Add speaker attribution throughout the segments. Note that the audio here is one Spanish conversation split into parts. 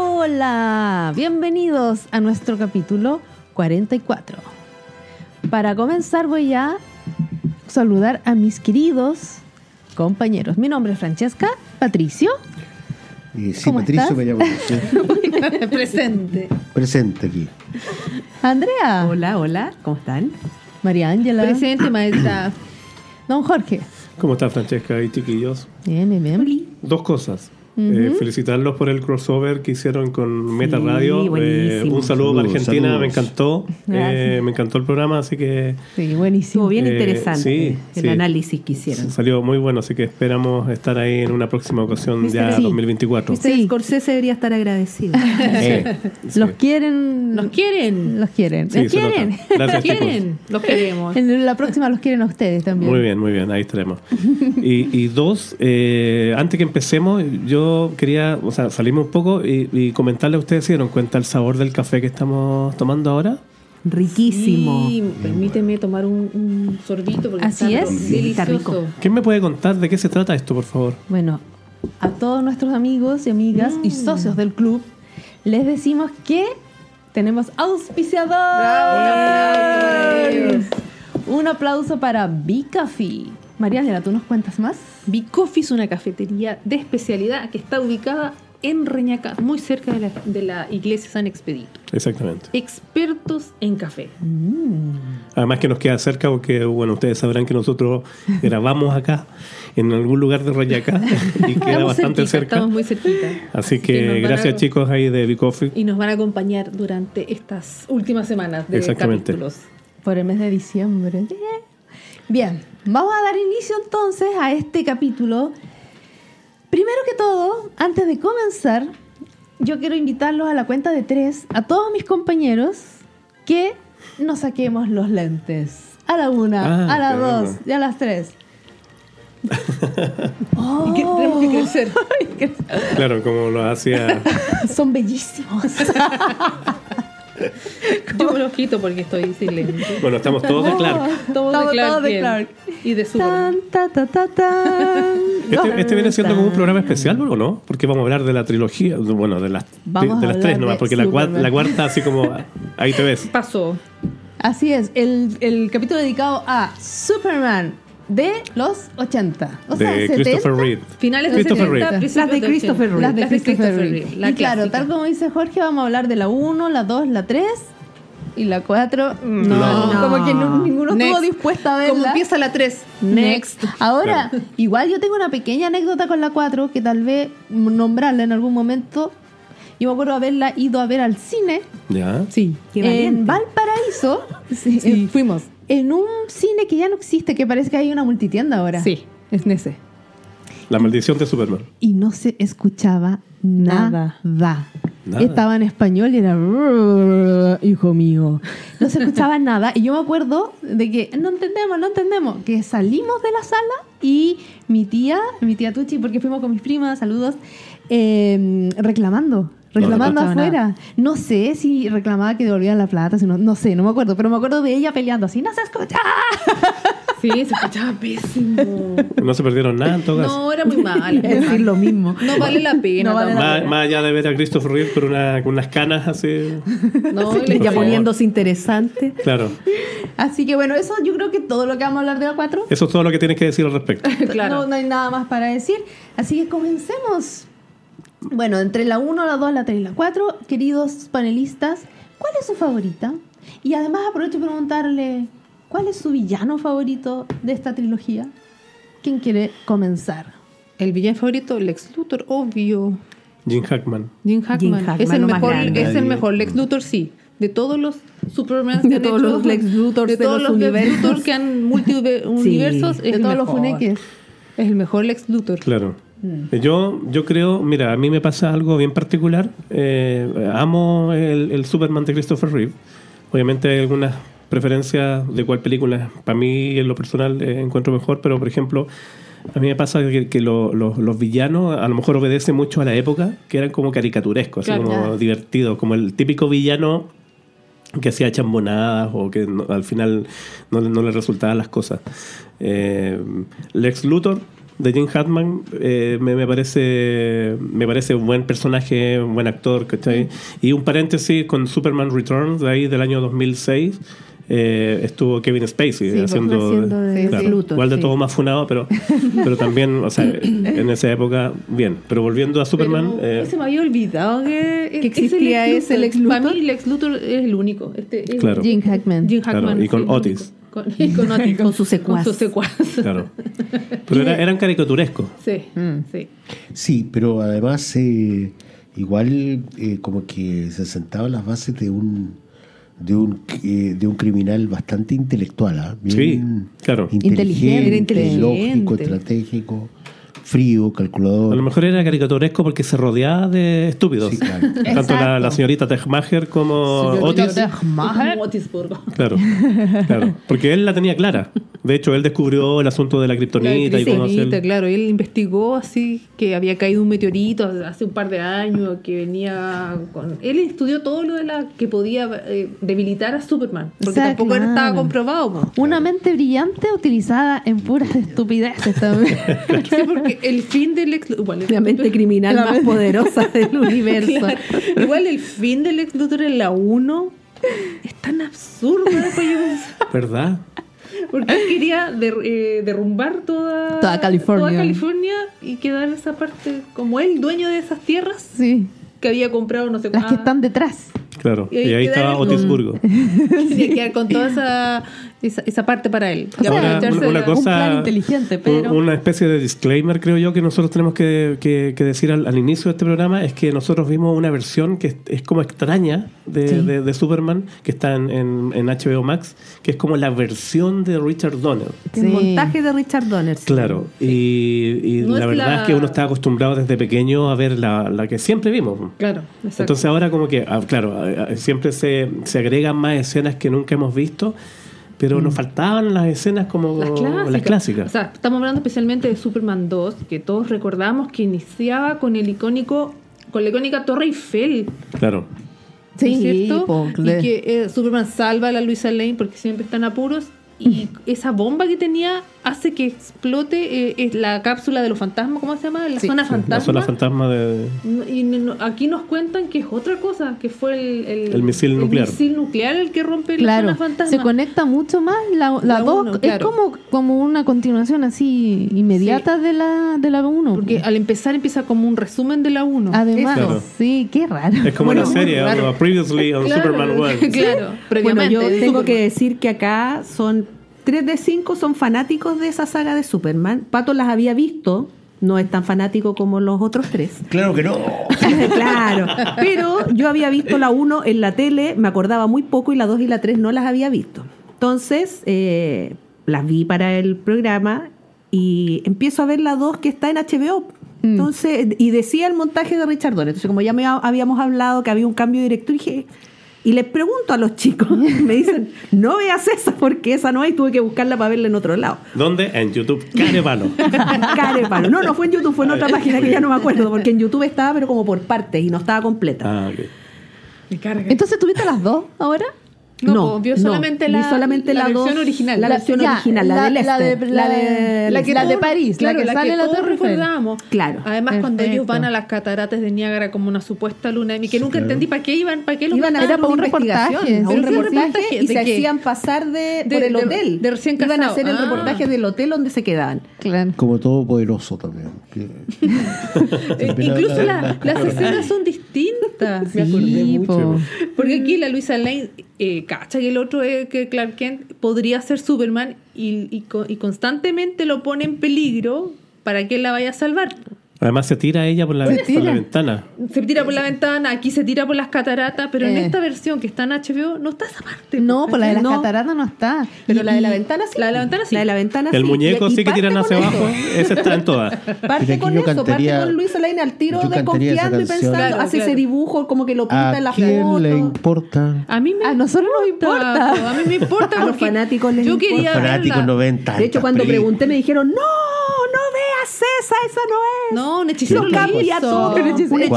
Speaker 1: Hola, bienvenidos a nuestro capítulo 44. Para comenzar voy a saludar a mis queridos compañeros. Mi nombre es Francesca Patricio,
Speaker 2: Eh, sí,
Speaker 1: ¿Cómo
Speaker 2: Patricio
Speaker 1: estás?
Speaker 2: me llamo. sí.
Speaker 1: presente.
Speaker 2: Presente aquí.
Speaker 1: Andrea,
Speaker 3: Hola, hola, ¿cómo están?
Speaker 1: María Ángela, presente maestra. Don Jorge.
Speaker 4: ¿Cómo está Francesca y chiquillos?
Speaker 1: Bien, bien, bien.
Speaker 4: Dos cosas. Eh, felicitarlos por el crossover que hicieron con Meta
Speaker 3: Sí,
Speaker 4: Radio. Eh,
Speaker 3: buenísimo.
Speaker 4: un saludo para
Speaker 2: Saludos,
Speaker 4: Argentina,
Speaker 2: saludos.
Speaker 4: me encantó.
Speaker 1: Gracias.
Speaker 4: Eh, me encantó el programa, así que
Speaker 1: Sí,
Speaker 3: Estuvo
Speaker 1: buenísimo.
Speaker 3: bien
Speaker 4: Eh,
Speaker 3: interesante
Speaker 4: sí,
Speaker 3: el
Speaker 4: sí.
Speaker 3: análisis que hicieron.
Speaker 4: salió muy bueno, así que esperamos estar ahí en una próxima ocasión
Speaker 3: Mister-
Speaker 4: ya
Speaker 1: Sí.
Speaker 4: 2024.
Speaker 3: Mr.
Speaker 1: Sí.
Speaker 3: Scorsese debería estar agradecido.
Speaker 4: Eh, sí.
Speaker 1: Los quieren.
Speaker 5: Nos quieren.
Speaker 1: Los quieren.
Speaker 4: Sí,
Speaker 1: los
Speaker 4: se nota.
Speaker 1: quieren.
Speaker 4: Gracias,
Speaker 5: quieren. Los queremos.
Speaker 1: En la próxima los quieren a ustedes también.
Speaker 4: Muy bien, muy bien, ahí estaremos. Y, y dos, eh, antes que empecemos, yo quería, o sea, salirme un poco y, y comentarle a ustedes si dieron cuenta el sabor del café que estamos tomando ahora.
Speaker 3: Riquísimo.
Speaker 5: Y permíteme tomar un, un sorbito porque
Speaker 1: Así
Speaker 5: está
Speaker 1: es.
Speaker 3: Está
Speaker 5: delicioso.
Speaker 3: rico.
Speaker 4: ¿Quién me puede contar de qué se trata esto, por favor?
Speaker 1: Bueno, a todos nuestros amigos y amigas y socios del club, les decimos que tenemos auspiciador. Un aplauso para Bicafi. María Ángela, ¿tú nos cuentas más?
Speaker 5: Bicoffee es una cafetería de especialidad que está ubicada en Reñaca, muy cerca de la, de la iglesia San Expedito.
Speaker 4: Exactamente.
Speaker 5: Expertos en café.
Speaker 4: Además que nos queda cerca porque, bueno, ustedes sabrán que nosotros grabamos acá, en algún lugar de Rayacá, y queda
Speaker 5: Estamos
Speaker 4: bastante
Speaker 5: cerquita,
Speaker 4: cerca.
Speaker 5: Estamos muy cerquita.
Speaker 4: Así
Speaker 5: nos
Speaker 4: que
Speaker 5: van a-
Speaker 4: gracias chicos ahí de Bicoffee.
Speaker 5: Y nos van a acompañar durante estas últimas semanas de
Speaker 4: Exactamente.
Speaker 5: capítulos.
Speaker 1: Por el mes de diciembre. Bien, vamos a dar inicio entonces a este capítulo. Primero que todo, antes de comenzar, yo quiero invitarlos a la cuenta de tres, a todos mis compañeros, que nos saquemos los lentes. A la una,
Speaker 4: Ah,
Speaker 1: a las
Speaker 4: qué bueno.
Speaker 1: dos y a las tres. Oh,
Speaker 5: Y que tenemos que crecer.
Speaker 4: Claro, como lo hacía...
Speaker 1: son bellísimos.
Speaker 5: Yo me los quito porque estoy sin lente.
Speaker 4: Bueno, estamos todos de Clark.
Speaker 5: Todo
Speaker 1: Estamos
Speaker 5: de Clark,
Speaker 1: todos de
Speaker 5: Kent
Speaker 1: Clark.
Speaker 5: Y de su
Speaker 1: Tan, ta, ta, ta, tan.
Speaker 4: Este, este viene siendo como un programa especial, ¿o no? Porque vamos a hablar de la trilogía, bueno, de las,
Speaker 1: Vamos a
Speaker 4: de las
Speaker 1: hablar
Speaker 4: tres nomás,
Speaker 1: de
Speaker 4: porque la, cua-
Speaker 1: Superman.
Speaker 4: la cuarta así como... Ahí te ves.
Speaker 5: Pasó.
Speaker 1: Así es, el, el capítulo dedicado a Superman de los 80. O sea,
Speaker 4: de
Speaker 1: 70,
Speaker 4: Christopher Reeve.
Speaker 5: Finales de
Speaker 4: Christopher
Speaker 5: 70,
Speaker 4: Reeve.
Speaker 5: principios
Speaker 3: Las de
Speaker 5: 80.
Speaker 3: Christopher Reeve.
Speaker 1: Las de Christopher Reeve.
Speaker 5: La
Speaker 1: y claro,
Speaker 5: clásica.
Speaker 1: tal como dice Jorge, vamos a hablar de la 1, la 2, la 3 y la 4. No,
Speaker 3: No.
Speaker 1: como que no- ninguno
Speaker 5: Next.
Speaker 1: estuvo dispuesto a verla.
Speaker 5: Como empieza la 3. Next.
Speaker 1: Ahora, igual yo tengo una pequeña anécdota con la 4 que tal vez nombrarla en algún momento. Yo me acuerdo haberla ido a ver al cine
Speaker 4: ¿Ya?
Speaker 3: Sí, qué
Speaker 1: en
Speaker 3: valiente.
Speaker 1: Valparaíso. sí, eh, fuimos. En un cine que ya no existe, que parece que hay una multitienda ahora.
Speaker 5: Sí.
Speaker 1: Es en ese.
Speaker 4: La maldición de Superman.
Speaker 1: y no se escuchaba nada.
Speaker 3: Nada.
Speaker 4: Nada.
Speaker 1: Estaba en español y era hijo mío. No se escuchaba nada y yo me acuerdo de que no entendemos, no entendemos, que salimos de la sala y mi tía, mi tía Tucci, porque fuimos con mis primas, saludos, eh, reclamando. Reclamando
Speaker 3: escuchaba
Speaker 1: afuera. No sé si reclamaba que devolvían la plata, si no, no sé, no me acuerdo, pero me acuerdo de ella peleando así, no se escucha.
Speaker 5: Sí, se escuchaba pésimo.
Speaker 4: No se perdieron nada en todo caso.
Speaker 5: No, era muy mala.
Speaker 3: Iba a decir lo mismo.
Speaker 5: No vale la pena.
Speaker 1: No vale la
Speaker 4: Más, más allá de ver a Christopher Reeve con, una, con unas canas así...
Speaker 5: pena. No,
Speaker 4: Sí,
Speaker 5: le-
Speaker 3: Ya
Speaker 4: por favor.
Speaker 3: poniéndose interesante.
Speaker 4: Claro.
Speaker 1: Así que bueno, eso yo creo que todo lo que vamos a hablar de la 4
Speaker 4: Eso es todo lo que tienes que decir al respecto.
Speaker 5: Claro.
Speaker 1: No, no hay nada más para decir. Así que comencemos. Bueno, entre la 1, la 2, la 3 y la 4, queridos panelistas, ¿cuál es su favorita? Y además aprovecho para preguntarle, ¿cuál es su villano favorito de esta trilogía? ¿Quién quiere comenzar?
Speaker 5: El villano favorito, Lex Luthor, obvio.
Speaker 4: Jim Hackman.
Speaker 5: Jim Hackman.
Speaker 3: Jim Hackman,
Speaker 5: es el
Speaker 3: lo más
Speaker 5: mejor,
Speaker 3: grande.
Speaker 5: es el mejor. Lex Luthor, sí. De todos los Superman
Speaker 3: De todos los Lex Luthors
Speaker 5: de
Speaker 3: de
Speaker 5: todos
Speaker 3: los
Speaker 5: los Lex
Speaker 3: universos.
Speaker 5: Luthor que han multiversos,
Speaker 3: Sí,
Speaker 1: De todos los funeques.
Speaker 5: Es el mejor Lex Luthor.
Speaker 4: Claro. Yo, yo creo, mira, a mí me pasa algo bien particular. Eh, amo el, el Superman de Christopher Reeve. Obviamente hay algunas preferencias de cuál película para mí en lo personal eh, encuentro mejor, pero por ejemplo, a mí me pasa que, que lo- los- los villanos a lo mejor obedecen mucho a la época, que eran como caricaturescos, así
Speaker 5: Claro.
Speaker 4: como divertidos, como el típico villano que hacía chambonadas o que no- al final no, le- no le resultaban las cosas. Eh, Lex Luthor, de Jim Hatman eh, me, me parece me parece un buen personaje, un buen actor, ¿cachai?
Speaker 3: Mm.
Speaker 4: Y un paréntesis con Superman Returns, de ahí del año 2006, eh, estuvo Kevin Spacey
Speaker 3: Sí, pues,
Speaker 4: haciendo,
Speaker 3: haciendo de Luthor,
Speaker 4: igual de
Speaker 3: sí.
Speaker 4: todo más funado, pero, pero también, o sea, en esa época, bien. Pero volviendo a Superman...
Speaker 5: Pero
Speaker 4: eh,
Speaker 5: se me había olvidado que, es-
Speaker 3: existía
Speaker 5: es
Speaker 3: ese Lex Luthor.
Speaker 5: Para mí Lex Luthor es el único. Este, es-
Speaker 4: Claro.
Speaker 1: Jim Hackman.
Speaker 5: Jim
Speaker 4: Claro,
Speaker 5: Hackman.
Speaker 4: y con
Speaker 5: sí, el
Speaker 4: Otis.
Speaker 5: único. Con, y con Otis.
Speaker 3: Con su secuaz.
Speaker 5: Con su secuaz.
Speaker 4: Claro. Pero era- eran caricaturescos.
Speaker 5: Sí,
Speaker 3: Mm.
Speaker 5: sí.
Speaker 2: Sí, pero además eh, igual eh, como que se sentaban las bases de un de un eh, de un criminal bastante intelectual, ¿ah? Bien
Speaker 4: Sí, claro.
Speaker 2: inteligente,
Speaker 3: Inteligente,
Speaker 2: lógico,
Speaker 3: inteligente.
Speaker 2: estratégico, frío,
Speaker 4: A lo
Speaker 2: calculador.
Speaker 4: mejor era caricaturesco porque se rodeaba de estúpidos.
Speaker 2: Sí, claro.
Speaker 4: Tanto la,
Speaker 1: Exacto.
Speaker 4: la señorita Tejmager como
Speaker 5: Señorita
Speaker 4: Otis.
Speaker 5: Como Otisburgo.
Speaker 4: Claro, claro. Porque él la tenía clara. De hecho, él descubrió el asunto de la kriptonita y cómo
Speaker 5: Kriptonita,
Speaker 4: hacer.
Speaker 5: claro, él investigó así que había caído un meteorito hace un par de años, que venía con... Él estudió todo lo de la que podía eh, debilitar a Superman, porque
Speaker 1: Exacto,
Speaker 5: tampoco era- estaba
Speaker 1: claro.
Speaker 5: comprobado. po.
Speaker 1: Una mente brillante utilizada en puras estupideces también.
Speaker 5: Sí, porque el fin del ex... Bueno,
Speaker 3: La mente criminal
Speaker 1: La
Speaker 3: más
Speaker 1: mente-
Speaker 3: poderosa del universo.
Speaker 5: Claro. Igual el fin del ex Luthor en la 1 es tan absurdo. después yo pensé,
Speaker 4: ¿Verdad?
Speaker 5: Porque él quería der- eh, derrumbar toda,
Speaker 1: Toda California.
Speaker 5: toda California y quedar esa parte como él, dueño de esas tierras
Speaker 1: Sí.
Speaker 5: que había comprado no sé
Speaker 1: Las
Speaker 3: Ah.
Speaker 1: que
Speaker 5: cuán-
Speaker 1: están detrás.
Speaker 4: Claro.
Speaker 5: Y ahí
Speaker 4: Y ahí estaba
Speaker 5: quedaron-
Speaker 4: Otisburgo.
Speaker 5: Quería quedar con toda esa, esa, esa parte para él.
Speaker 1: O sea,
Speaker 4: Ahora,
Speaker 1: aprovecharse
Speaker 4: una,
Speaker 1: de
Speaker 4: una
Speaker 1: la-
Speaker 4: cosa,
Speaker 1: un plan inteligente, pero-
Speaker 4: un- Una especie de disclaimer, creo yo, que nosotros tenemos que, que- que decir al, al inicio de este programa es que nosotros vimos una versión que es, es como extraña de,
Speaker 1: Sí.
Speaker 4: de- de Superman, que está en, en- en HBO Max, que es como la versión de Richard Donner.
Speaker 3: El
Speaker 1: Sí.
Speaker 3: montaje de Richard Donner. sí.
Speaker 4: Claro, y, y
Speaker 5: No
Speaker 4: la
Speaker 5: es
Speaker 4: verdad
Speaker 5: la-
Speaker 4: es que uno está acostumbrado desde pequeño a ver la, la que siempre vimos.
Speaker 5: Claro, exacto.
Speaker 4: Entonces ahora como que, ah, claro, ah, ah, siempre se, se agregan más escenas que nunca hemos visto, pero nos faltaban las escenas como
Speaker 5: Mm. las clásicas.
Speaker 4: las clásicas.
Speaker 5: O sea, estamos hablando especialmente de Superman 2, que todos recordamos que iniciaba con el icónico con la icónica Torre Eiffel, ¿no
Speaker 4: claro.
Speaker 5: es
Speaker 1: Sí,
Speaker 5: ¿cierto?
Speaker 1: po,
Speaker 5: y
Speaker 1: de-
Speaker 5: que eh, Superman salva a la Luisa Lane porque siempre están apuros y esa bomba que tenía hace que explote eh, es la cápsula de los fantasmas, ¿cómo se llama? La zona fantasma.
Speaker 4: La zona fantasma de...
Speaker 5: No, Y no- no, aquí nos cuentan que es otra cosa, que fue el,
Speaker 4: El misil nuclear.
Speaker 5: misil nuclear el que rompe la
Speaker 1: Claro,
Speaker 5: zona fantasma.
Speaker 1: se conecta mucho más la, la,
Speaker 5: La
Speaker 1: dos,
Speaker 5: uno,
Speaker 1: es
Speaker 5: claro.
Speaker 1: como, como una continuación así inmediata de la de la 1.
Speaker 5: Porque al empezar empieza como un resumen de la 1.
Speaker 1: Además,
Speaker 4: Claro.
Speaker 1: sí, qué raro.
Speaker 4: Es como
Speaker 5: Bueno,
Speaker 4: la serie,
Speaker 5: claro.
Speaker 4: ¿no? Previously on Superman One.
Speaker 5: Claro,
Speaker 3: Bueno,
Speaker 5: previamente.
Speaker 3: yo tengo
Speaker 5: Superman.
Speaker 3: que decir que acá son 3 de 5 son fanáticos de esa saga de Superman. Pato las había visto, no es tan fanático como los otros tres.
Speaker 2: Claro que no.
Speaker 3: claro, pero yo había visto la 1 en la tele, me acordaba muy poco y la 2 y la 3 no las había visto. Entonces, eh, las vi para el programa y empiezo a ver la 2 que está en HBO. Entonces, y decía el montaje de Richard Donner. Entonces, como ya me ha- habíamos hablado que había un cambio de director, dije, y les pregunto a los chicos, me dicen, no veas esa porque esa no hay, tuve que buscarla para verla en otro lado.
Speaker 4: ¿Dónde? En YouTube. Carevalo.
Speaker 3: Carepalo. No, no fue en YouTube, fue en otra página que ya no me acuerdo, porque en YouTube estaba, pero como por partes y no estaba completa.
Speaker 4: Ah, ok.
Speaker 5: Me carga.
Speaker 1: Entonces, ¿tuviste las dos ahora?
Speaker 5: No,
Speaker 3: No,
Speaker 5: po, vio
Speaker 3: no,
Speaker 5: solamente
Speaker 3: vi
Speaker 5: la,
Speaker 3: solamente
Speaker 5: la
Speaker 3: la
Speaker 5: versión
Speaker 3: dos,
Speaker 5: original.
Speaker 3: la versión
Speaker 1: ya,
Speaker 3: original, la del
Speaker 1: de-
Speaker 3: este,
Speaker 1: la
Speaker 3: la
Speaker 1: de-
Speaker 3: del
Speaker 1: la que-
Speaker 3: este.
Speaker 1: la de
Speaker 5: todos-
Speaker 1: París,
Speaker 5: claro,
Speaker 1: la que sale
Speaker 5: que
Speaker 1: la
Speaker 5: todos
Speaker 1: Torre Eiffel.
Speaker 5: recordamos.
Speaker 3: Claro.
Speaker 5: Además, cuando ellos
Speaker 1: Perfecto.
Speaker 5: van a las cataratas de Niágara como una supuesta luna de miel, que nunca entendí para qué iban, para qué los
Speaker 3: Iban a
Speaker 5: mandaban.
Speaker 3: hacer
Speaker 1: para un
Speaker 3: una investigación,
Speaker 1: reportaje,
Speaker 3: a
Speaker 1: sí,
Speaker 3: un
Speaker 1: sí, un
Speaker 3: reportaje
Speaker 5: reportaje
Speaker 3: y se
Speaker 5: de qué?
Speaker 3: hacían pasar de,
Speaker 5: De-
Speaker 3: por el
Speaker 5: de-
Speaker 3: hotel.
Speaker 5: de recién
Speaker 3: Iban a
Speaker 5: casado.
Speaker 3: hacer el
Speaker 5: Ah.
Speaker 3: reportaje del hotel donde se quedaban.
Speaker 1: Claro.
Speaker 2: Como todo poderoso también. que-
Speaker 5: Eh,
Speaker 2: También
Speaker 5: incluso
Speaker 2: habla-
Speaker 5: la- las escenas son distintas.
Speaker 1: Sí, po.
Speaker 5: Porque aquí la Luisa Lane eh, cacha que el otro es que Clark Kent podría ser Superman y, y co- y constantemente lo pone en peligro para que él la vaya a salvar.
Speaker 4: Además se tira ella por la,
Speaker 1: Se
Speaker 4: por
Speaker 1: tira.
Speaker 4: la ventana.
Speaker 5: Se tira por la ventana, aquí se tira por las cataratas, pero en
Speaker 1: Eh.
Speaker 5: esta versión que está en HBO no está esa parte.
Speaker 1: No, por la de las
Speaker 3: No.
Speaker 1: cataratas no está.
Speaker 3: Pero
Speaker 1: Y-
Speaker 3: la de la
Speaker 1: y-
Speaker 3: ventana sí.
Speaker 5: La de la ventana sí.
Speaker 3: La de la ventana
Speaker 4: El
Speaker 3: sí. Y-
Speaker 4: muñeco
Speaker 3: y
Speaker 4: sí que
Speaker 3: parte
Speaker 4: tiran
Speaker 3: con
Speaker 4: hacia
Speaker 3: eso.
Speaker 4: abajo. Ese está en todas.
Speaker 2: Pero
Speaker 3: Parte
Speaker 2: aquí
Speaker 3: con
Speaker 2: yo
Speaker 3: eso,
Speaker 2: cantaría-
Speaker 3: parte con Luis Alain al tiro
Speaker 2: yo
Speaker 3: de
Speaker 2: cantaría esa
Speaker 3: confiando y pensando,
Speaker 2: canción.
Speaker 5: Claro,
Speaker 3: hace
Speaker 5: claro.
Speaker 3: ese dibujo como que lo pinta en
Speaker 2: ¿A
Speaker 3: la foto.
Speaker 2: Ah, quién le importa?
Speaker 5: A mí me
Speaker 1: A nosotros nos Ah, importa.
Speaker 5: po, A mí me importa
Speaker 3: A los
Speaker 5: porque
Speaker 3: fanáticos les
Speaker 5: yo
Speaker 3: importa.
Speaker 5: quería
Speaker 2: Los fanáticos
Speaker 5: verla.
Speaker 2: no ven tanta
Speaker 3: De hecho, cuando
Speaker 2: película.
Speaker 3: pregunté me dijeron, no, no haces? ¡Esa, esa no es!
Speaker 5: No, un hechicero
Speaker 3: Lo
Speaker 5: lo
Speaker 3: cambia
Speaker 5: hizo.
Speaker 3: todo.
Speaker 5: Un
Speaker 1: ¿Cuál?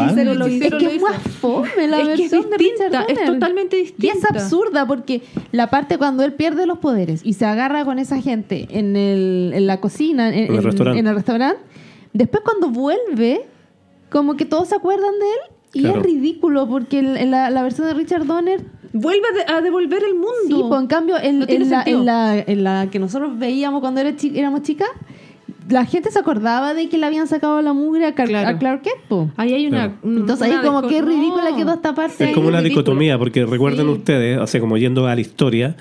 Speaker 5: hechicero lo
Speaker 1: Es
Speaker 5: hizo.
Speaker 1: que es más fome la
Speaker 5: Es que es
Speaker 1: versión de
Speaker 5: distinta,
Speaker 1: Richard
Speaker 5: es
Speaker 1: Donner.
Speaker 5: totalmente
Speaker 1: Y es
Speaker 5: distinta.
Speaker 1: absurda porque la parte cuando él pierde los poderes y se agarra con esa gente en, el- en la cocina, en,
Speaker 4: En el restaurante.
Speaker 1: en el restaurante, después cuando vuelve, como que todos se acuerdan de él y
Speaker 4: Claro.
Speaker 1: es ridículo porque el- en la, la versión de Richard Donner...
Speaker 5: Vuelve a de- a devolver el mundo.
Speaker 1: Sí, pues en cambio, en,
Speaker 5: No tiene
Speaker 1: en la,
Speaker 5: sentido.
Speaker 1: en la- en la que nosotros veíamos cuando era chi- éramos chicas, la gente se acordaba de que le habían sacado la mugre a, Car-
Speaker 5: Claro.
Speaker 1: a Clark Kent. po.
Speaker 5: Ahí hay una.
Speaker 4: Claro.
Speaker 5: un-
Speaker 1: Entonces
Speaker 5: una
Speaker 1: ahí como
Speaker 5: descon-
Speaker 1: que ridícula
Speaker 5: No.
Speaker 1: quedó esta parte.
Speaker 4: Es como una
Speaker 1: ridícula.
Speaker 4: dicotomía, porque recuerden
Speaker 5: Sí.
Speaker 4: ustedes, o sea, como yendo a la historia,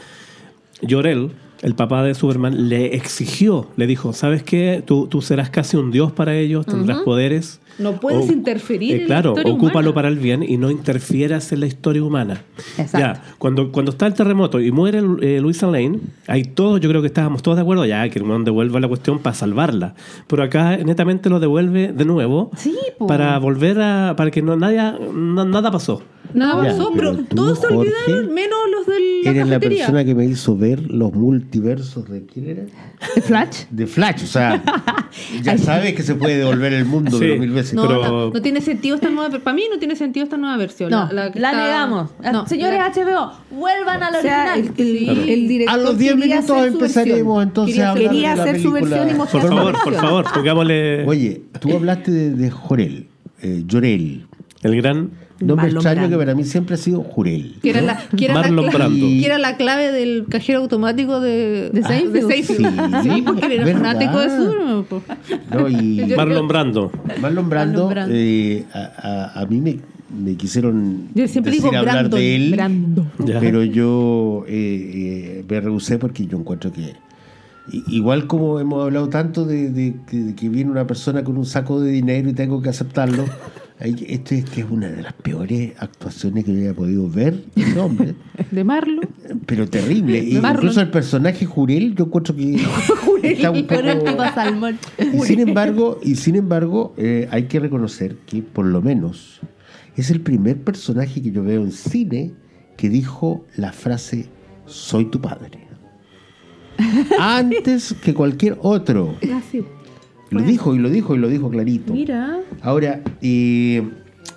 Speaker 4: Llorel, el papá de Superman, le exigió, le dijo, ¿sabes qué? Tú, tú serás casi un dios para ellos, tendrás poderes.
Speaker 5: No puedes
Speaker 4: O-
Speaker 5: interferir
Speaker 4: eh,
Speaker 5: en la
Speaker 4: Claro,
Speaker 5: historia
Speaker 4: ocúpalo
Speaker 5: humana".
Speaker 4: para el bien y no interfieras en la historia humana.
Speaker 1: Exacto.
Speaker 4: Ya, cuando, cuando está el terremoto y muere eh, Luisa Lane, ahí todos, yo creo que estábamos todos de acuerdo, ya, que el man devuelva la cuestión para salvarla. Pero acá netamente lo devuelve de nuevo
Speaker 1: Sí, po.
Speaker 4: para volver a... para que no, nadie, na- nada pasó.
Speaker 5: Nada
Speaker 2: Ya,
Speaker 5: pasó,
Speaker 2: pero
Speaker 5: pero,
Speaker 2: tú,
Speaker 5: todos se
Speaker 2: Jorge,
Speaker 5: olvidaron, menos los de la
Speaker 2: Eres la
Speaker 5: cafetería.
Speaker 2: persona que me hizo ver los multiversos de quién era.
Speaker 1: ¿De Flash?
Speaker 2: De Flash, o sea, ya sabes que se puede devolver el mundo
Speaker 4: Sí.
Speaker 2: pero mil veces.
Speaker 5: No,
Speaker 4: pero-
Speaker 5: no, no tiene sentido esta nueva. Para mí no tiene sentido esta nueva versión.
Speaker 1: No, la,
Speaker 5: que está-
Speaker 1: negamos. Ah,
Speaker 5: No,
Speaker 1: Señores
Speaker 5: la-
Speaker 1: HBO, vuelvan al
Speaker 3: O sea, el,
Speaker 1: original.
Speaker 3: el- el director
Speaker 2: a los 10
Speaker 3: quería
Speaker 2: minutos
Speaker 3: hacer su versión.
Speaker 2: empezaremos entonces
Speaker 5: Quería
Speaker 2: a hablar
Speaker 3: quería
Speaker 2: de la
Speaker 3: hacer su
Speaker 2: película.
Speaker 3: versión y mostrar-
Speaker 4: Por
Speaker 3: Otra
Speaker 4: favor, por
Speaker 3: solución.
Speaker 4: favor, pongámosle
Speaker 2: Oye, tú hablaste de, de Jorel, eh, Llorel.
Speaker 4: el gran
Speaker 2: Nombre
Speaker 3: Marlon
Speaker 2: extraño
Speaker 3: Brando.
Speaker 2: que para mí siempre ha sido Jurel.
Speaker 5: Que era, la, que, era la
Speaker 4: Marlon
Speaker 5: clave,
Speaker 4: Brando.
Speaker 5: que era la clave del cajero automático de,
Speaker 1: De Seinfeld.
Speaker 5: Seinfeld.
Speaker 2: Sí,
Speaker 5: Sí, porque él era
Speaker 2: ¿verdad?
Speaker 5: fanático de Superman. po.
Speaker 2: ¿no? Y
Speaker 4: Marlon Brando.
Speaker 2: Marlon Brando,
Speaker 5: Marlon Brando.
Speaker 2: eh, a, a- a mí me, me quisieron
Speaker 5: Yo siempre
Speaker 2: decir
Speaker 5: digo
Speaker 2: hablar
Speaker 5: Brandon,
Speaker 2: de él,
Speaker 5: Brando.
Speaker 4: Ya.
Speaker 2: pero yo eh, eh, me rehusé porque yo encuentro que i- igual como hemos hablado tanto de, de que- de que viene una persona con un saco de dinero y tengo que aceptarlo, ay, esto es que es una de las peores actuaciones que yo haya podido ver, ese hombre.
Speaker 5: De Marlon.
Speaker 2: Pero terrible. Y
Speaker 5: Marlon.
Speaker 2: incluso el personaje Jurel, yo encuentro que está un poco.
Speaker 1: salmón.
Speaker 2: Y sin embargo, y sin embargo eh, hay que reconocer que por lo menos es el primer personaje que yo veo en cine que dijo la frase soy tu padre. Antes que cualquier otro. Lo dijo y lo dijo y lo dijo clarito.
Speaker 5: Mira.
Speaker 2: Ahora, eh,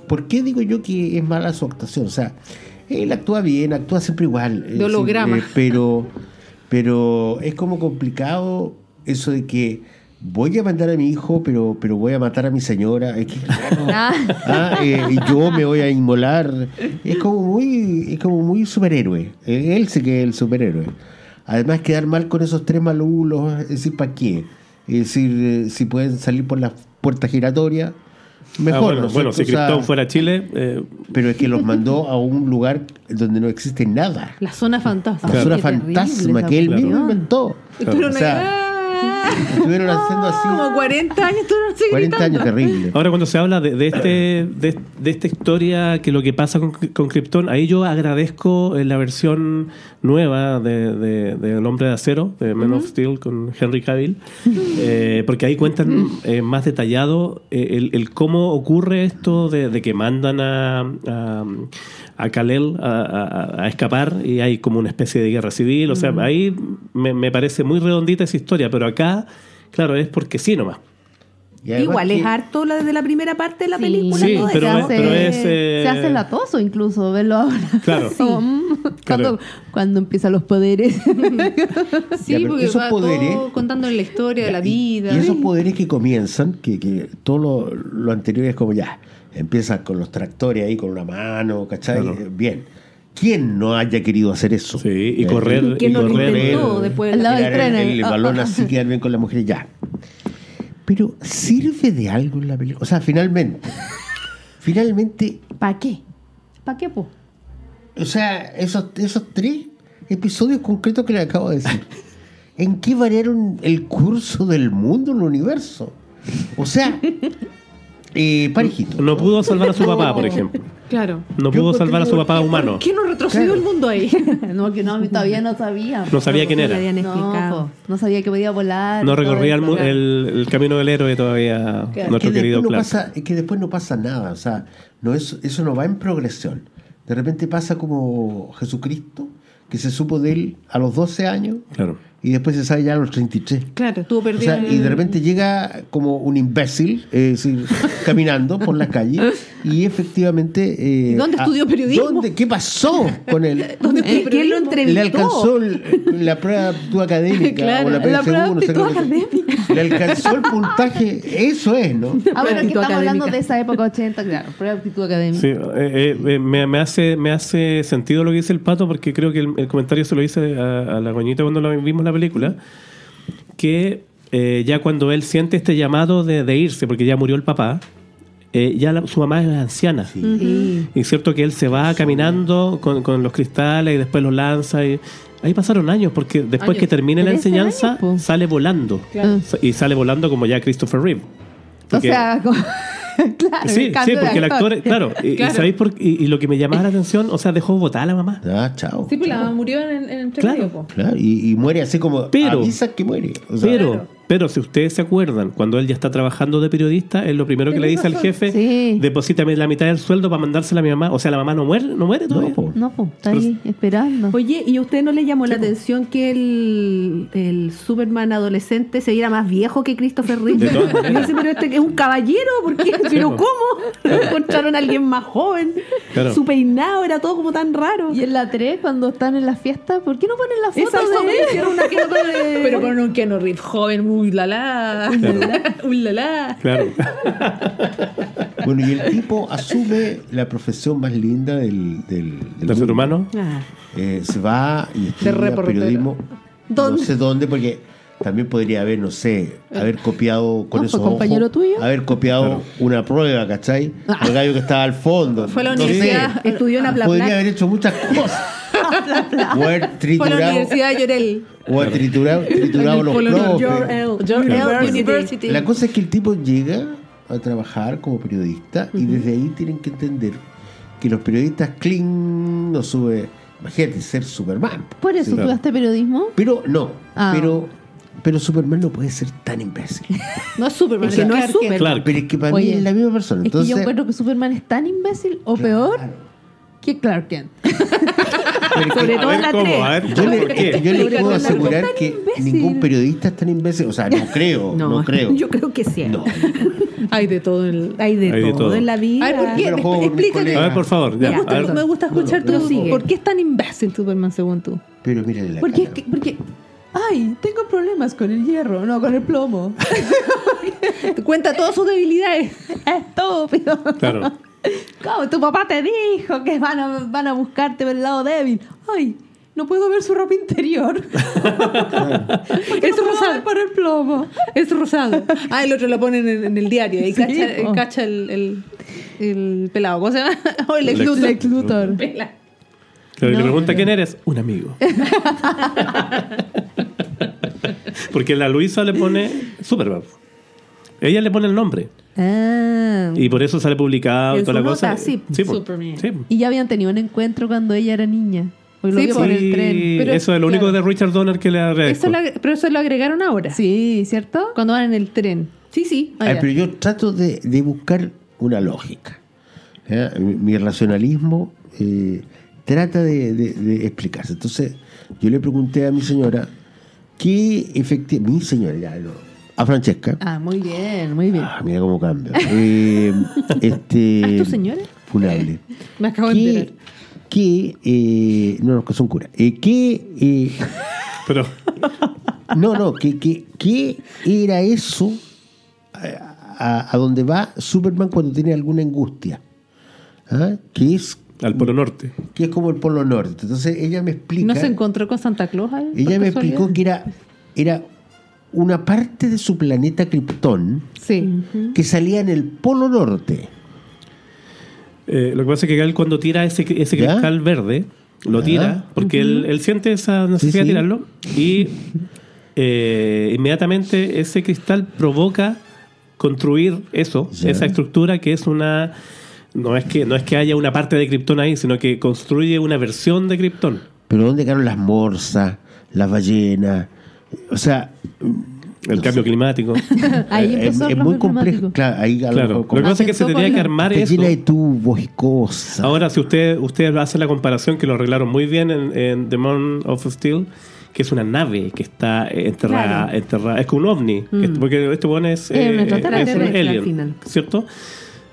Speaker 2: ¿por qué digo yo que es mala su actuación? O sea, él actúa bien, actúa siempre igual. eh, sí,
Speaker 5: holograma.
Speaker 2: eh, pero, pero es como complicado eso de que voy a mandar a mi hijo, pero, pero voy a matar a mi señora. Es que, claro, ah, eh, y yo me voy a inmolar. Es como muy, es como muy superhéroe. Eh, Él sí que es el superhéroe. Además, quedar mal con esos tres malulos, es decir, ¿para qué? Es decir, eh, si pueden salir por la puerta giratoria, mejor.
Speaker 4: Ah, bueno,
Speaker 2: ¿no es
Speaker 4: bueno, si
Speaker 2: cierto? O sea,
Speaker 4: Krypton fuera a Chile, eh,
Speaker 2: Pero es que los mandó a un lugar donde no existe nada.
Speaker 5: La zona fantasma.
Speaker 2: La
Speaker 4: Claro.
Speaker 2: zona
Speaker 1: Qué terrible
Speaker 2: fantasma
Speaker 1: esa
Speaker 2: que él
Speaker 4: cuestión.
Speaker 2: mismo inventó.
Speaker 5: Estuvieron
Speaker 2: O sea,
Speaker 5: ahí- ¡Ah!
Speaker 2: estuvieron haciendo así
Speaker 5: Como 40 años estuvieron así
Speaker 2: 40 años
Speaker 5: gritando.
Speaker 2: terrible.
Speaker 4: ahora cuando se habla de, de este, de, de esta historia, que lo que pasa con, con Krypton, ahí yo agradezco eh, la versión nueva de, de- de El Hombre de Acero, de Man of Steel, con Henry Cavill, eh, porque ahí cuentan eh, más detallado eh, el, el cómo ocurre esto de, de que mandan a, a, a Kalel a, a- a escapar y hay como una especie de guerra civil. O sea, ahí me, me parece muy redondita esa historia, pero acá, claro, es porque sí nomás.
Speaker 2: Y además
Speaker 3: Igual es
Speaker 2: que-
Speaker 3: harto la de la primera parte de la
Speaker 1: Sí.
Speaker 3: película.
Speaker 4: Sí,
Speaker 3: todo
Speaker 4: pero
Speaker 3: eso.
Speaker 1: se, hace,
Speaker 4: es- pero es, eh,
Speaker 1: se hace latoso incluso verlo ahora.
Speaker 4: Claro.
Speaker 1: Como, mm, cuando,
Speaker 4: Claro.
Speaker 1: cuando empiezan los poderes.
Speaker 2: Ya,
Speaker 5: Sí,
Speaker 2: pero
Speaker 5: porque
Speaker 2: esos
Speaker 5: va
Speaker 2: poderes-
Speaker 5: todo contando la historia de la
Speaker 2: Y-
Speaker 5: vida.
Speaker 2: Y, esos poderes que comienzan, que, que todo lo, lo anterior es como ya, empiezan con los tractores ahí con una mano, ¿cachai? Eh,
Speaker 4: Claro.
Speaker 2: Bien. ¿Quién no haya querido hacer eso? Eh,
Speaker 4: Sí, y
Speaker 2: Ya,
Speaker 4: correr,
Speaker 3: ¿Quién
Speaker 4: y
Speaker 3: no lo
Speaker 4: correr,
Speaker 3: intentó
Speaker 4: eh,
Speaker 3: después?
Speaker 1: Al
Speaker 3: de la-
Speaker 1: lado del
Speaker 2: Tirar el,
Speaker 1: tren,
Speaker 2: el
Speaker 1: el-
Speaker 2: balón
Speaker 1: ah, ah,
Speaker 2: así,
Speaker 1: ah.
Speaker 2: quedar bien con la mujer ya. Pero ¿sirve de algo en la película? O sea, finalmente. finalmente,
Speaker 1: ¿Para qué? ¿Para qué, po?
Speaker 2: o sea, esos, esos tres episodios concretos que le acabo de decir. ¿En qué variaron el curso del mundo, el universo? O sea, eh, parejito.
Speaker 4: No pudo salvar a su papá, por ejemplo.
Speaker 5: Claro.
Speaker 4: No
Speaker 2: Yo
Speaker 4: pudo
Speaker 2: encontré
Speaker 4: salvar a su
Speaker 2: que-
Speaker 4: papá humano.
Speaker 5: ¿Por qué no retrocedió
Speaker 2: Claro.
Speaker 5: el mundo ahí?
Speaker 1: No, que no, todavía no sabía.
Speaker 4: No sabía quién
Speaker 3: no le
Speaker 4: era.
Speaker 3: habían
Speaker 1: No,
Speaker 3: explicado.
Speaker 1: po, no sabía que podía volar.
Speaker 4: No
Speaker 1: y todo
Speaker 4: recorría el,
Speaker 1: eso,
Speaker 4: mu-
Speaker 1: claro.
Speaker 4: el- el camino del héroe todavía
Speaker 5: Claro.
Speaker 4: nuestro
Speaker 2: que después
Speaker 4: querido
Speaker 2: no
Speaker 4: Clark.
Speaker 2: pasa, es que después no pasa nada, o sea, no es, eso no va en progresión. De repente pasa como Jesucristo, que se supo de él a los 12 años
Speaker 4: Claro.
Speaker 2: y y después se sabe ya a los 33.
Speaker 5: Claro, estuvo
Speaker 2: O
Speaker 5: perdido.
Speaker 2: sea, y de repente llega como un imbécil, eh, es decir, caminando por la calle y efectivamente... eh,
Speaker 5: ¿Y dónde estudió periodismo?
Speaker 2: ¿dónde- ¿Qué pasó con él?
Speaker 5: ¿Dónde estudió
Speaker 3: Eh, ¿Quién lo
Speaker 5: periodismo?
Speaker 3: entrevistó?
Speaker 2: Le alcanzó el- la prueba aptitud académica
Speaker 5: Claro,
Speaker 2: o la
Speaker 5: la
Speaker 2: prueba,
Speaker 5: prueba
Speaker 2: según, no sé
Speaker 5: aptitud
Speaker 2: cómo se- Le alcanzó el puntaje, eso es, ¿no?
Speaker 1: Ah, bueno, aquí
Speaker 3: Actitud
Speaker 1: estamos hablando
Speaker 3: académica.
Speaker 1: de esa época 80, claro, prueba de actitud académica.
Speaker 4: Sí, eh, eh, eh, me, me hace, me hace sentido lo que dice el pato, porque creo que el, el comentario se lo hice a, a la goñita cuando la vimos la película, que eh, ya cuando él siente este llamado de, de irse, porque ya murió el papá, eh, ya la- su mamá es anciana.
Speaker 1: Sí.
Speaker 4: Y es cierto que él se va caminando con, con los cristales y después los lanza. Y, ahí pasaron años, porque después
Speaker 5: Años.
Speaker 4: que termina la
Speaker 1: Trece
Speaker 4: enseñanza,
Speaker 1: años, po.
Speaker 4: sale volando. Mm.
Speaker 5: Claro.
Speaker 4: Sa- Y sale volando como ya Christopher Reeve.
Speaker 1: O
Speaker 4: Porque-
Speaker 1: sea, como- claro,
Speaker 4: Sí,
Speaker 1: el cambio
Speaker 4: sí,
Speaker 1: de
Speaker 4: porque el actor, claro, y, y
Speaker 5: Claro.
Speaker 4: sabéis por- y- y lo que me llamaba la atención, o sea, dejó votar a la mamá.
Speaker 2: Ah, chao.
Speaker 5: Sí, pues la murió en, en el
Speaker 4: Claro.
Speaker 5: medio, po.
Speaker 2: Claro, y, y muere así como
Speaker 4: Pero-
Speaker 2: avisa que muere. O sea,
Speaker 4: Pero,
Speaker 5: Claro.
Speaker 4: pero si ustedes se acuerdan, cuando él ya está trabajando de periodista, es lo primero que le
Speaker 5: Tenés
Speaker 4: dice al
Speaker 5: razón.
Speaker 4: jefe,
Speaker 1: Sí.
Speaker 4: deposítame la mitad del sueldo para mandársela a mi mamá. O sea, la mamá no muere, no muere
Speaker 2: no,
Speaker 4: todavía.
Speaker 2: po.
Speaker 1: No, pues, está ahí esperando.
Speaker 3: Oye, ¿y a usted no le llamó la atención que el, el Superman adolescente se viera más viejo que Christopher Reeve?
Speaker 4: De todas
Speaker 3: Yo
Speaker 4: maneras.
Speaker 3: decía, pero este es un caballero, ¿por qué? ¿Pero
Speaker 4: po.
Speaker 3: cómo? Encontraron a alguien más joven.
Speaker 4: Claro.
Speaker 3: Su peinado era todo como tan raro.
Speaker 1: Y en la 3, cuando están en la fiesta, ¿por qué no ponen la foto
Speaker 3: Esa foto
Speaker 1: de él?
Speaker 3: hicieron una foto de...
Speaker 5: Pero con un Keanu Reeves joven, uy la la, uy la la.
Speaker 4: Claro.
Speaker 2: Bueno, y el tipo asume la profesión más linda del, del, del
Speaker 4: El ser
Speaker 2: mundo.
Speaker 4: humano.
Speaker 3: Ah,
Speaker 2: Eh, se va y estudia
Speaker 5: reportero.
Speaker 2: periodismo.
Speaker 1: ¿Dónde?
Speaker 2: No sé dónde, porque también podría haber, no sé, haber copiado con
Speaker 1: No,
Speaker 2: esos
Speaker 1: fue compañero
Speaker 2: ojos,
Speaker 1: tuyo.
Speaker 2: haber copiado una prueba, ¿cachai? El gallo que estaba al fondo.
Speaker 5: Fue a la
Speaker 2: no sé.
Speaker 5: universidad.
Speaker 3: estudió en la Bla
Speaker 2: Podría
Speaker 3: Bla.
Speaker 2: haber hecho muchas cosas. o haber
Speaker 5: Fue a la
Speaker 2: triturado,
Speaker 5: Universidad de Llorel.
Speaker 2: o haber triturado, triturado los
Speaker 5: Polo Norte.
Speaker 2: profes.
Speaker 5: Llorel University.
Speaker 2: La cosa es que el tipo llega a trabajar como periodista y desde ahí tienen que entender que los periodistas clean no sube. Imagínate ser Superman.
Speaker 1: Por eso
Speaker 2: Sí.
Speaker 1: estudiaste periodismo.
Speaker 2: Pero no,
Speaker 1: Ah.
Speaker 2: pero pero Superman no puede ser tan imbécil.
Speaker 5: No es Superman,
Speaker 3: Es que
Speaker 5: es
Speaker 3: no es
Speaker 5: Clark Kent.
Speaker 3: Superman.
Speaker 4: Clark.
Speaker 2: Pero es que para mí
Speaker 1: Oye,
Speaker 2: es la misma persona.
Speaker 1: es que
Speaker 2: Entonces,
Speaker 1: yo encuentro que Superman es tan imbécil o peor que Clark Kent.
Speaker 3: Sobre todo en la 3.
Speaker 2: yo le,
Speaker 4: ¿por qué?
Speaker 2: es que yo le
Speaker 5: Sobre todo
Speaker 2: puedo
Speaker 5: en la-
Speaker 2: asegurar
Speaker 1: tan
Speaker 2: que
Speaker 1: imbécil.
Speaker 2: ningún periodista es tan imbécil. O sea, no creo, no, creo.
Speaker 3: Yo creo que sí.
Speaker 2: No.
Speaker 5: Hay de todo en el.
Speaker 3: Hay de,
Speaker 4: Hay
Speaker 3: todo,
Speaker 4: de todo.
Speaker 3: en la vida.
Speaker 5: Ay, ¿por qué?
Speaker 2: Yo lo juego con mis
Speaker 5: Explícate.
Speaker 2: colegas.
Speaker 4: A ver, por favor, ya.
Speaker 5: Me
Speaker 4: a
Speaker 5: gusta,
Speaker 4: ver.
Speaker 5: me gusta escuchar
Speaker 3: No, no,
Speaker 5: tu-
Speaker 3: sigue.
Speaker 5: ¿Por qué es tan imbécil Superman según tú?
Speaker 2: Pero mírale la
Speaker 1: Porque,
Speaker 2: cara.
Speaker 1: es que- porque, ay, tengo problemas con el hierro, no, con el plomo.
Speaker 5: Te cuenta todas sus debilidades.
Speaker 1: Estúpido.
Speaker 4: Claro.
Speaker 1: ¿Cómo? Tu papá te dijo que van a, van a buscarte por el lado débil. Ay, no puedo ver su ropa interior. Porque no
Speaker 5: Es
Speaker 1: puedo
Speaker 5: rosado.
Speaker 1: ver por el plomo.
Speaker 5: Es rosado. Ah, el otro lo ponen en, en el diario. Y
Speaker 1: Sí,
Speaker 5: cacha,
Speaker 1: po.
Speaker 5: cacha el, el, el pelado. ¿Cómo se llama? O el
Speaker 4: Lex
Speaker 5: Lex Luthor.
Speaker 1: Lex Luthor.
Speaker 5: Pela.
Speaker 4: Pero
Speaker 1: No,
Speaker 4: le pregunta
Speaker 1: pero-
Speaker 4: quién eres, un amigo. Porque la Luisa le pone Superman. Ella le pone el nombre.
Speaker 1: Ah.
Speaker 4: Y por eso sale publicado y
Speaker 3: En
Speaker 4: toda
Speaker 3: su
Speaker 4: la cosa.
Speaker 3: nota, sí,
Speaker 4: po.
Speaker 5: Superman.
Speaker 4: Sí, po.
Speaker 1: Y ya habían tenido un encuentro cuando ella era niña. Porque lo
Speaker 5: Sí,
Speaker 1: vio
Speaker 5: po.
Speaker 1: por el tren.
Speaker 4: Sí,
Speaker 5: Pero,
Speaker 4: eso es lo único
Speaker 5: claro.
Speaker 4: de Richard Donner que le agradezco.
Speaker 5: Eso lo ag- pero eso lo agregaron ahora.
Speaker 1: Sí, ¿cierto?
Speaker 5: Cuando van en el tren. Sí, sí.
Speaker 4: Ah,
Speaker 2: Ay, pero yo trato de, de buscar una lógica. ¿ya? Mi, mi racionalismo eh, trata de, de- de explicarse. Entonces, yo le pregunté a mi señora, ¿qué efectivamente... Mi señora, ya, no, a Francesca.
Speaker 1: Ah, muy bien, muy bien.
Speaker 2: Ah, mira cómo cambia. Eh, este,
Speaker 5: ¿Ah, tu señora?
Speaker 2: Funable.
Speaker 5: Me acabo de
Speaker 2: Que,
Speaker 5: enterar.
Speaker 2: que eh, no, no, que son cura. Eh, que eh,
Speaker 4: Pero,
Speaker 2: No, no, que, que, que era eso a, a- a donde va Superman cuando tiene alguna angustia? ¿Ah? Que, es,
Speaker 4: al Polo Norte.
Speaker 2: que es como el Polo Norte. Entonces ella me explica.
Speaker 5: ¿No se encontró con Santa Claus ahí? por
Speaker 2: ella me
Speaker 5: casualidad?
Speaker 2: explicó que era, era una parte de su planeta Krypton
Speaker 5: Sí.
Speaker 2: que salía en el Polo Norte.
Speaker 4: Eh, lo que pasa es que él cuando tira ese, ese
Speaker 2: ¿Ya?
Speaker 4: cristal verde, lo
Speaker 2: Ya.
Speaker 4: tira, porque él, él siente esa necesidad
Speaker 2: Sí, sí.
Speaker 4: de tirarlo, y eh, inmediatamente ese cristal provoca construir eso,
Speaker 2: Ya.
Speaker 4: esa estructura que es una... No es, que, no es que haya una parte de Krypton ahí, sino que construye una versión de Krypton.
Speaker 2: Pero ¿dónde quedaron las morsas, las ballenas? O sea,
Speaker 4: El cambio climático.
Speaker 1: Ahí
Speaker 2: eh, es,
Speaker 1: empezó
Speaker 2: es
Speaker 1: el
Speaker 2: muy
Speaker 1: cambio
Speaker 2: complejo.
Speaker 1: climático.
Speaker 2: Claro, ahí a lo
Speaker 4: claro. Lo
Speaker 2: mejor
Speaker 4: que pasa es que se
Speaker 1: Comenzó
Speaker 4: tendría
Speaker 1: con
Speaker 4: que
Speaker 1: la-
Speaker 4: armar
Speaker 2: Está
Speaker 4: eso.
Speaker 2: llena de tubos y cosas.
Speaker 4: Ahora, si usted, usted hace la comparación que lo arreglaron muy bien en, en The Man of Steel, que es una nave que está eh, enterrada,
Speaker 1: Claro.
Speaker 4: enterrada. Es como un ovni, que es- porque este bueno es,
Speaker 1: Es un extraterrestre,
Speaker 4: es un
Speaker 3: al
Speaker 4: alien,
Speaker 3: final.
Speaker 4: ¿cierto?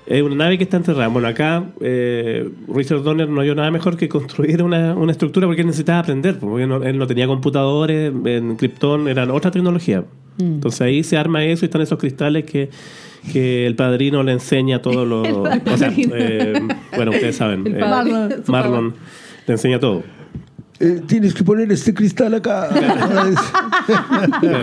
Speaker 4: Es una nave que está enterrada. Bueno, acá eh, Richard Donner no vio nada mejor que construir una, una estructura porque él necesitaba aprender, porque no- él no tenía computadores, en Krypton eran otra tecnología.
Speaker 5: Mm.
Speaker 4: Entonces ahí se arma eso y están esos cristales que, que el padrino le enseña todo lo...
Speaker 5: El
Speaker 4: o sea,
Speaker 5: padrino.
Speaker 4: eh, bueno, ustedes saben.
Speaker 5: El
Speaker 4: eh,
Speaker 5: padrino. Su
Speaker 4: Marlon le enseña todo.
Speaker 2: Eh, tienes que poner este cristal acá.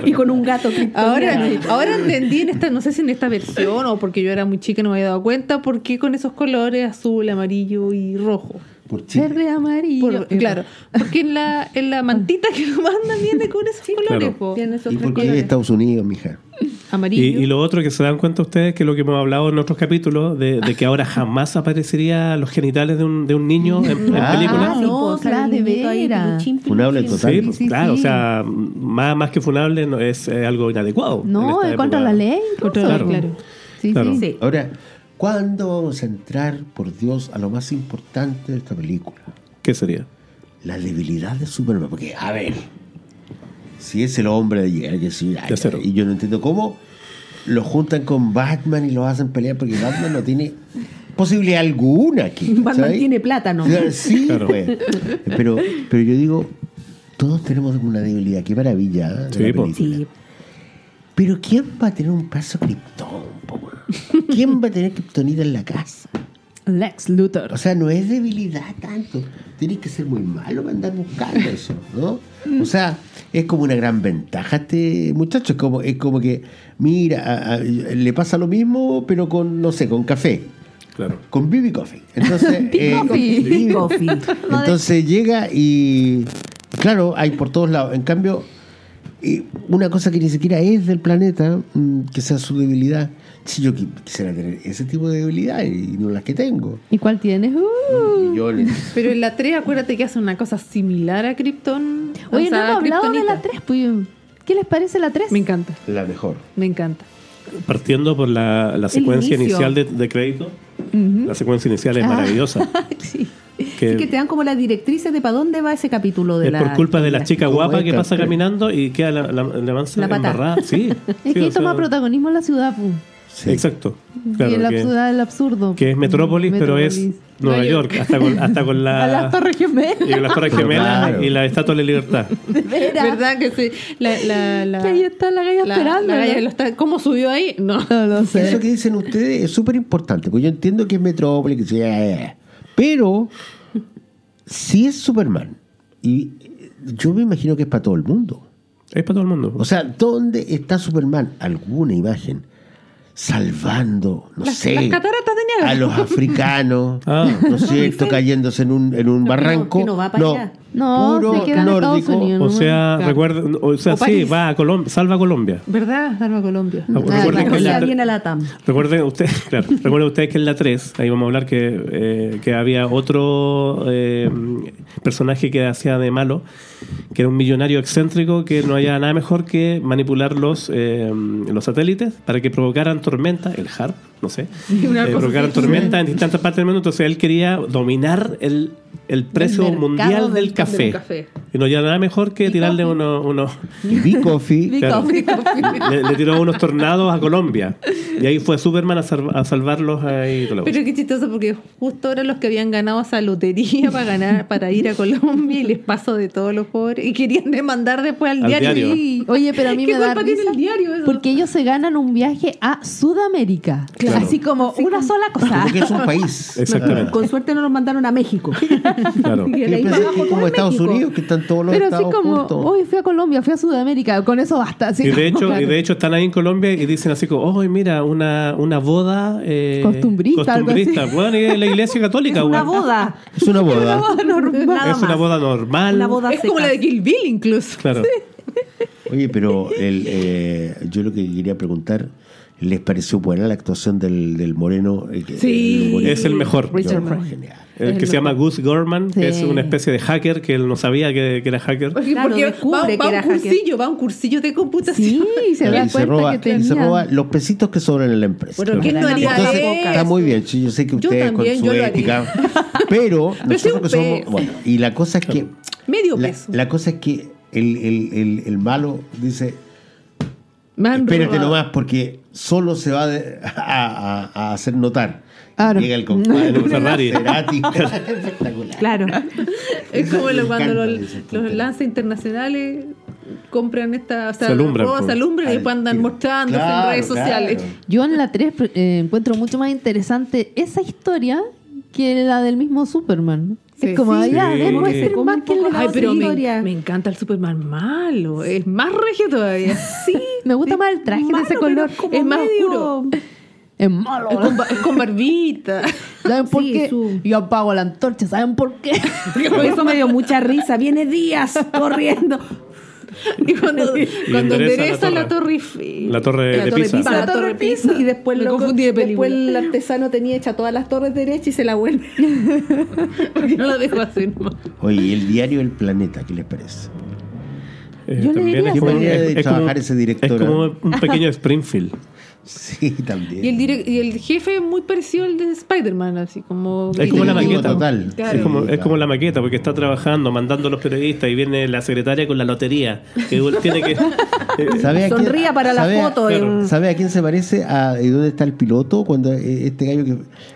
Speaker 3: Y con un gato que
Speaker 5: Ahora, ahora entendí en esta, no sé si en esta versión o porque yo era muy chica y no me había dado cuenta, por qué con esos colores azul, amarillo y rojo.
Speaker 2: Por Chile.
Speaker 1: Verde, amarillo.
Speaker 5: Por- claro, porque en la, en la mantita que nos mandan viene con esos colores,
Speaker 4: claro.
Speaker 5: po.
Speaker 3: tiene esos
Speaker 2: ¿Y
Speaker 3: tres
Speaker 2: por qué
Speaker 3: colores.
Speaker 2: Estados Unidos, mija?
Speaker 5: amarillo.
Speaker 4: Y, y lo otro que se dan cuenta ustedes, que es lo que hemos hablado en otros capítulos, de, de que ahora jamás aparecería los genitales de un, de un niño en, en
Speaker 2: Ah,
Speaker 4: película.
Speaker 1: sí,
Speaker 3: no,
Speaker 1: po, claro,
Speaker 3: sale un
Speaker 1: de
Speaker 3: niñito ahí,
Speaker 1: veras.
Speaker 3: peluchín, peluchín.
Speaker 2: Funable total.
Speaker 4: Sí, pues,
Speaker 1: Sí, sí,
Speaker 4: claro,
Speaker 1: sí.
Speaker 4: o sea, más, más que funable no, es, eh, algo inadecuado.
Speaker 1: No,
Speaker 4: en
Speaker 1: es
Speaker 4: esta
Speaker 1: contra
Speaker 4: época.
Speaker 1: la ley. incluso.
Speaker 5: Contra la ley, claro.
Speaker 1: Sí,
Speaker 4: Claro.
Speaker 1: sí.
Speaker 3: Sí.
Speaker 2: Ahora, ¿cuándo vamos a entrar, por Dios, a lo más importante de esta película?
Speaker 4: ¿Qué sería?
Speaker 2: La debilidad de Superman. Porque, a ver, si es el hombre de hierro, que sí, ay,
Speaker 4: De acero.
Speaker 2: y yo no entiendo cómo lo juntan con Batman y lo hacen pelear, porque Batman no tiene posibilidad alguna aquí.
Speaker 3: Batman
Speaker 2: ¿sabes?
Speaker 3: tiene plátano.
Speaker 2: Claro, Sí,
Speaker 4: Claro.
Speaker 2: pues. Pero, pero yo digo, todos tenemos una debilidad. Qué maravilla ¿eh? de
Speaker 4: Sí,
Speaker 2: la
Speaker 4: po.
Speaker 2: película.
Speaker 3: Sí.
Speaker 2: Pero ¿quién va a tener un paso Krypton? po, weón? ¿Quién va a tener Kryptonita en la casa?
Speaker 1: Lex Luthor.
Speaker 2: O sea, no es debilidad tanto. Tienes que ser muy malo para andar buscando eso, ¿no? O sea, es como una gran ventaja este muchacho. Es como, es como que, mira, a- a- le pasa lo mismo, pero con, no sé, con café.
Speaker 4: Claro.
Speaker 2: Con BB Coffee. Entonces, eh,
Speaker 1: Coffee.
Speaker 2: BB
Speaker 3: Coffee.
Speaker 2: Entonces llega y, claro, hay por todos lados. En cambio, y una cosa que ni siquiera es del planeta, mm, que sea su debilidad. Si yo qui- quisiera tener ese tipo de debilidad y no las que tengo.
Speaker 1: ¿Y cuál tienes? Uh.
Speaker 2: Millones.
Speaker 5: Pero en la 3 acuérdate que hace una cosa similar a Krypton. o
Speaker 1: Oye, no
Speaker 5: sea,
Speaker 1: hemos hablado de
Speaker 5: Kryptonita.
Speaker 1: la 3, pues. ¿Qué les parece la 3?
Speaker 5: Me encanta,
Speaker 2: La mejor.
Speaker 5: me encanta.
Speaker 4: Partiendo por la, la secuencia
Speaker 3: inicio.
Speaker 4: inicial de, de crédito, la secuencia inicial es
Speaker 1: Ah.
Speaker 4: maravillosa.
Speaker 1: sí.
Speaker 4: que-
Speaker 3: Así que te dan como las directrices de para dónde va ese capítulo de
Speaker 4: es
Speaker 3: la.
Speaker 4: por culpa de la chica
Speaker 2: ¿Cómo
Speaker 4: guapa
Speaker 2: es
Speaker 4: que
Speaker 2: que-
Speaker 4: pasa caminando y queda la, la, la mansa
Speaker 3: La pata.
Speaker 4: embarrada. Sí,
Speaker 1: Es
Speaker 4: sí,
Speaker 1: que
Speaker 4: o
Speaker 1: toma
Speaker 4: sea,
Speaker 1: protagonismo la ciudad, pues.
Speaker 4: Exacto.
Speaker 1: y
Speaker 4: Claro,
Speaker 1: el
Speaker 4: que-
Speaker 1: absurdo, el absurdo.
Speaker 4: que es Metrópolis, pero es
Speaker 1: Metrópolis.
Speaker 4: Nueva
Speaker 5: Nueva
Speaker 4: York,
Speaker 5: York.
Speaker 4: hasta con, hasta con
Speaker 1: A las
Speaker 4: la
Speaker 1: Torres Gemelas.
Speaker 4: y con las Torres
Speaker 2: Pero
Speaker 4: Gemelas
Speaker 2: claro.
Speaker 4: y la Estatua de la Libertad.
Speaker 1: De veras.
Speaker 5: ¿Verdad que sí? La, la, la,
Speaker 1: Que ahí está la galla
Speaker 5: la-
Speaker 1: esperando.
Speaker 5: la galla que lo está- ¿Cómo subió ahí? No.
Speaker 1: No lo
Speaker 2: Eso
Speaker 1: sé.
Speaker 2: que dicen ustedes es súper importante, porque yo entiendo que es Metrópolis, que sea, eh, pero si es Superman, y eh, yo me imagino que es para todo el mundo.
Speaker 4: Es para todo el mundo.
Speaker 2: O sea, ¿dónde está Superman? Alguna imagen salvando, no
Speaker 5: Las-
Speaker 2: sé,
Speaker 5: las cataratas de Niágara.
Speaker 2: a los africanos,
Speaker 4: Ah.
Speaker 2: ¿no es cierto? Cayéndose en un, en un
Speaker 3: no,
Speaker 2: barranco.
Speaker 3: que no va para allá.
Speaker 1: No,
Speaker 2: puro
Speaker 1: se queda en Estados
Speaker 2: nórdico.
Speaker 1: Unidos.
Speaker 4: O sea,
Speaker 5: Claro.
Speaker 4: recuerden, o sea,
Speaker 5: O
Speaker 4: sí,
Speaker 5: París.
Speaker 4: va a Colombia, salva a Colombia.
Speaker 5: ¿Verdad? Darme a Colombia.
Speaker 4: Ah,
Speaker 1: Ah,
Speaker 4: recuerden,
Speaker 1: claro.
Speaker 4: que en
Speaker 3: cosa
Speaker 4: la,
Speaker 3: viene a la TAM.
Speaker 4: recuerden ustedes, claro, recuerden ustedes que en la 3, ahí vamos a hablar que, eh, que había otro eh, personaje que hacía de malo, que era un millonario excéntrico que no había nada mejor que manipular los, eh, los satélites para que provocaran tormenta, el HARP, no sé,
Speaker 5: Una
Speaker 4: eh,
Speaker 5: cosa
Speaker 4: provocaran
Speaker 5: así.
Speaker 4: tormenta en distintas partes del mundo. Entonces él quería dominar el, el precio
Speaker 1: mercado
Speaker 4: mundial del
Speaker 5: del
Speaker 4: café.
Speaker 5: café.
Speaker 4: Y no había nada mejor que tirarle unos... unos
Speaker 2: Y Big Coffee,
Speaker 4: claro, le, le tiró unos tornados a Colombia. Y ahí fue Superman a, salv- a salvarlos ahí. toda la cosa.
Speaker 5: Pero qué chistoso porque justo ahora los que habían ganado esa lotería para ganar, para ir a Colombia y les pasó de todos los pobres y querían demandar después al,
Speaker 4: Al diario.
Speaker 5: Sí.
Speaker 1: Oye, pero a mí
Speaker 5: ¿Qué
Speaker 1: me da
Speaker 5: culpa tiene
Speaker 1: risa
Speaker 5: el diario eso?
Speaker 1: porque ellos se ganan un viaje a Sudamérica.
Speaker 4: Claro.
Speaker 1: Así como una sola cosa.
Speaker 2: porque es un país.
Speaker 4: Exactamente.
Speaker 3: Con suerte no nos mandaron a México.
Speaker 4: Claro.
Speaker 3: Y
Speaker 2: Yo
Speaker 3: ahí
Speaker 2: pensé
Speaker 3: vamos
Speaker 2: que es
Speaker 3: todo
Speaker 2: como
Speaker 3: en
Speaker 2: Estados
Speaker 3: México.
Speaker 2: Unidos, que están todos los
Speaker 1: Pero así
Speaker 2: estados
Speaker 1: como,
Speaker 2: juntos.
Speaker 1: hoy fui a Colombia, fui a Sudamérica, con eso basta. así
Speaker 4: Y de,
Speaker 1: como-
Speaker 4: hecho, y de hecho están ahí en Colombia y dicen así como, oh, mira, una, una boda... eh,
Speaker 1: Costumbrista, algo así.
Speaker 4: costumbrista". Bueno, y es la iglesia
Speaker 3: Es
Speaker 4: católica,
Speaker 3: una
Speaker 4: bueno.
Speaker 3: boda.
Speaker 2: Es una boda.
Speaker 3: normal. Nada
Speaker 4: Es una
Speaker 3: más.
Speaker 4: boda normal.
Speaker 3: Una boda
Speaker 5: es como
Speaker 3: secas.
Speaker 5: la de Kill Bill incluso.
Speaker 4: Claro.
Speaker 2: Oye, pero el, eh, yo lo que quería preguntar, ¿les pareció buena la actuación del, del moreno? El que- eh,
Speaker 5: Sí.
Speaker 2: el moreno?
Speaker 4: Es el mejor.
Speaker 2: Yo,
Speaker 1: Richard Pryor.
Speaker 2: genial.
Speaker 4: El que
Speaker 5: Es
Speaker 4: se llama Gus Gorman, que es
Speaker 1: Sí.
Speaker 4: una especie de hacker que él no sabía que, que era hacker.
Speaker 5: Porque,
Speaker 3: Claro,
Speaker 5: porque
Speaker 3: descubre
Speaker 5: va,
Speaker 3: que
Speaker 5: va
Speaker 3: era
Speaker 5: un
Speaker 3: hacker.
Speaker 5: cursillo, va un cursillo de computación.
Speaker 1: Sí, se da
Speaker 2: Y
Speaker 1: cuenta
Speaker 2: se roba,
Speaker 1: que
Speaker 2: y
Speaker 1: tenía.
Speaker 2: se roba los pesitos que sobran en la empresa.
Speaker 5: Bueno, ¿quién
Speaker 1: no haría
Speaker 2: Entonces,
Speaker 5: eso?
Speaker 2: Está muy bien, sí, yo sé que
Speaker 5: Yo
Speaker 2: ustedes
Speaker 5: también,
Speaker 2: con
Speaker 5: yo
Speaker 2: su
Speaker 5: lo haría.
Speaker 2: ética, pero
Speaker 5: Pero sí
Speaker 2: nosotros
Speaker 5: un
Speaker 2: que somos,
Speaker 5: pez.
Speaker 2: bueno, y la cosa es que
Speaker 5: Medio
Speaker 2: la,
Speaker 5: peso.
Speaker 2: la cosa es que el, el- el- el malo dice,
Speaker 5: Me han
Speaker 2: espérate
Speaker 5: robado.
Speaker 2: nomás porque solo se va de- a, a- a hacer notar.
Speaker 1: Claro.
Speaker 2: Llega el compadre,
Speaker 4: En un Ferrari.
Speaker 2: Cerati. Espectacular.
Speaker 3: Claro.
Speaker 5: Es como lo-
Speaker 2: Me
Speaker 5: cuando
Speaker 2: encanta
Speaker 5: los,
Speaker 2: ese
Speaker 5: los
Speaker 2: punto.
Speaker 5: lances internacionales compran esta. O sea,
Speaker 4: Se alumbran,
Speaker 5: cosas,
Speaker 4: po.
Speaker 5: se alumbran y
Speaker 2: Al
Speaker 5: después andan
Speaker 2: tiro.
Speaker 5: mostrándose
Speaker 2: Claro,
Speaker 5: en redes sociales.
Speaker 2: claro.
Speaker 1: Yo en la 3 eh, encuentro mucho más interesante esa historia que la del mismo Superman.
Speaker 5: Sí.
Speaker 1: es como,
Speaker 4: Sí.
Speaker 1: ya,
Speaker 4: Sí.
Speaker 1: demuestren
Speaker 4: Se
Speaker 3: come
Speaker 1: más
Speaker 3: un
Speaker 1: que
Speaker 3: poco
Speaker 1: el
Speaker 3: la
Speaker 5: Ay, pero me,
Speaker 3: historia.
Speaker 5: me encanta el Superman malo. Es más regio todavía. Sí.
Speaker 1: Me gusta más el traje de
Speaker 3: Malo,
Speaker 1: ese
Speaker 3: pero
Speaker 1: color.
Speaker 3: es como
Speaker 5: es más
Speaker 3: medio-
Speaker 5: oscuro.
Speaker 1: Es malo.
Speaker 5: Es con, ba- es con barbita.
Speaker 1: ¿Saben por
Speaker 3: Sí,
Speaker 1: qué?
Speaker 3: su-
Speaker 1: Yo apago la antorcha, ¿saben por qué?
Speaker 3: Por eso me dio mucha risa. Viene Díaz corriendo.
Speaker 5: Y cuando, cuando
Speaker 4: endereza
Speaker 5: endereza
Speaker 4: la
Speaker 5: la
Speaker 4: torre.
Speaker 5: torre, Eiffel-
Speaker 4: La torre de Pisa.
Speaker 5: Pisa,
Speaker 3: la torre Pisa. Y después,
Speaker 5: me
Speaker 3: lo
Speaker 5: confundí de película.
Speaker 3: después el artesano tenía hecha todas las torres derechas y se la vuelve.
Speaker 5: Porque no la dejo así nomás.
Speaker 2: Oye, y el diario El Planeta, ¿qué les parece?
Speaker 4: Eh,
Speaker 1: Yo le
Speaker 4: también
Speaker 1: diría
Speaker 4: es
Speaker 1: que-
Speaker 4: como-
Speaker 2: Qué manera de trabajar ese director,
Speaker 4: Es como
Speaker 2: ¿eh?
Speaker 4: un pequeño Springfield.
Speaker 2: Sí, también.
Speaker 5: Y el, direc- y el jefe es muy parecido al de Spider-Man, así como.
Speaker 4: Es como la
Speaker 2: Definitivo
Speaker 4: maqueta.
Speaker 2: total.
Speaker 5: Claro.
Speaker 4: Es, como,
Speaker 2: Sí,
Speaker 4: es como
Speaker 2: claro.
Speaker 4: la maqueta, porque está trabajando, mandando a los periodistas y viene la secretaria con la lotería. Que tiene que. Eh,
Speaker 2: ¿Sabe a quién-
Speaker 3: Sonría para la
Speaker 2: sabe a-
Speaker 3: foto.
Speaker 4: claro.
Speaker 3: en-
Speaker 2: ¿Sabe a quién se parece? ¿A ¿y dónde está el piloto? Cuando eh, este gallo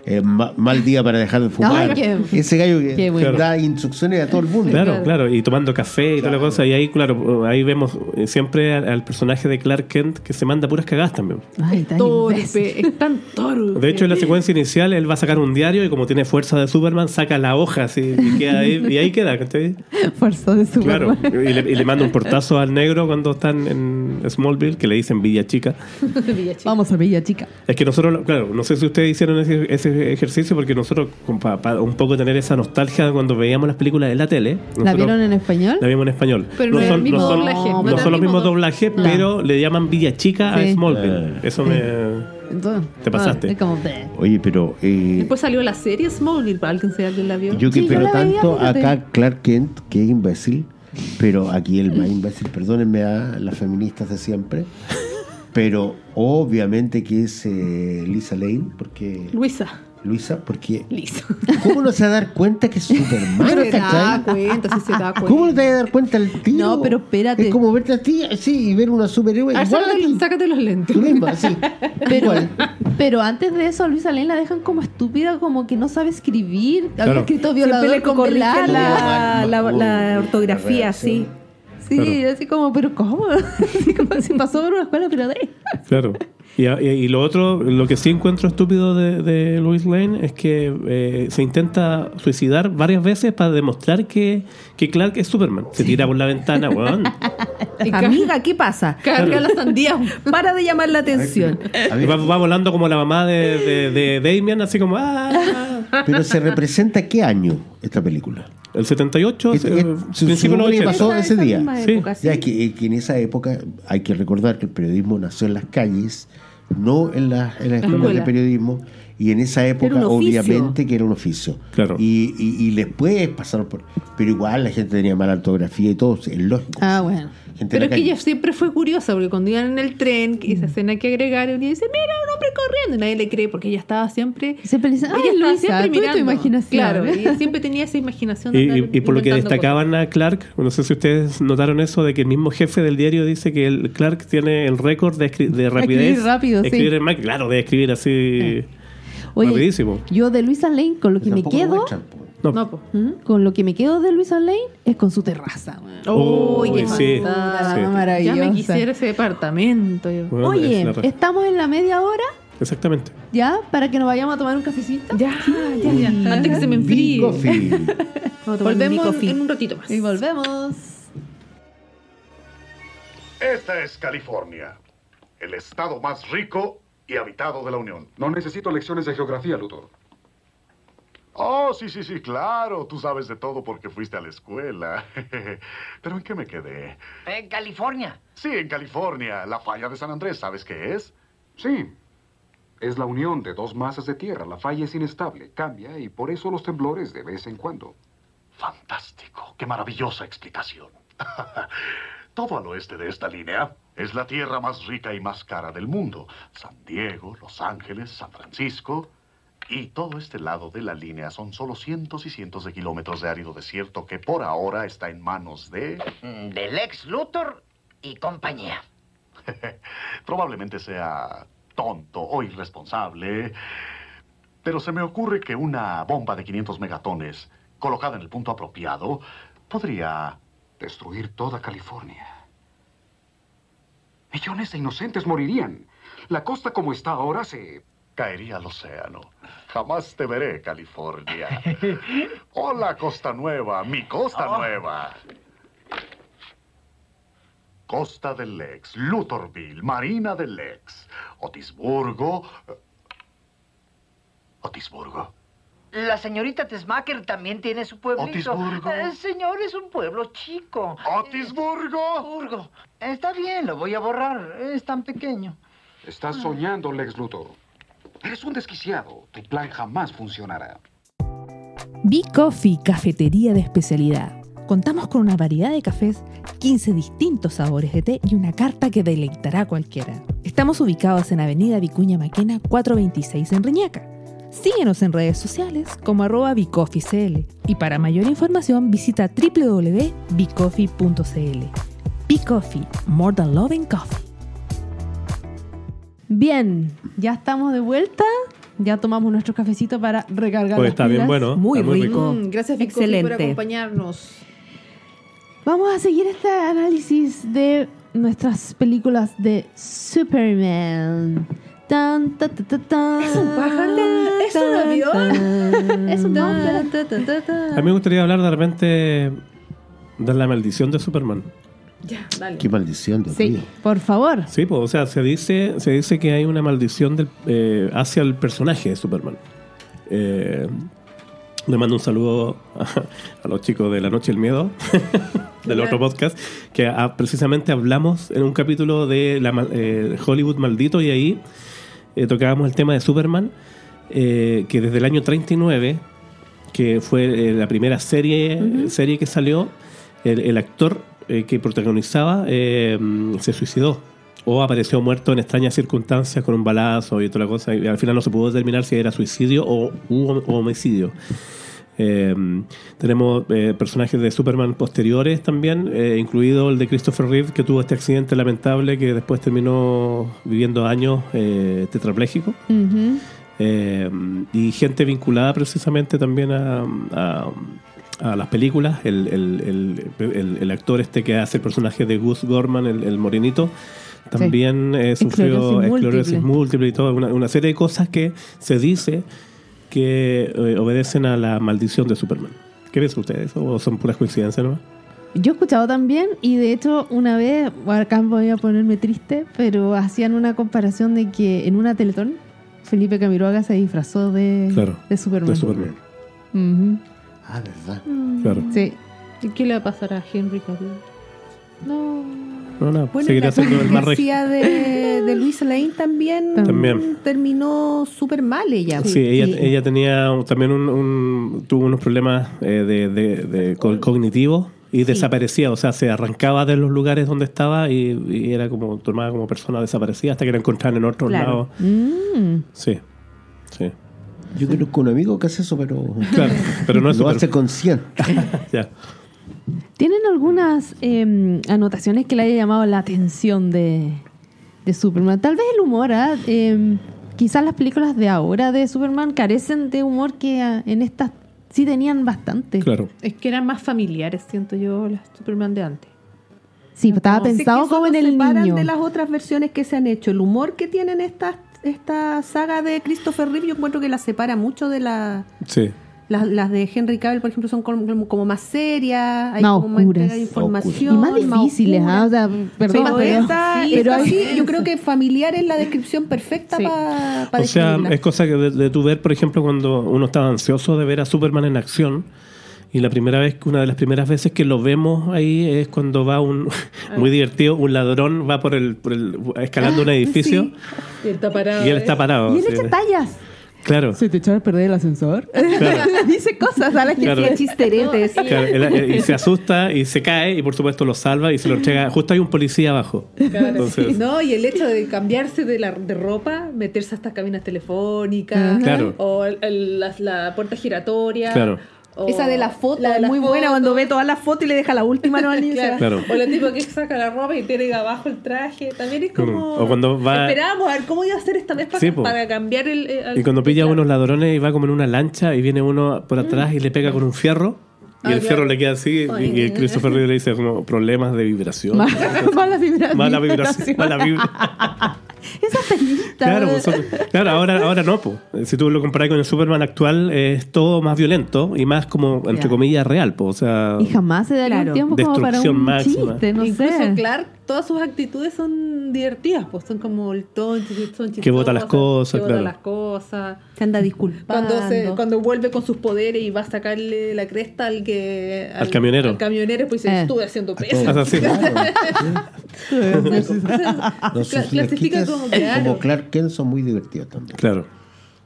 Speaker 2: que. eh, ma- mal día para dejar de fumar.
Speaker 1: Ay, qué-
Speaker 2: Ese gallo que
Speaker 1: qué bueno.
Speaker 2: da instrucciones a todo el mundo.
Speaker 4: Claro, claro, y tomando café y toda la cosa. Y ahí, claro, ahí vemos eh, siempre al, al personaje de Clark Kent que se manda puras cagadas también.
Speaker 1: Ay, tan imbécil.
Speaker 5: Torpe, es tan torpe.
Speaker 4: De hecho, en la secuencia inicial, él va a sacar un diario y como tiene fuerza de Superman, saca la hoja así, y, queda ahí, y ahí queda. ¿cachai?
Speaker 1: Fuerza de
Speaker 4: Claro,
Speaker 1: Superman.
Speaker 4: y le, y le manda un portazo al negro cuando están en Smallville, que le dicen Villa Chica.
Speaker 1: Vamos a Villa Chica.
Speaker 4: Es que nosotros, claro, no sé si ustedes hicieron ese, ese ejercicio porque nosotros, para un poco tener esa nostalgia de cuando veíamos las películas en la tele,
Speaker 1: ¿La
Speaker 4: nosotros-
Speaker 1: vieron en español?
Speaker 4: la vimos en español.
Speaker 5: Pero no es el mismo
Speaker 4: son,
Speaker 5: doblaje,
Speaker 4: no
Speaker 5: no es
Speaker 4: son los
Speaker 5: el mismo
Speaker 4: mismos
Speaker 5: do-
Speaker 4: doblajes,
Speaker 1: No.
Speaker 4: pero le llaman Villa Chica a
Speaker 1: Sí.
Speaker 4: Smallville.
Speaker 2: Eh.
Speaker 4: Eso me...
Speaker 1: Entonces,
Speaker 4: Te pasaste.
Speaker 1: no, es como, bleh.
Speaker 2: Oye, pero. eh,
Speaker 5: Después salió la serie Smallville, para alguien sea alguien la vio.
Speaker 2: yo
Speaker 1: Sí,
Speaker 2: que
Speaker 1: yo
Speaker 2: pero
Speaker 1: la veía,
Speaker 2: tanto
Speaker 1: fíjate.
Speaker 2: acá Clark Kent, que es imbécil, pero aquí el más imbécil, perdónenme a las feministas de siempre, pero obviamente que es eh, Lisa Lane, porque.
Speaker 5: Luisa.
Speaker 2: Luisa, porque.
Speaker 5: Lisa.
Speaker 2: ¿Cómo no se va a dar cuenta que es Superman?
Speaker 5: Pero se da
Speaker 2: ¿cachai?
Speaker 5: cuenta, sí se da cuenta.
Speaker 2: ¿Cómo no te vas a dar cuenta el tiro?
Speaker 1: No, pero espérate.
Speaker 2: Es como verte a ti, sí, y ver una superhéroe
Speaker 5: A ver,
Speaker 2: igual a
Speaker 5: sácate,
Speaker 2: ti.
Speaker 5: sácate los lentes.
Speaker 2: Tú misma, sí.
Speaker 1: Pero,
Speaker 2: Igual.
Speaker 1: pero antes de eso, a Luisa Lane la dejan como estúpida, como que no sabe escribir.
Speaker 4: Claro.
Speaker 1: Había escrito
Speaker 3: Siempre le
Speaker 1: violador con
Speaker 3: corrige
Speaker 1: velar.
Speaker 3: la, la- la
Speaker 2: Oh,
Speaker 3: ortografía,
Speaker 2: la
Speaker 3: sí.
Speaker 1: Sí, así como, pero ¿cómo? Así como si pasó por una escuela, pero de.
Speaker 4: Claro. Y, a- y- y lo otro, lo que sí encuentro estúpido de, de Louis Lane es que eh, se intenta suicidar varias veces para demostrar que, que Clark es Superman. Se tira por la ventana, weón.
Speaker 5: Y ca-
Speaker 3: Amiga, ¿qué pasa?
Speaker 5: Carga las sandías.
Speaker 3: Para de llamar la atención.
Speaker 2: A
Speaker 4: Y va,
Speaker 2: ver,
Speaker 4: va volando como la mamá de, de, de Damien, así como, ah,
Speaker 2: pero se representa qué año esta película.
Speaker 4: el 78,
Speaker 2: Es- es-
Speaker 4: eh,
Speaker 2: su-
Speaker 4: principio de los
Speaker 2: su-
Speaker 4: 80.
Speaker 2: pasó ese día.
Speaker 3: misma
Speaker 4: Sí.
Speaker 1: pues,
Speaker 3: época,
Speaker 2: Ya que, eh, que en esa época hay que recordar que el periodismo nació en las calles, no en, las en las escuelas de
Speaker 5: escuela.
Speaker 2: periodismo, y en esa época
Speaker 3: Era un oficio.
Speaker 2: obviamente que era un oficio.
Speaker 4: Claro.
Speaker 2: Y, y- y después pasaron por... Pero igual la gente tenía mala ortografía y todo, es lógico.
Speaker 1: Ah, bueno.
Speaker 2: Gente en
Speaker 5: Pero
Speaker 2: la
Speaker 5: es que
Speaker 2: calle.
Speaker 5: ella siempre fue curiosa, porque cuando iban en el tren, que esa escena que agregaron, y dice, mira, un hombre corriendo, y nadie le cree, porque ella estaba siempre...
Speaker 1: Siempre le dicen,
Speaker 5: ella
Speaker 1: ay,
Speaker 5: estaba
Speaker 1: Luisa, tú y tu imaginación.
Speaker 5: Claro, ella siempre tenía esa imaginación. de
Speaker 4: Y, y-
Speaker 5: andar
Speaker 4: y por lo que
Speaker 5: inventando
Speaker 4: destacaban a Clark, no sé si ustedes notaron eso, de que el mismo jefe del diario dice que el Clark tiene el récord de, escri- de rapidez.
Speaker 1: Escribir rápido, sí. Eh.
Speaker 4: Escribir en Mac, claro, de escribir así
Speaker 1: Oye,
Speaker 4: rapidísimo.
Speaker 1: yo de Luisa Lane, con lo que me
Speaker 2: Tampoco lo
Speaker 1: quedo,
Speaker 2: muestran, po.
Speaker 4: No,
Speaker 5: cosas. No, po.
Speaker 1: ¿Mm? con lo que me quedo de Luisa Lane es con su terraza. weón.
Speaker 4: Uy, sí, sí.
Speaker 5: Ya
Speaker 1: Maravillosa.
Speaker 5: me quisiera ese departamento. yo.
Speaker 4: Bueno, es
Speaker 1: Oye,
Speaker 4: la re-
Speaker 1: estamos en la media hora
Speaker 4: exactamente.
Speaker 1: ya para que nos vayamos a tomar un cafecito.
Speaker 5: Ya, ya, ya. Antes que se me enfríe.
Speaker 2: Big Coffee.
Speaker 3: Vamos a tomar un
Speaker 5: Volvemos
Speaker 3: Nicofi.
Speaker 5: en un ratito más.
Speaker 1: Y volvemos.
Speaker 6: Esta es California, el estado más rico y habitado de la Unión.
Speaker 7: No necesito lecciones de geografía, Luthor.
Speaker 6: Oh, sí, sí, sí, claro. Tú sabes de todo porque fuiste a la escuela. Pero ¿en qué me quedé?
Speaker 8: En California.
Speaker 6: Sí, en California, la falla de San Andrés, ¿sabes qué es?
Speaker 7: Sí. Es la unión de dos masas de tierra. La falla es inestable, cambia y por eso los temblores de vez en cuando.
Speaker 6: Fantástico, qué maravillosa explicación. Todo al oeste de esta línea es la tierra más rica y más cara del mundo. San Diego, Los Ángeles, San Francisco Y todo este lado de la línea son solo cientos y cientos de kilómetros de árido desierto que por ahora está en manos de...
Speaker 8: Mm, Del ex Luthor y compañía.
Speaker 6: Probablemente sea tonto o irresponsable, pero se me ocurre que una bomba de 500 megatones colocada en el punto apropiado podría...
Speaker 7: Destruir toda California. Millones de inocentes morirían. La costa como está ahora se...
Speaker 6: caería al océano. Jamás te veré, California. Hola, Costa Nueva, mi Costa
Speaker 8: Oh.
Speaker 6: Nueva. Costa del Lex, Luthorville, Marina del Lex, Otisburgo... Otisburgo.
Speaker 8: La señorita Tesmacher también tiene su pueblito.
Speaker 6: Otisburgo.
Speaker 8: Eh, señor, es un pueblo chico.
Speaker 6: ¡Otisburgo!
Speaker 8: Otisburgo. Está bien, lo voy a borrar. Es tan pequeño.
Speaker 7: Estás soñando, Lex Luthor. Eres un desquiciado. Tu plan jamás funcionará.
Speaker 9: Big Coffee, cafetería de especialidad. Contamos con una variedad de cafés, 15 distintos sabores de té y una carta que deleitará a cualquiera. Estamos ubicados en Avenida Vicuña Maquena 426 en Reñaca. Síguenos en redes sociales como arroba bicoffeecl y para mayor información visita www.bicoffee.cl. Big Coffee, more than loving coffee.
Speaker 1: Bien, ya estamos de vuelta. Ya tomamos nuestro cafecito para recargar
Speaker 4: Pues
Speaker 1: las
Speaker 4: está bien
Speaker 1: pilas.
Speaker 4: bueno.
Speaker 3: Muy
Speaker 4: está
Speaker 3: rico.
Speaker 5: Mm, gracias, Fico, por
Speaker 3: Excelente.
Speaker 5: acompañarnos.
Speaker 1: Vamos a seguir este análisis de nuestras películas de Superman. Tan, ta, ta, ta, tan.
Speaker 5: ¿Es un pájaro? ¿Es un
Speaker 1: Tan,
Speaker 5: avión?
Speaker 1: tan. Es un
Speaker 5: Ta,
Speaker 1: pájaro.
Speaker 5: ta, ta, ta, ta.
Speaker 4: A mí me gustaría hablar de repente de la maldición de Superman.
Speaker 5: Ya, dale.
Speaker 2: Qué maldición, Dios
Speaker 1: Sí,
Speaker 2: mío.
Speaker 1: por favor.
Speaker 4: Sí, pues, o sea, se dice, se dice que hay una maldición del- eh, hacia el personaje de Superman. Eh, le mando un saludo a, a los chicos de La Noche del Miedo, del otro podcast, que ah, precisamente hablamos en un capítulo de la, mal- eh, Hollywood Maldito y ahí eh, tocábamos el tema de Superman, eh, que desde el año 39, que fue eh, la primera serie, serie que salió, el, el actor eh, que protagonizaba eh, mm, se suicidó o apareció muerto en extrañas circunstancias con un balazo y toda la cosa. Y al final no se pudo determinar si era suicidio o u hom- o homicidio. Eh, tenemos eh, personajes de Superman posteriores también, eh, incluido el de Christopher Reeve, que tuvo este accidente lamentable que después terminó viviendo años eh, tetrapléjico.
Speaker 1: Ujú.
Speaker 4: Eh, y gente vinculada precisamente también a, a- a las películas. El, el- el- el- el actor este que hace el personaje de Gus Gorman, el, el morenito, también eh, sufrió
Speaker 1: Esclerosis múltiple.
Speaker 4: esclerosis múltiple y toda una, una serie de cosas que se dice que eh, obedecen a la maldición de Superman. ¿Qué piensan ustedes? ¿O son puras coincidencias nomás?
Speaker 1: Yo he escuchado también, y de hecho, una vez, acá voy a ponerme triste, pero hacían una comparación de que en una Teletón, Felipe Camiroaga se disfrazó de,
Speaker 4: Claro,
Speaker 1: de Superman.
Speaker 4: De Superman.
Speaker 1: Ujú.
Speaker 2: Ah, verdad.
Speaker 4: Claro.
Speaker 1: Sí.
Speaker 5: ¿Y ¿Qué le va a pasar a Henry Cavill?
Speaker 1: No.
Speaker 4: No, no,
Speaker 3: Bueno,
Speaker 4: seguirá
Speaker 3: la
Speaker 4: siendo el más
Speaker 3: que
Speaker 4: regio.
Speaker 3: hacía de, de Luis Lane también,
Speaker 4: También.
Speaker 3: terminó súper mal ella.
Speaker 4: Sí, ella, ella tenía un- también un, un- tuvo unos problemas eh, de, de- de co- cognitivos y desaparecía, o sea, se arrancaba de los lugares donde estaba y, y era como tomada como persona desaparecida hasta que la encontraban en otro
Speaker 3: Claro.
Speaker 4: lado.
Speaker 1: Mm.
Speaker 4: Sí, sí.
Speaker 2: Yo conozco un amigo que hace eso, pero
Speaker 4: Claro, pero no es
Speaker 2: lo
Speaker 4: súper-
Speaker 2: hace consciente.
Speaker 4: ya.
Speaker 1: ¿Tienen algunas eh, anotaciones que le haya llamado la atención de, de Superman? Tal vez el humor, ¿ah? Eh, quizás las películas de ahora de Superman carecen de humor que ah, en estas sí tenían bastante.
Speaker 4: Claro.
Speaker 5: Es que eran más familiares, siento yo, las Superman de antes.
Speaker 1: Sí, estaba
Speaker 3: Sí, que
Speaker 1: pensado
Speaker 3: eso
Speaker 1: como en
Speaker 3: nos
Speaker 1: el
Speaker 3: separan
Speaker 1: niño.
Speaker 3: de las otras versiones que se han hecho. El humor que tienen estas esta saga de Christopher Reeve, yo encuentro que la separa mucho de la,
Speaker 4: Sí.
Speaker 3: las, las de Henry Cavill, por ejemplo, son como, como- como más serias, hay
Speaker 1: Más
Speaker 3: como más
Speaker 1: oscuras.
Speaker 3: entrega de
Speaker 1: y
Speaker 3: información.
Speaker 1: más difíciles,
Speaker 3: oscuras.
Speaker 1: ¿ah? O sea, perdón,
Speaker 3: pero
Speaker 1: pero-
Speaker 3: esta,
Speaker 1: sí,
Speaker 3: pero
Speaker 1: esta sí.
Speaker 3: yo creo que familiar es la descripción perfecta
Speaker 1: Sí.
Speaker 3: para
Speaker 4: o sea, es cosa que de, de tu ver, por ejemplo, cuando uno estaba ansioso de ver a Superman en acción. Y la primera vez, una de las primeras veces que lo vemos ahí es cuando va un, muy divertido, un ladrón va por el, por el- escalando un edificio
Speaker 5: Y él está parado.
Speaker 4: Ah,
Speaker 5: ¿eh?
Speaker 4: y él está parado.
Speaker 1: Y él
Speaker 4: Ah, sí.
Speaker 1: echa tallas.
Speaker 4: Claro.
Speaker 9: ¿Se te echó a perder el ascensor? Dice cosas a la gente.
Speaker 4: Claro.
Speaker 3: Qué chisteretes.
Speaker 4: Claro, él- él- y se asusta y se cae y por supuesto lo salva y se lo entrega. Justo hay un policía abajo.
Speaker 5: Claro,
Speaker 4: Entonces,
Speaker 5: sí, ¿no? Y el hecho de cambiarse de, la, de ropa, meterse a estas cabinas telefónicas,
Speaker 4: Ajá. Claro.
Speaker 5: o el- el- la, la puerta giratoria.
Speaker 4: Claro.
Speaker 5: o
Speaker 3: Esa de la foto
Speaker 5: la de
Speaker 3: es
Speaker 5: la
Speaker 3: muy
Speaker 5: foto.
Speaker 3: buena cuando ve todas las fotos y le deja la última no al niño.
Speaker 5: Claro.
Speaker 4: Claro.
Speaker 5: O el tipo que saca la ropa y tiene abajo el traje. También es como.
Speaker 4: O cuando va-
Speaker 5: Esperábamos a ver cómo iba a ser esta vez para,
Speaker 4: Sí, po.
Speaker 5: para cambiar el. eh, al-
Speaker 4: y cuando pilla a
Speaker 5: claro.
Speaker 4: unos ladrones y va como en una lancha y viene uno por atrás y le pega con un fierro. Y
Speaker 5: Ah,
Speaker 4: el
Speaker 5: claro.
Speaker 4: fierro le queda así
Speaker 5: Ay,
Speaker 4: y, y Christopher Reeve le dice como problemas de vibración.
Speaker 9: Mala vibración.
Speaker 4: Mala vibración. Mala vibra.
Speaker 9: Esa tecnita.
Speaker 4: Claro, pues son- claro ahora, ahora no. po. Si tú lo comparas con el Superman actual, eh, es todo más violento y más como, entre
Speaker 9: Ya.
Speaker 4: comillas, real. po. O sea,
Speaker 9: Y jamás se daría
Speaker 3: Claro.
Speaker 9: un tiempo como para
Speaker 4: Destrucción
Speaker 9: un
Speaker 4: máxima.
Speaker 9: chiste, no
Speaker 5: Incluso
Speaker 9: sé.
Speaker 5: Clark, todas sus actitudes son divertidas, pues son como el tonto, son
Speaker 4: Que bota las
Speaker 5: chistosas,
Speaker 4: cosas,
Speaker 5: que bota
Speaker 4: claro.
Speaker 5: las cosas.
Speaker 3: Se anda disculpando.
Speaker 5: Cuando, se, cuando vuelve con sus poderes y va a sacarle la cresta al que
Speaker 4: Al camionero.
Speaker 5: al camionero pues dice
Speaker 9: Eh.
Speaker 5: estuve haciendo
Speaker 2: A todos.
Speaker 5: pesas
Speaker 4: Así.
Speaker 2: Los
Speaker 5: Cla- clasifica
Speaker 2: superquicas,
Speaker 5: como,
Speaker 2: como,
Speaker 5: claro.
Speaker 2: Clark Kent son muy divertidos también.
Speaker 4: claro.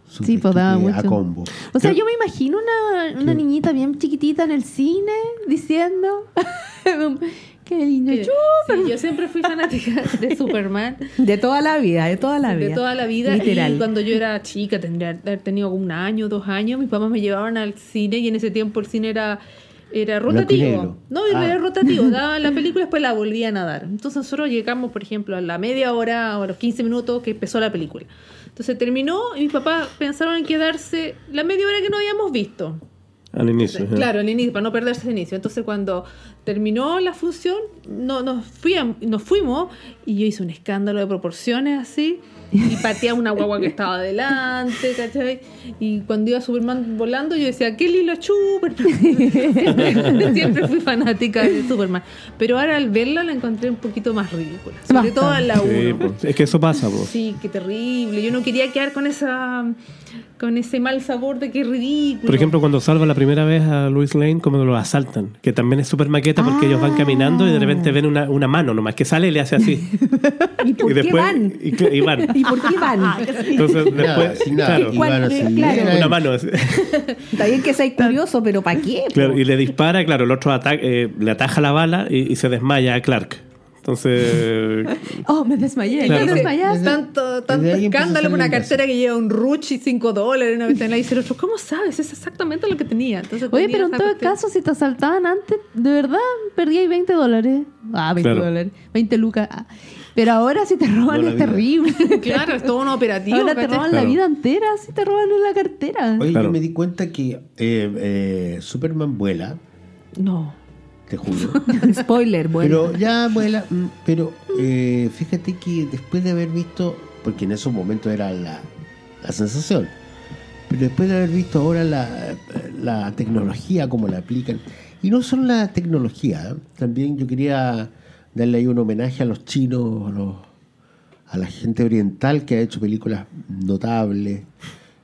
Speaker 2: Super
Speaker 9: Sí, pues, daba
Speaker 2: quique A
Speaker 9: mucho.
Speaker 2: combo.
Speaker 9: O sea, yo me imagino una, una niñita bien chiquitita en el cine diciendo qué lindo
Speaker 5: Sí,
Speaker 9: chupa.
Speaker 5: yo siempre fui fanática de Superman
Speaker 3: De toda la vida, de toda la vida.
Speaker 5: de toda la vida
Speaker 3: Literal.
Speaker 5: y cuando yo era chica tendría que haber tenido como un año dos años mis papás me llevaban al cine y en ese tiempo el cine era era
Speaker 2: Blanco y negro.
Speaker 5: rotativo no
Speaker 2: Ah.
Speaker 5: era rotativo daban la película y después la volvían a dar entonces nosotros llegamos por ejemplo a la media hora o a los 15 minutos que empezó la película entonces terminó y mis papás pensaron en quedarse la media hora que no habíamos visto
Speaker 4: Al inicio. ajá.
Speaker 5: Claro, al inicio, para no perderse el inicio. Entonces, cuando terminó la función, no, nos, fuiam- nos fuimos y yo hice un escándalo de proporciones así y pateé a una guagua que estaba adelante, ¿cachai? Y cuando iba Superman volando, yo decía, ¡qué lindo chuper! siempre, siempre fui fanática de Superman. Pero ahora al verla la encontré un poquito más ridícula.
Speaker 9: Bastante.
Speaker 5: Sobre todo en la 1.
Speaker 4: eh. Sí, po. es que eso pasa, pues. po.
Speaker 5: Sí, qué terrible. Yo no quería quedar con esa con ese mal sabor de que ridículo.
Speaker 4: Por ejemplo, cuando salva la primera vez a Louis Lane, como lo asaltan, que también es súper maqueta porque ellos van caminando y de repente ven una, una mano nomás que sale y le hace así.
Speaker 3: ¿Y por
Speaker 4: y
Speaker 3: qué
Speaker 4: después
Speaker 3: van?
Speaker 4: Y, cl- y van.
Speaker 3: ¿Y por qué
Speaker 5: Ah,
Speaker 3: van?
Speaker 4: Entonces, después,
Speaker 2: Nada, sin nada.
Speaker 4: claro,
Speaker 2: Y van así,
Speaker 3: Claro.
Speaker 2: era
Speaker 4: una
Speaker 2: él.
Speaker 4: mano. así.
Speaker 3: Está bien que seas curioso, pero ¿para qué? po?
Speaker 4: Claro, y le dispara, claro, el otro ata- eh, le ataja la bala y, y se desmaya a Clark. Entonces,
Speaker 9: Oh, me desmayé.
Speaker 4: Claro.
Speaker 9: Me
Speaker 5: Entonces,
Speaker 9: desmayaste.
Speaker 5: Tanto, tanto
Speaker 2: desde ahí empezó a
Speaker 5: escándalo por una
Speaker 2: salir
Speaker 5: cartera que lleva un ruchi y 5 dólares. Una vez en la dice el otro, ¿cómo sabes? Es exactamente lo que tenía. Entonces,
Speaker 9: Oye,
Speaker 5: tenía
Speaker 9: pero en
Speaker 5: esa
Speaker 9: todo
Speaker 5: cuestión.
Speaker 9: caso, si te asaltaban antes, de verdad, perdí ahí 20 dólares. Ah, 20
Speaker 4: Claro.
Speaker 9: dólares. 20 lucas. Ah. Pero ahora si te roban
Speaker 2: No la
Speaker 9: es
Speaker 2: vida.
Speaker 9: terrible.
Speaker 5: Claro, es todo un operativo.
Speaker 9: ahora te
Speaker 5: ¿cachai?
Speaker 9: roban la
Speaker 4: Claro.
Speaker 9: vida entera, si te roban en la cartera.
Speaker 2: Oye,
Speaker 4: Claro.
Speaker 2: yo me di cuenta que eh, eh, Superman vuela,
Speaker 3: No.
Speaker 2: te juro.
Speaker 3: Spoiler, bueno.
Speaker 2: Pero ya vuela, mm, pero eh, fíjate que después de haber visto, porque en esos momentos era la, la sensación, pero después de haber visto ahora la, la tecnología, cómo la aplican, y no solo la tecnología, ¿eh? también yo quería darle ahí un homenaje a los chinos, a, los- a la gente oriental que ha hecho películas notables.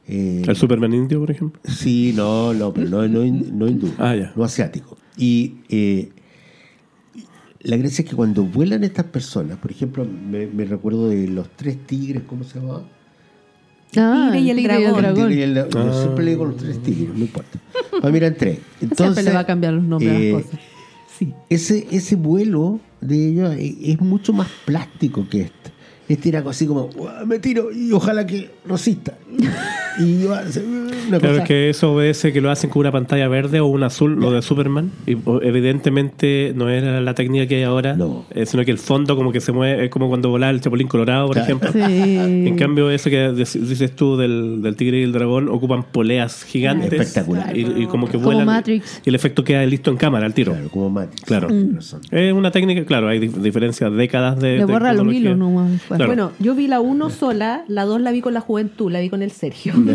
Speaker 2: eh,
Speaker 4: el Superman indio, por ejemplo.
Speaker 2: Sí, no, no, pero no, no, hin- no hindú,
Speaker 4: Ah, ya.
Speaker 2: no asiático. Y eh, la gracia es que cuando vuelan estas personas, por ejemplo, me me recuerdo de los tres tigres, ¿cómo se llamaba?
Speaker 9: Ah,
Speaker 3: tigre y el dragón.
Speaker 2: El tigre y el dragón.
Speaker 4: Ah.
Speaker 2: Yo siempre le digo los tres tigres, no importa. Para mirar tres. Entonces,
Speaker 9: Siempre le va a cambiar los nombres
Speaker 2: eh,
Speaker 9: a las cosas. Sí.
Speaker 2: Ese, ese vuelo de ellos e- es mucho más plástico que este. Este era así como, "Uah, me tiro y ojalá que resista. Y yo, hace, "Uh", una
Speaker 4: Claro,
Speaker 2: cosa-
Speaker 4: es que eso obedece que lo hacen con una pantalla verde o un azul, lo de Superman. Y o- evidentemente no era la técnica que hay ahora,
Speaker 2: No.
Speaker 4: eh, sino que el fondo como que se mueve, es como cuando volaba el Chapulín Colorado, por
Speaker 2: Claro.
Speaker 4: ejemplo.
Speaker 9: Sí.
Speaker 4: En cambio, eso que dec- dices tú del, del tigre y el dragón ocupan poleas gigantes.
Speaker 2: Espectacular.
Speaker 4: Y, y como que
Speaker 9: Como
Speaker 4: vuelan.
Speaker 9: Matrix.
Speaker 4: Y el efecto queda listo en cámara al tiro.
Speaker 2: Claro, como Matrix.
Speaker 4: Claro.
Speaker 2: Tienes razón.
Speaker 4: Es una técnica, claro, hay dif- diferencias, décadas de.
Speaker 9: Le
Speaker 4: de
Speaker 9: borra los
Speaker 4: tecnología.
Speaker 9: hilos nomás.
Speaker 4: Claro.
Speaker 3: Bueno, yo vi la uno sola, la dos la vi con la juventud, la vi con el Sergio.
Speaker 9: No.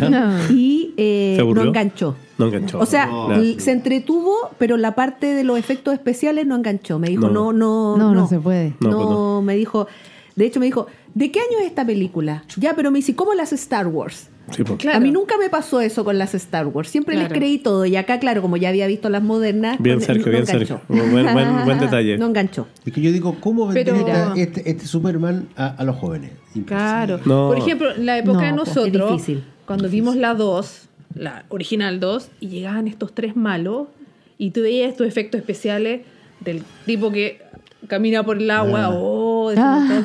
Speaker 3: Y eh,
Speaker 4: ¿Se
Speaker 3: no
Speaker 4: aburrió?
Speaker 3: enganchó.
Speaker 4: No enganchó.
Speaker 3: O sea,
Speaker 4: No.
Speaker 3: l- se entretuvo, pero la parte de los efectos especiales no enganchó. Me dijo,
Speaker 4: No.
Speaker 3: no, no,
Speaker 9: No, no se puede.
Speaker 4: No,
Speaker 3: No,
Speaker 4: pues no.
Speaker 3: me dijo, de hecho me dijo, ¿de qué año es esta película? Ya, pero me dice, ¿cómo las Star Wars?
Speaker 4: Sí, po.
Speaker 5: Claro.
Speaker 3: A mí nunca me pasó eso con las Star Wars. Siempre les
Speaker 5: Claro.
Speaker 3: creí todo. Y acá, claro, como ya había visto las modernas.
Speaker 4: Bien,
Speaker 3: con-
Speaker 4: Sergio,
Speaker 3: no
Speaker 4: bien,
Speaker 3: enganchó.
Speaker 4: Sergio. Buen- buen- buen detalle.
Speaker 3: No enganchó.
Speaker 2: Es que yo digo, ¿cómo vendría
Speaker 5: Pero-
Speaker 2: esta- este, este Superman a, a los jóvenes? Imposible.
Speaker 5: Claro.
Speaker 4: No.
Speaker 5: Por ejemplo, en la época
Speaker 9: No,
Speaker 5: de
Speaker 9: po,
Speaker 5: nosotros,
Speaker 3: es difícil.
Speaker 5: cuando vimos la 2, la original 2, y llegaban estos tres malos, y tú veías estos efectos especiales del tipo que camina por el agua,
Speaker 2: Ah.
Speaker 5: o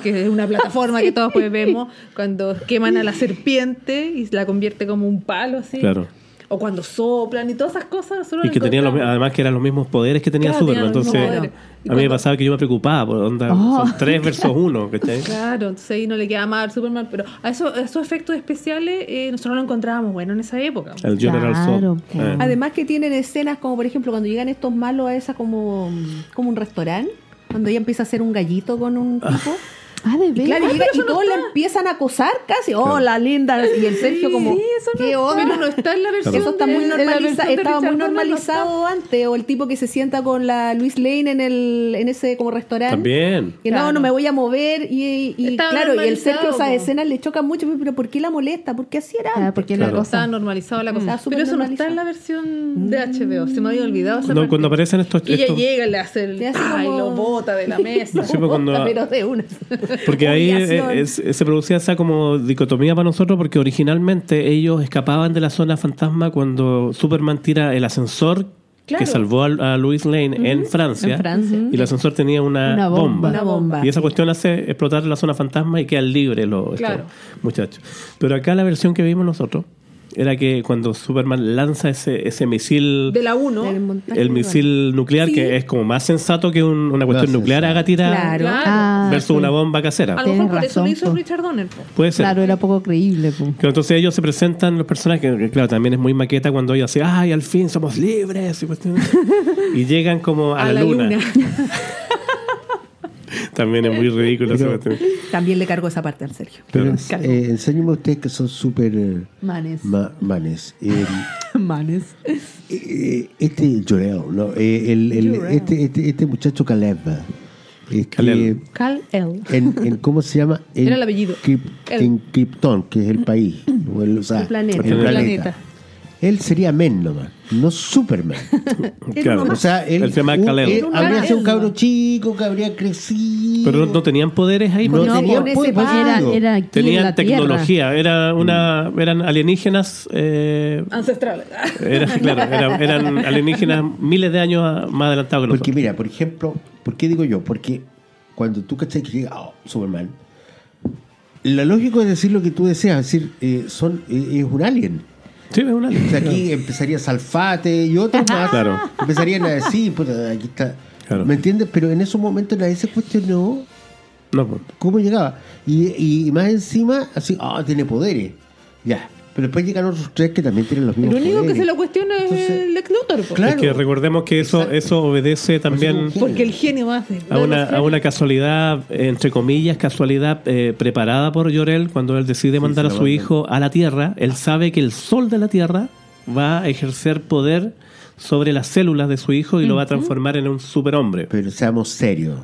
Speaker 5: que es una plataforma que todos pues vemos, cuando queman a la serpiente y la convierte como un palo así.
Speaker 4: Claro.
Speaker 5: O cuando soplan y todas esas cosas. solo
Speaker 4: Y
Speaker 5: lo
Speaker 4: que tenía los, mi-
Speaker 5: encontramos.
Speaker 4: además que eran los mismos poderes que tenía
Speaker 5: Claro,
Speaker 4: Superman.
Speaker 5: tenía los mismos
Speaker 4: Entonces,
Speaker 5: poderes. Y
Speaker 4: a mí me
Speaker 5: cuando-
Speaker 4: pasaba que yo me preocupaba, por onda,
Speaker 9: Oh,
Speaker 4: son tres versus uno, ¿cachai?
Speaker 5: Claro, entonces ahí no le queda más al Superman, pero a, eso, a esos efectos especiales eh, nosotros no encontrábamos bueno en esa época.
Speaker 4: El General
Speaker 9: Claro,
Speaker 4: Zod.
Speaker 9: po.
Speaker 4: Eh.
Speaker 3: Además que tienen escenas como, por ejemplo, cuando llegan estos malos a esa como, como un restaurante, cuando ella empieza a hacer un gallito con un tipo.
Speaker 9: Ah, de
Speaker 3: Y
Speaker 9: veras.
Speaker 3: claro, llega y todos la empiezan a acosar casi. Hola, linda. Y el Sergio como, qué
Speaker 5: Pero
Speaker 3: onda.
Speaker 5: no está en la versión
Speaker 3: Eso está muy
Speaker 5: de- en la
Speaker 3: normalizado,
Speaker 5: versión de
Speaker 3: estaba muy
Speaker 5: Richard Donner, no
Speaker 3: normalizado antes. O el tipo que se sienta con la Luis Lane en el, en ese como restaurante.
Speaker 4: También.
Speaker 3: Que no,
Speaker 5: Claro.
Speaker 3: no me voy a mover. Y, y- y
Speaker 5: Estaba
Speaker 3: claro, y el
Speaker 5: normalizado,
Speaker 3: Sergio esas
Speaker 5: po.
Speaker 3: escenas le chocan mucho. Pero ¿por qué la molesta? ¿Por qué así era?
Speaker 9: Ah,
Speaker 3: antes?
Speaker 9: porque
Speaker 4: Claro.
Speaker 9: la
Speaker 5: está. Está
Speaker 9: cosa.
Speaker 5: normalizado la
Speaker 3: Está
Speaker 5: cosa.
Speaker 9: mm.
Speaker 3: súper
Speaker 5: Pero eso no está
Speaker 3: normalizado.
Speaker 5: en la versión de HBO. Se me había olvidado esa
Speaker 4: Cuando-
Speaker 5: parte.
Speaker 4: cuando aparecen estos-
Speaker 5: Y ella
Speaker 4: estos-
Speaker 5: llega, le hace el...
Speaker 3: Le hace
Speaker 5: ¡Ay!
Speaker 3: como-
Speaker 5: Lo bota de la mesa.
Speaker 4: Sí, pues, cuando-
Speaker 3: Pero de una.
Speaker 4: Porque ahí
Speaker 3: Humillación.
Speaker 4: eh, es- se producía esa como dicotomía para nosotros porque originalmente ellos escapaban de la zona fantasma cuando Superman tira el ascensor que salvó a, a Louis Lane en Francia.
Speaker 9: En Francia.
Speaker 4: Y el ascensor tenía una,
Speaker 9: Una bomba.
Speaker 4: bomba.
Speaker 3: Una bomba.
Speaker 4: Y esa cuestión hace explotar la zona fantasma y quedan libres los estos
Speaker 5: Claro.
Speaker 4: muchachos. Pero acá la versión que vimos nosotros era que cuando Superman lanza ese, ese misil...
Speaker 5: De la 1.
Speaker 3: Del montaje
Speaker 4: el
Speaker 3: muy
Speaker 4: misil nuclear, que es como más sensato que un- una cuestión
Speaker 2: Más
Speaker 4: nuclear
Speaker 2: sensato.
Speaker 4: haga tirar
Speaker 3: Claro.
Speaker 9: Ah,
Speaker 4: versus
Speaker 9: sí.
Speaker 4: una bomba
Speaker 5: A
Speaker 4: casera.
Speaker 5: lo mejor
Speaker 9: Tienes
Speaker 5: por eso lo
Speaker 9: razón,
Speaker 5: hizo
Speaker 9: po.
Speaker 5: Richard Donner. po.
Speaker 4: Puede ser.
Speaker 9: Claro, era poco creíble. pues. po.
Speaker 4: Pero entonces ellos se presentan los personajes, que claro, también es muy maqueta cuando ella hace, ay, al fin somos libres y, cuestiones. Y llegan como a, la, luna. También es muy ridículo esa
Speaker 2: Pero-
Speaker 4: cuestión.
Speaker 3: También le cargo esa parte al Sergio.
Speaker 2: Pero
Speaker 4: Claro.
Speaker 2: ens- eh, enséñenme ustedes que son súper eh,
Speaker 9: Manes.
Speaker 2: ma- manes. Eh,
Speaker 9: Manes.
Speaker 2: eh, este Jorel, no, eh, el- el- este, este, este muchacho Caleb. eh, que
Speaker 4: Caleb.
Speaker 9: Cal L.
Speaker 2: En, en cómo se llama En
Speaker 5: Era el apellido.
Speaker 2: Kryp-
Speaker 5: El-
Speaker 2: en Krypton, que es el país, o el, o sea,
Speaker 3: El planeta.
Speaker 2: el
Speaker 4: El
Speaker 2: planeta.
Speaker 5: planeta.
Speaker 2: Él sería Men nomás, no Superman.
Speaker 4: Claro.
Speaker 2: O sea, él,
Speaker 4: Él se llama
Speaker 2: un-
Speaker 4: Kal-El.
Speaker 2: él
Speaker 3: un
Speaker 2: habría sido un
Speaker 3: Kal-El.
Speaker 2: cabro chico que habría crecido.
Speaker 4: Pero no tenían poderes ahí.
Speaker 2: No
Speaker 4: porque
Speaker 2: tenían
Speaker 9: por ese
Speaker 2: poder,
Speaker 9: pa- era,
Speaker 2: digo.
Speaker 9: era aquí en
Speaker 4: Tenían
Speaker 9: la Tierra. Mm.
Speaker 4: tecnología, era una, eran alienígenas, eh,
Speaker 5: Ancestral.
Speaker 4: era- claro, era- eran alienígenas miles de años a- más adelantados que
Speaker 2: Porque
Speaker 4: nosotros.
Speaker 2: mira, por ejemplo, ¿por qué digo yo? Porque cuando tú cachas que llega oh, Superman, lo lógico es decir lo que tú deseas, es decir, eh, son, eh, es un alien.
Speaker 4: Sí, es un alien.
Speaker 2: O sea, aquí empezaría Salfate y otros más.
Speaker 4: Claro.
Speaker 2: Empezarían a decir, pues aquí está.
Speaker 4: Claro.
Speaker 2: ¿Me entiendes? Pero en esos momentos nadie se cuestionó
Speaker 4: No, pues.
Speaker 2: cómo llegaba. Y, y más encima, así, ah, tiene poderes. Ya. Pero después llegan otros tres que también tienen los
Speaker 5: El
Speaker 2: mismos
Speaker 5: único que
Speaker 2: poderes.
Speaker 5: se lo cuestiona es
Speaker 2: Entonces-
Speaker 5: el Lex Luthor. po.
Speaker 2: Claro. Pues
Speaker 4: Es que recordemos que eso, eso obedece también
Speaker 2: Por eso
Speaker 5: Porque el genio hace.
Speaker 4: a una, a una casualidad, entre comillas, casualidad eh, preparada por Llorel cuando él decide mandar
Speaker 2: se
Speaker 4: a
Speaker 2: lo
Speaker 4: su
Speaker 2: mandan.
Speaker 4: hijo a la Tierra. Él sabe que el sol de la Tierra va a ejercer poder sobre las células de su hijo y lo va a transformar en un superhombre.
Speaker 2: Pero seamos serios.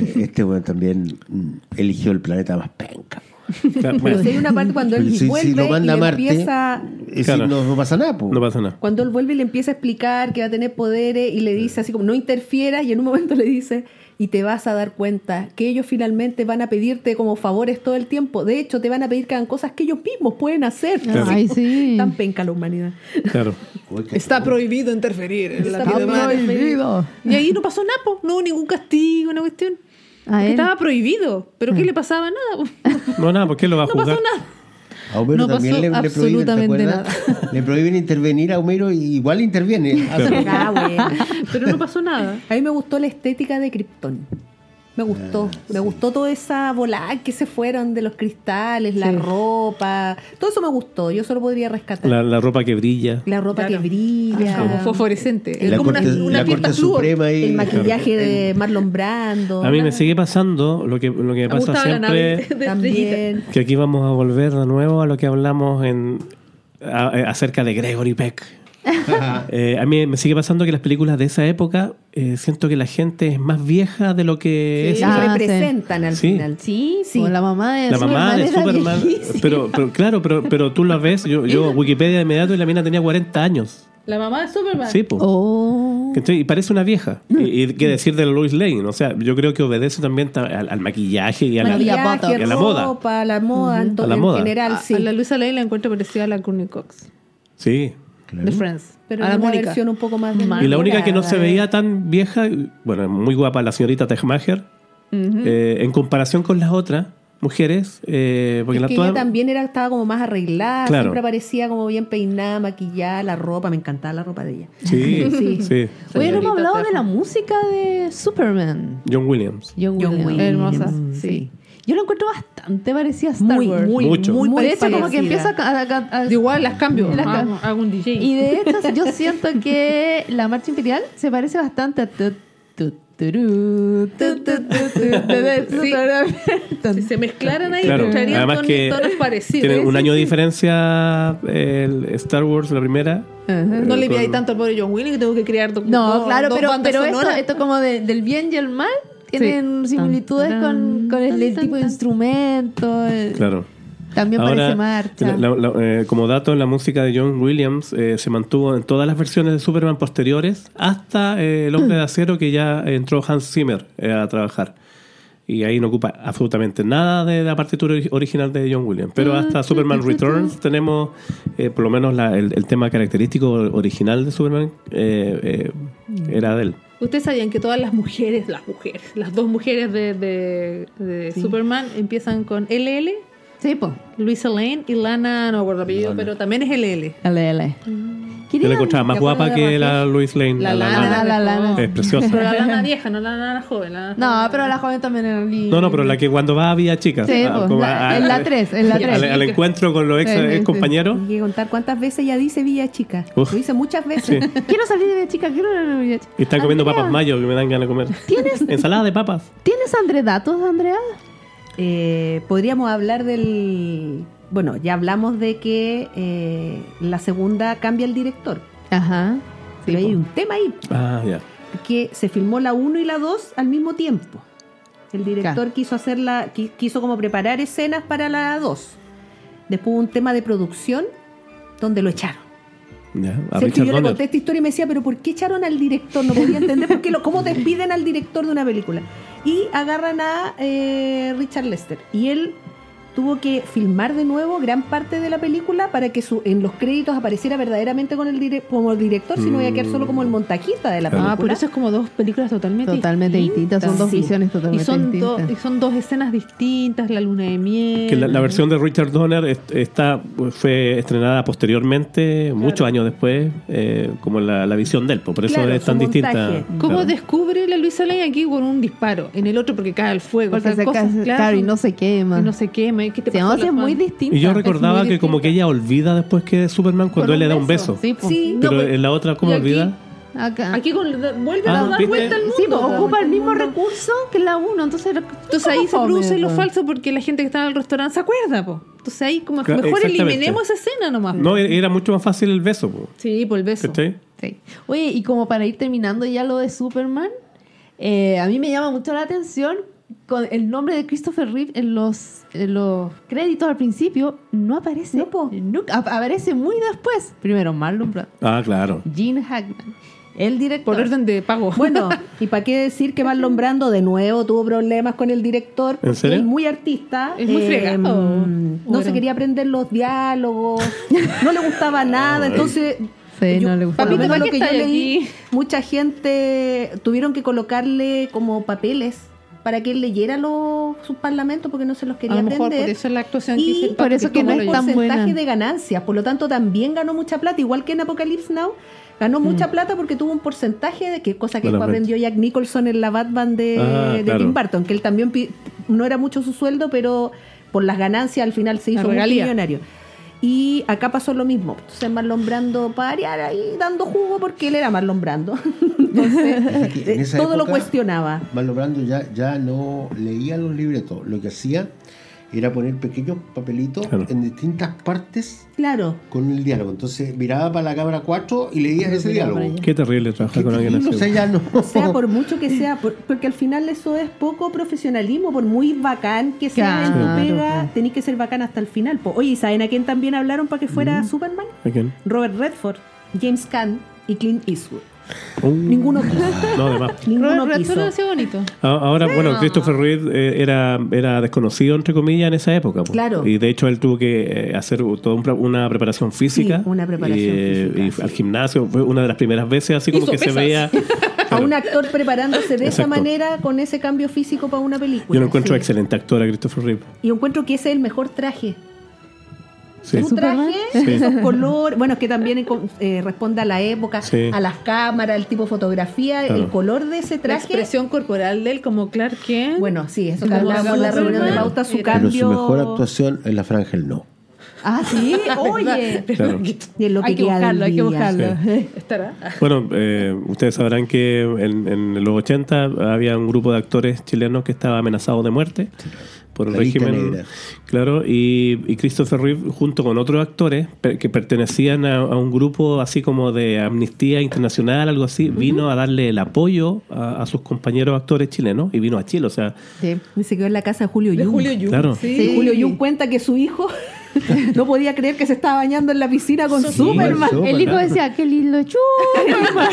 Speaker 2: Eh, Este weón también mm, eligió el planeta más penca.
Speaker 4: O sea,
Speaker 3: Pero
Speaker 4: bueno,
Speaker 3: si hay una parte cuando él
Speaker 2: Si- si,
Speaker 3: vuelve
Speaker 2: lo manda
Speaker 3: y
Speaker 2: a
Speaker 3: le
Speaker 2: Marte,
Speaker 3: empieza...
Speaker 2: es decir,
Speaker 4: Claro.
Speaker 2: no, no pasa nada. po.
Speaker 4: no pasa nada.
Speaker 3: Cuando él vuelve y le empieza a explicar que va a tener poderes y le dice así como no interfieras y en un momento le dice y te vas a dar cuenta que ellos finalmente van a pedirte como favores todo el tiempo. De hecho, te van a pedir que hagan cosas que ellos mismos pueden hacer.
Speaker 4: Claro.
Speaker 9: Ay, sí.
Speaker 3: Tan penca la humanidad.
Speaker 4: Claro.
Speaker 2: Uy, qué-
Speaker 5: Está prohibido interferir en la
Speaker 3: Está
Speaker 5: vida humana.
Speaker 9: prohibido.
Speaker 5: Y ahí no pasó nada, po. no hubo ningún castigo, una cuestión.
Speaker 9: A
Speaker 5: Porque
Speaker 9: él.
Speaker 5: estaba prohibido. ¿Pero qué le pasaba? Nada. po.
Speaker 4: No, nada, ¿por qué lo va a
Speaker 5: No
Speaker 4: jugar?
Speaker 5: pasó nada.
Speaker 2: A Homero
Speaker 9: No
Speaker 2: también
Speaker 9: pasó
Speaker 2: le, le prohíben, ¿te
Speaker 9: absolutamente
Speaker 2: acuerdas? Le prohíben intervenir a Homero y igual interviene. Hace-
Speaker 3: Ah, bueno.
Speaker 5: Pero no pasó nada.
Speaker 3: A mí me gustó la estética de Krypton. Me gustó,
Speaker 4: Ah,
Speaker 3: me gustó toda esa volada que se fueron de los cristales, la ropa, todo eso me gustó. Yo solo podría rescatar
Speaker 4: La,
Speaker 3: la,
Speaker 4: la ropa que brilla.
Speaker 3: ropa
Speaker 5: Claro. Ah,
Speaker 3: que brilla,
Speaker 5: Como fosforescente.
Speaker 2: la
Speaker 5: como una,
Speaker 2: Corte,
Speaker 5: una
Speaker 2: la
Speaker 5: fiesta
Speaker 2: corte
Speaker 5: flúor.
Speaker 2: Suprema ahí.
Speaker 3: el maquillaje de Marlon Brando.
Speaker 4: A mí me sigue pasando lo que, lo que me
Speaker 5: Me
Speaker 4: pasa
Speaker 5: gustaba la nave
Speaker 4: siempre.
Speaker 5: de- de estrellita.
Speaker 3: también.
Speaker 4: Que aquí vamos a volver de nuevo a lo que hablamos en, a- a- acerca de Gregory Peck. Eh, a mí me sigue pasando que las películas de esa época eh, siento que la gente es más vieja de lo que
Speaker 3: Sí,
Speaker 4: es.
Speaker 9: Ah, sí.
Speaker 3: representan al
Speaker 4: Sí.
Speaker 3: final.
Speaker 9: Sí,
Speaker 3: Sí.
Speaker 9: po, la mamá de
Speaker 4: La mamá de
Speaker 9: era
Speaker 4: Superman.
Speaker 9: viejísima.
Speaker 4: Pero, pero claro, pero, pero tú la ves. Yo, yo Wikipedia de inmediato y la mina tenía 40 años.
Speaker 5: La mamá de Superman.
Speaker 4: Sí, po.
Speaker 1: Oh.
Speaker 4: ¿Cachai? Y parece una vieja. Y, y qué decir de la Lois Lane. O sea, yo creo que obedece también ta- al, al maquillaje y a la,
Speaker 1: Maquillaje,
Speaker 4: y a la moda.
Speaker 3: ropa, a la moda, en, to-
Speaker 4: A la
Speaker 3: en
Speaker 4: moda.
Speaker 3: general,
Speaker 5: A,
Speaker 3: Ah, sí.
Speaker 5: a la Luisa Lane la encuentro parecida a la Courtney Cox
Speaker 4: Sí.
Speaker 2: Claro.
Speaker 5: de Friends.
Speaker 3: Pero
Speaker 5: a
Speaker 3: en
Speaker 5: la
Speaker 3: una
Speaker 5: Mónica.
Speaker 3: versión un poco más
Speaker 4: Y
Speaker 5: Y
Speaker 4: la
Speaker 3: madura,
Speaker 4: única que no se
Speaker 3: ¿eh?
Speaker 4: veía tan vieja, bueno, muy guapa la señorita Tejmager, eh, en comparación con las otras mujeres, eh, porque
Speaker 3: Es
Speaker 4: la
Speaker 3: que
Speaker 4: toda-
Speaker 3: ella también era, estaba como más arreglada,
Speaker 4: Claro.
Speaker 3: siempre parecía como bien peinada, maquillada, la ropa, me encantaba la ropa de ella.
Speaker 4: Sí, sí,
Speaker 3: Sí.
Speaker 1: Oye, no hemos
Speaker 5: Señorita
Speaker 1: hablado de
Speaker 5: Teflon.
Speaker 1: la música de Superman.
Speaker 4: John Williams.
Speaker 1: John,
Speaker 3: John
Speaker 1: Williams.
Speaker 3: Williams.
Speaker 5: Hermosa.
Speaker 1: Sí. Yo lo encuentro bastante parecida a Star
Speaker 3: Muy,
Speaker 1: Wars.
Speaker 3: muy,
Speaker 4: Mucho.
Speaker 3: muy
Speaker 1: de hecho, como que
Speaker 3: parecida.
Speaker 1: empieza a, ca- a ca- a-
Speaker 5: Igual las cambio.
Speaker 1: Las
Speaker 5: hago-
Speaker 1: cambio.
Speaker 5: hago un DJ.
Speaker 1: Y de hecho, yo siento que la marcha imperial se parece bastante a. tu- tu- turú, tu- tu- tu- tu- de-
Speaker 5: Sí.
Speaker 1: de-
Speaker 5: si se mezclaran ahí,
Speaker 4: Claro,
Speaker 5: encontrarían
Speaker 4: además
Speaker 5: ton-
Speaker 4: que
Speaker 5: tonos parecidos.
Speaker 4: tiene un
Speaker 5: Sí,
Speaker 4: año de
Speaker 5: sí.
Speaker 4: diferencia el Star Wars, la primera.
Speaker 5: No le pidáis
Speaker 4: con-
Speaker 5: tanto al pobre John Williams que tengo que crear dos
Speaker 1: No,
Speaker 5: dos-
Speaker 1: claro,
Speaker 5: dos
Speaker 1: pero,
Speaker 5: bandas
Speaker 1: pero esto,
Speaker 5: sonoras.
Speaker 1: esto como de- del bien y el mal tienen similitudes con, con el, el tipo de instrumento. el-
Speaker 4: Claro.
Speaker 1: También
Speaker 4: Ahora,
Speaker 1: parece marcha.
Speaker 4: la- la- eh, como dato, la música de John Williams eh, se mantuvo en todas las versiones de Superman posteriores hasta eh, El Hombre de Acero, que ya entró Hans Zimmer eh, a trabajar. Y ahí no ocupa absolutamente nada de la partitura ori- original de John Williams. Pero hasta Superman Returns tenemos eh, por lo menos la- el, el tema característico original de Superman eh, eh, era de él.
Speaker 5: Ustedes sabían que todas las mujeres, las mujeres, las dos mujeres de, de- de Superman empiezan con LL,
Speaker 1: Sí, pues.
Speaker 5: Luisa Lane y Lana, no recuerdo el apellido, pero también es LL.
Speaker 1: LL.
Speaker 4: Yo
Speaker 1: Querían-
Speaker 4: la encontraba más
Speaker 5: ¿te acuerdas
Speaker 4: guapa
Speaker 5: de
Speaker 4: que la Louis Lane.
Speaker 5: La
Speaker 4: a la
Speaker 5: Lana,
Speaker 4: Lana.
Speaker 1: la lana.
Speaker 4: Es preciosa.
Speaker 5: Pero la Lana vieja, no la Lana joven. la Lana
Speaker 1: No,
Speaker 5: joven.
Speaker 1: pero la joven también era linda.
Speaker 4: No, no, pero la que cuando va había chicas.
Speaker 1: Sí,
Speaker 4: Ah,
Speaker 1: pues,
Speaker 4: como
Speaker 1: la-
Speaker 4: a-
Speaker 1: en la
Speaker 4: a-
Speaker 1: 3, en la 3.
Speaker 4: Al, al encuentro con los ex,
Speaker 1: Sí, sí, sí.
Speaker 4: ex compañeros.
Speaker 3: Hay que contar cuántas veces ella dice Villa Chica.
Speaker 4: Uf.
Speaker 3: Lo dice muchas
Speaker 4: Sí.
Speaker 3: veces.
Speaker 1: Quiero salir de chica, quiero salir de chica.
Speaker 4: Y están comiendo
Speaker 1: Andrea,
Speaker 4: papas mayo que me dan ganas de comer.
Speaker 1: ¿Tienes-
Speaker 4: Ensalada de papas.
Speaker 1: ¿Tienes André datos, Andrea?
Speaker 3: Eh, podríamos hablar del. Bueno, ya hablamos de que eh, la segunda cambia el director.
Speaker 1: Ajá.
Speaker 3: Pero hay un tema ahí,
Speaker 4: Ah, ya.
Speaker 3: que se filmó la 1 y la 2 al mismo tiempo. El director quiso hacerla, qui- quiso como preparar escenas para la 2. Después hubo un tema de producción donde lo echaron.
Speaker 4: ya. A
Speaker 3: Sergio, yo
Speaker 4: Richard
Speaker 3: le conté
Speaker 4: Donner.
Speaker 3: esta historia y me decía, pero ¿por qué echaron al director? No podía entender por qué lo, cómo despiden al director de una película. Y agarran a eh, Richard Lester. Y él tuvo que filmar de nuevo gran parte de la película para que su, en los créditos apareciera verdaderamente con el dire- como el director, si no iba a quedar solo como el montajista de la
Speaker 4: Mm. Claro.
Speaker 3: película.
Speaker 5: Ah, por eso es como dos películas totalmente
Speaker 1: Totalmente distintas, son dos
Speaker 3: Sí.
Speaker 1: visiones
Speaker 5: Y
Speaker 1: totalmente
Speaker 5: son, dos
Speaker 1: distintas.
Speaker 5: y son dos escenas distintas, la luna de miel.
Speaker 4: Que la, la versión de Richard Donner est- está, pues, fue estrenada posteriormente, muchos años después, eh, como la, la visión del po. Por eso
Speaker 3: Claro,
Speaker 4: es tan
Speaker 3: su
Speaker 4: distinta.
Speaker 3: montaje.
Speaker 5: ¿Cómo
Speaker 4: Claro.
Speaker 5: descubre la Luisa Lane aquí con un disparo? En el otro porque cae al fuego.
Speaker 1: Porque
Speaker 5: o sea,
Speaker 1: se
Speaker 5: cosas,
Speaker 1: casa-
Speaker 5: claro,
Speaker 1: claro, y
Speaker 5: son-
Speaker 1: no se quema.
Speaker 5: y no se quema. ¿y ¿Qué te
Speaker 1: Sí,
Speaker 5: pasó,
Speaker 1: no, sí, es
Speaker 5: Lafán?
Speaker 1: muy distinta.
Speaker 4: Y yo recordaba
Speaker 5: muy
Speaker 4: que como que ella olvida después que Superman cuando él le da un beso.
Speaker 1: Sí, po.
Speaker 5: Sí,
Speaker 4: Pero
Speaker 5: no, pues,
Speaker 4: en la otra, ¿cómo
Speaker 5: y aquí-
Speaker 4: olvida?
Speaker 1: Acá.
Speaker 5: Aquí con, vuelve
Speaker 4: Ah,
Speaker 5: a dar
Speaker 4: ¿viste?
Speaker 5: vuelta al mundo.
Speaker 1: Sí, po, ocupa el mismo
Speaker 5: mundo.
Speaker 1: recurso que la 1, entonces...
Speaker 5: Entonces ahí se
Speaker 1: ¿cómo
Speaker 5: produce
Speaker 1: fome,
Speaker 5: lo
Speaker 1: po?
Speaker 5: falso porque la gente que estaba en el restaurante se acuerda, po. Entonces ahí como
Speaker 4: Claro,
Speaker 5: mejor
Speaker 4: exactamente.
Speaker 5: eliminemos esa escena nomás. po.
Speaker 4: No, e- era mucho más fácil el beso. po.
Speaker 5: Sí, por el Ah. beso.
Speaker 4: ¿Cachai?
Speaker 1: Sí. Oye, y como para ir terminando ya lo de Superman, eh, a mí me llama mucho la atención con el nombre de Christopher Reeve en los, en los créditos al principio no aparece.
Speaker 3: No, po.
Speaker 1: Nunca- ap- aparece muy después. Primero Marlon Brando,
Speaker 4: Ah, claro.
Speaker 1: Gene Hackman, el director.
Speaker 5: Por orden de pago.
Speaker 3: Bueno, y para qué decir que Marlon Brando de nuevo tuvo problemas con el director.
Speaker 4: ¿En serio?
Speaker 3: Él muy artista.
Speaker 5: Es muy fregado.
Speaker 3: mm, No
Speaker 5: Bueno.
Speaker 3: se quería aprender los diálogos. No le gustaba nada. Entonces.
Speaker 1: Sí,
Speaker 3: yo-
Speaker 1: no le gusta.
Speaker 3: por lo
Speaker 5: Papito,
Speaker 3: menos
Speaker 5: ¿para
Speaker 3: lo
Speaker 5: qué
Speaker 3: que yo
Speaker 5: estáis
Speaker 3: leí,
Speaker 5: aquí?
Speaker 3: mucha gente tuvieron que colocarle como papeles para que él leyera los, sus parlamentos porque no se los
Speaker 5: a
Speaker 3: quería
Speaker 5: lo mejor por
Speaker 3: aprender
Speaker 5: eso la actuación que hice
Speaker 3: y
Speaker 5: el
Speaker 1: por eso
Speaker 5: papito,
Speaker 1: que no
Speaker 5: como
Speaker 1: es
Speaker 5: lo
Speaker 1: tan
Speaker 5: hice.
Speaker 1: buena.
Speaker 3: porcentaje de ganancias. Por lo tanto, también ganó mucha plata, igual que en Apocalypse Now. Ganó mucha plata porque tuvo un porcentaje de que cosa que
Speaker 4: Bueno,
Speaker 3: después aprendió Jack Nicholson en la Batman de,
Speaker 4: Ah,
Speaker 3: de
Speaker 4: claro.
Speaker 3: Tim Burton, que él también pi- no era mucho su sueldo, pero por las ganancias al final se
Speaker 5: La
Speaker 3: hizo
Speaker 5: regalía.
Speaker 3: millonario. Y acá pasó lo mismo. Entonces Marlon Brando para variar ahí dando jugo porque él era Marlon Brando.
Speaker 2: Es que en
Speaker 3: Entonces,
Speaker 2: esa
Speaker 3: todo lo
Speaker 2: época-
Speaker 3: cuestionaba.
Speaker 2: Marlon Brando ya, ya no leía los libretos. Lo que hacía era poner pequeños papelitos
Speaker 4: Claro.
Speaker 2: en distintas partes
Speaker 3: Claro.
Speaker 2: con el diálogo. Entonces miraba para la cámara 4 y leía ese diálogo.
Speaker 4: Qué terrible
Speaker 2: Qué
Speaker 4: trabajar Ah, con alguien
Speaker 2: terrible,
Speaker 4: así.
Speaker 2: o sea, ya no.
Speaker 3: O sea, por mucho que sea, por- porque al final eso es poco profesionalismo, por muy bacán que sea en
Speaker 1: Claro,
Speaker 3: tu pega,
Speaker 1: claro.
Speaker 3: tenéis
Speaker 4: Mm.
Speaker 3: que ser bacán hasta el final. po. Oye, ¿y saben a quién también hablaron para que fuera Superman?
Speaker 4: ¿A quién?
Speaker 3: Robert Redford. James Caan y Clint Eastwood.
Speaker 4: Uh,
Speaker 3: Ninguno quiso.
Speaker 4: No, además.
Speaker 3: Ninguno
Speaker 5: Robert
Speaker 3: quiso.
Speaker 5: Redford hacía bonito.
Speaker 4: A- Ahora, bueno, Christopher Reed eh, era, era desconocido, entre comillas, en esa época. po.
Speaker 3: Claro.
Speaker 4: Y de hecho él tuvo que eh, hacer toda un pre- una preparación física.
Speaker 3: una preparación
Speaker 4: y, eh,
Speaker 3: física,
Speaker 4: y
Speaker 3: sí.
Speaker 4: al gimnasio, fue una de las primeras veces, así como
Speaker 5: Hizo
Speaker 4: que se
Speaker 5: pesas.
Speaker 4: veía...
Speaker 3: A un actor preparándose de esa
Speaker 4: Exacto.
Speaker 3: manera con ese cambio físico para una película.
Speaker 4: Yo lo encuentro
Speaker 3: Sí.
Speaker 4: excelente actor a Christopher Reeve.
Speaker 3: Y encuentro que ese es el mejor traje.
Speaker 4: Sí.
Speaker 3: Su traje,
Speaker 4: Sí.
Speaker 3: esos colores, bueno, es que también eh, responde a la época,
Speaker 4: Sí.
Speaker 3: a las cámaras, el tipo de fotografía, el
Speaker 4: Claro.
Speaker 3: color de ese
Speaker 5: La
Speaker 3: traje.
Speaker 5: expresión corporal de él como Clark Kent.
Speaker 3: Bueno, sí, eso que
Speaker 5: Como
Speaker 3: hablábamos en la
Speaker 5: Superman.
Speaker 3: reunión de pauta, su
Speaker 5: Pero
Speaker 2: Pero
Speaker 3: cambio.
Speaker 2: su mejor actuación en la franja, el no.
Speaker 3: Ah, sí, oye.
Speaker 4: Claro.
Speaker 3: Y es lo que
Speaker 5: hay que
Speaker 3: queda del
Speaker 5: buscarlo, hay que
Speaker 3: día.
Speaker 5: buscarlo. Estará.
Speaker 4: Bueno, eh, ustedes sabrán que en, en los 80 había un grupo de actores chilenos que estaba amenazado de muerte por el
Speaker 2: La lista
Speaker 4: régimen.
Speaker 2: negra.
Speaker 4: Claro, y, y Christopher Reeve, junto con otros actores per- que pertenecían a, a un grupo así como de Amnistía Internacional, algo así, vino a darle el apoyo a, a sus compañeros actores chilenos y vino a Chile. O sea,
Speaker 3: Sí, y se quedó en la casa de Julio
Speaker 5: De
Speaker 3: Yum.
Speaker 5: Julio Yu.
Speaker 4: Claro.
Speaker 5: Sí.
Speaker 3: Y Julio Yum cuenta que su hijo no podía creer que se estaba bañando en la piscina con Superman.
Speaker 2: Superman.
Speaker 1: El hijo decía, qué lindo chupa.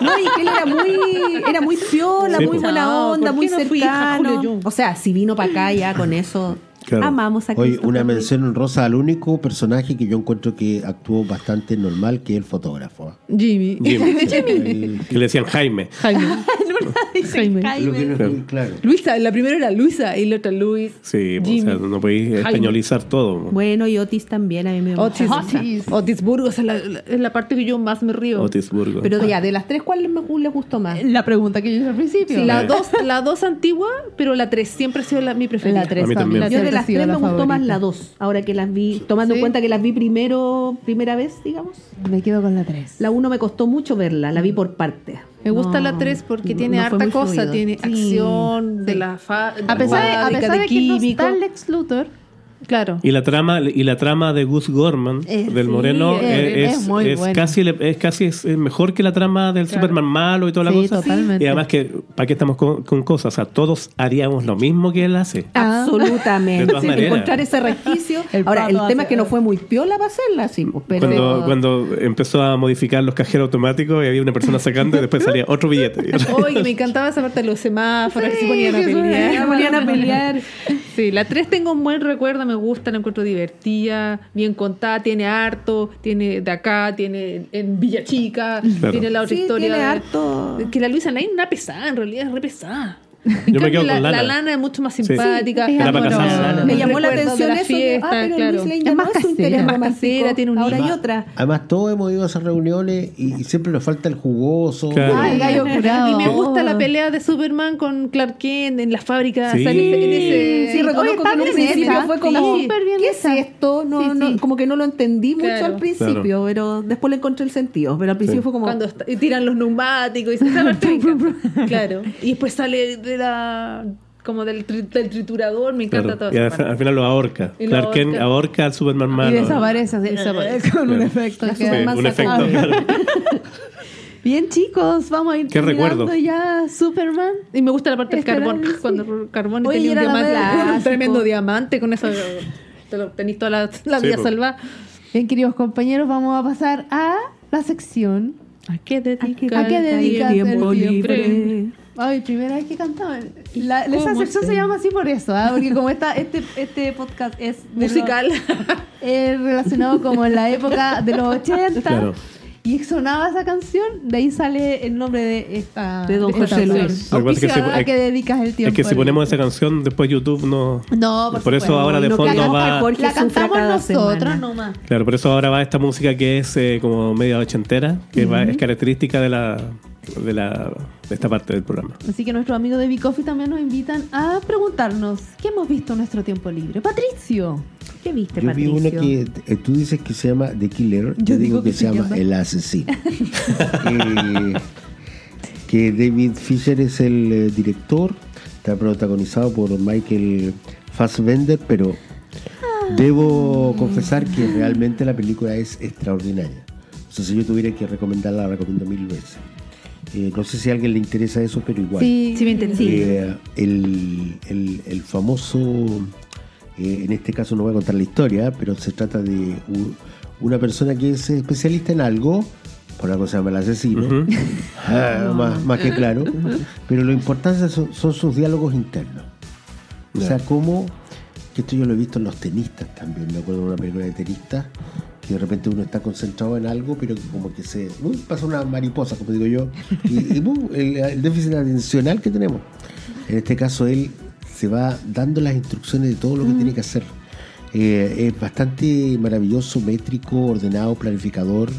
Speaker 3: No, y que él era muy, era muy piola,
Speaker 4: Sí,
Speaker 3: muy
Speaker 4: pues.
Speaker 3: buena
Speaker 5: No,
Speaker 3: onda,
Speaker 5: ¿por
Speaker 3: muy
Speaker 5: qué no fui hija de Julio
Speaker 3: cercano.
Speaker 5: Yum?
Speaker 3: O sea, si vino para acá ya con eso,
Speaker 4: Claro.
Speaker 3: amamos a
Speaker 2: Oye,
Speaker 3: Christopher
Speaker 2: una
Speaker 3: Reeve.
Speaker 2: mención honrosa al único personaje que yo encuentro que actuó bastante normal, que es el fotógrafo.
Speaker 5: Jimmy.
Speaker 4: Jimmy.
Speaker 2: Ahí-
Speaker 4: que le decían Jaime.
Speaker 5: Jaime. En verdad dice Jaime.
Speaker 2: Lo que no estoy claro.
Speaker 5: Luisa, la primera era Luisa y la otra Luis.
Speaker 4: Sí, pues, o
Speaker 5: Jimmy.
Speaker 4: sea, no podéis
Speaker 5: Jaime.
Speaker 4: españolizar todo.
Speaker 3: Bueno, y Otis también, a mí me
Speaker 5: Otis,
Speaker 3: gusta.
Speaker 5: Otis. Otis Burgos es la, la- es la parte que yo más me río.
Speaker 4: Otisburgo.
Speaker 3: Pero ya, de las tres, ¿cuál me- le gustó más?
Speaker 1: La pregunta que yo hice al principio.
Speaker 5: Sí, la
Speaker 4: Eh.
Speaker 5: dos, la dos antigua, pero la tres siempre ha sido la, mi preferida.
Speaker 1: La 3
Speaker 4: A mí también.
Speaker 3: Yo de las tres me gustó más la dos, ahora que las vi, tomando
Speaker 1: Sí.
Speaker 3: en cuenta que las vi primero, primera vez, digamos.
Speaker 1: Me quedo con la 3.
Speaker 3: La uno me costó mucho verla, la vi por parte.
Speaker 5: Me gusta
Speaker 3: No,
Speaker 5: la 3 porque
Speaker 3: no-
Speaker 5: tiene
Speaker 3: no fue
Speaker 5: harta
Speaker 3: muy
Speaker 5: cosa,
Speaker 3: fluido.
Speaker 5: tiene
Speaker 3: Sí,
Speaker 5: acción de
Speaker 3: sí.
Speaker 5: la fa, de
Speaker 1: A pesar de, a
Speaker 5: fábrica,
Speaker 1: pesar de que no
Speaker 5: químico.
Speaker 1: está Lex Luthor,
Speaker 5: Claro.
Speaker 4: Y la trama y la trama de Gus Gorman
Speaker 1: Eh,
Speaker 4: del
Speaker 1: sí,
Speaker 4: Moreno
Speaker 1: eh,
Speaker 4: es,
Speaker 1: es muy
Speaker 4: es
Speaker 1: buena.
Speaker 4: casi le- es casi es eh, mejor que la trama del
Speaker 5: Claro.
Speaker 4: Superman malo y toda
Speaker 1: Sí,
Speaker 4: la cosa.
Speaker 1: totalmente.
Speaker 4: Y además que para qué estamos con, con cosas, o sea, todos haríamos lo mismo que él hace.
Speaker 1: Ah.
Speaker 3: Absolutamente.
Speaker 4: De todas maneras.
Speaker 3: Encontrar ese resquicio.
Speaker 1: El
Speaker 3: Ahora,
Speaker 1: pato
Speaker 3: el
Speaker 1: hace-
Speaker 3: tema es que no fue muy piola para hacerla, sí, pues, pero.
Speaker 4: Cuando, cuando empezó a modificar los cajeros automáticos y había una persona sacando y después salía otro billete.
Speaker 5: Oye, que me encantaba esa parte de los semáforos que se ponían a
Speaker 1: que se
Speaker 5: pelear.
Speaker 3: Se ponían a pelear.
Speaker 5: Sí, la 3 tengo un buen recuerdo, me gusta, la encuentro divertida, bien contada, tiene harto, tiene de acá, tiene en Villa Chica,
Speaker 4: Claro.
Speaker 5: tiene la otra
Speaker 3: Sí,
Speaker 5: historia.
Speaker 3: tiene
Speaker 5: de-
Speaker 3: harto.
Speaker 5: Que la Luisa Lane es una pesada, en realidad es re pesada. En
Speaker 4: Yo me
Speaker 5: cambio,
Speaker 4: quedo
Speaker 5: la,
Speaker 4: con Lana.
Speaker 5: la es mucho más
Speaker 4: Sí.
Speaker 5: simpática.
Speaker 1: Sí, es
Speaker 4: Era para
Speaker 5: amorosa.
Speaker 4: casarse, Lana.
Speaker 3: Me llamó la
Speaker 5: Recuerdo de
Speaker 3: atención
Speaker 5: la
Speaker 3: eso.
Speaker 5: fiesta,
Speaker 3: ah, pero
Speaker 5: claro.
Speaker 3: Luis Lane
Speaker 1: Es
Speaker 3: ya
Speaker 1: más
Speaker 3: no es un
Speaker 1: casera,
Speaker 3: interés
Speaker 1: es más
Speaker 3: romántico.
Speaker 5: casera, tiene un
Speaker 3: Ahora
Speaker 5: hijo.
Speaker 3: hay otra.
Speaker 2: Además, todos hemos ido a esas reuniones y, y siempre nos falta el jugoso.
Speaker 4: Claro.
Speaker 1: Ah, el gallo curado.
Speaker 5: Y me gusta
Speaker 1: Oh.
Speaker 5: la pelea de Superman con Clark Kent en la fábrica.
Speaker 4: Sí.
Speaker 5: o sea, en ese- en ese-
Speaker 3: Sí, reconozco
Speaker 1: está
Speaker 3: que en un
Speaker 1: bien
Speaker 3: principio
Speaker 1: hecha.
Speaker 3: fue como,
Speaker 1: Está súper bien
Speaker 3: ¿qué es
Speaker 1: hecha.
Speaker 3: esto? No,
Speaker 5: Sí,
Speaker 3: no,
Speaker 5: sí.
Speaker 3: como que no lo entendí mucho
Speaker 5: Claro.
Speaker 3: al principio, pero después le encontré el sentido. Pero al principio fue como,
Speaker 5: cuando está- y tiran los neumáticos y se esa parte me encanta. claro y después sale de la como del, tri- del triturador me encanta
Speaker 4: Claro.
Speaker 5: todo
Speaker 4: Y al, al final lo ahorca.
Speaker 5: Y lo
Speaker 4: Clark Kent
Speaker 5: ahorca.
Speaker 4: ahorca al Superman malo.
Speaker 1: y desaparece, así,
Speaker 5: Desaparece.
Speaker 1: con un
Speaker 4: Claro.
Speaker 1: efecto.
Speaker 3: La
Speaker 1: que-
Speaker 4: Sí,
Speaker 3: Superman
Speaker 4: un
Speaker 3: sacado.
Speaker 4: efecto, claro.
Speaker 1: Bien, chicos, vamos a ir
Speaker 4: Qué
Speaker 1: terminando
Speaker 4: recuerdo.
Speaker 1: ya Superman.
Speaker 5: y me gusta la parte del
Speaker 1: Espera,
Speaker 5: carbón
Speaker 1: sí.
Speaker 5: cuando el carbón y
Speaker 1: Oye,
Speaker 5: tenía un
Speaker 1: era la
Speaker 5: diamante
Speaker 1: verdad.
Speaker 5: un tremendo diamante con eso te lo tenés toda la, la
Speaker 4: Sí,
Speaker 5: vida
Speaker 4: po.
Speaker 5: salvada
Speaker 1: Bien, queridos compañeros, vamos a pasar a la sección.
Speaker 5: ¿a qué dedicas
Speaker 1: ¿A qué dedicas el tiempo
Speaker 5: libre?
Speaker 1: Ay, primera vez que cantaban. La, esa
Speaker 5: ¿Cómo
Speaker 1: sección
Speaker 5: se-
Speaker 3: este?
Speaker 1: se llama así por eso, ¿ah? porque como esta, este, este podcast es de los-
Speaker 5: musical
Speaker 1: eh, relacionado como en la época de los 80
Speaker 4: Claro.
Speaker 1: y sonaba esa canción, de ahí sale el nombre de esta
Speaker 3: De Don
Speaker 1: esta
Speaker 3: José
Speaker 1: canción.
Speaker 3: Luis.
Speaker 4: Lo que pasa es que
Speaker 1: Auspiciada,
Speaker 4: si-
Speaker 1: ¿a qué dedicas el tiempo?
Speaker 4: Es que si
Speaker 1: libre?
Speaker 4: ponemos esa canción, después YouTube no.
Speaker 1: No, por,
Speaker 4: eso
Speaker 1: supuesto.
Speaker 4: ahora de
Speaker 3: No, que
Speaker 4: fondo
Speaker 3: acá
Speaker 4: va.
Speaker 3: Jorge
Speaker 1: la
Speaker 3: sufra
Speaker 1: cantamos
Speaker 3: cada semana.
Speaker 1: nosotros nomás.
Speaker 4: Claro, por eso ahora va esta música que es eh, como media ochentera, que va- es característica de la, de la de esta parte del programa.
Speaker 1: Así que nuestros amigos de Bicoffee también nos invitan a preguntarnos qué hemos visto en nuestro tiempo libre. Patricio,
Speaker 3: ¿qué
Speaker 2: Yo
Speaker 3: viste,
Speaker 2: vi
Speaker 3: Patricio?
Speaker 2: una que eh, tú dices que se llama The Killer, yo, digo, que, se, llama El Asesino. Eh, que David Fisher es el eh, director, está protagonizado por Michael Fassbender, pero Ah. debo confesar que realmente la película es extraordinaria. O sea, si yo tuviera que recomendarla, la recomiendo mil veces. Eh, no sé si a alguien le interesa eso, pero igual.
Speaker 3: Sí, me entendí.
Speaker 2: Eh, el, el- el famoso, eh, en este caso no voy a contar la historia, pero se trata de un, una persona que es especialista en algo, por algo se llama el asesino,
Speaker 4: Ujú.
Speaker 2: Ah, más, más que claro, pero lo importante son, son sus diálogos internos. O sea, cómo, que esto yo lo he visto en los tenistas también, me acuerdo de una película de tenistas, que de repente uno está concentrado en algo, pero como que se uy, pasa una mariposa, como digo yo, y, y, uh, el, el déficit atencional que tenemos. En este caso, él se va dando las instrucciones de todo lo que tiene que hacer. Eh, es bastante maravilloso, métrico, ordenado, planificador,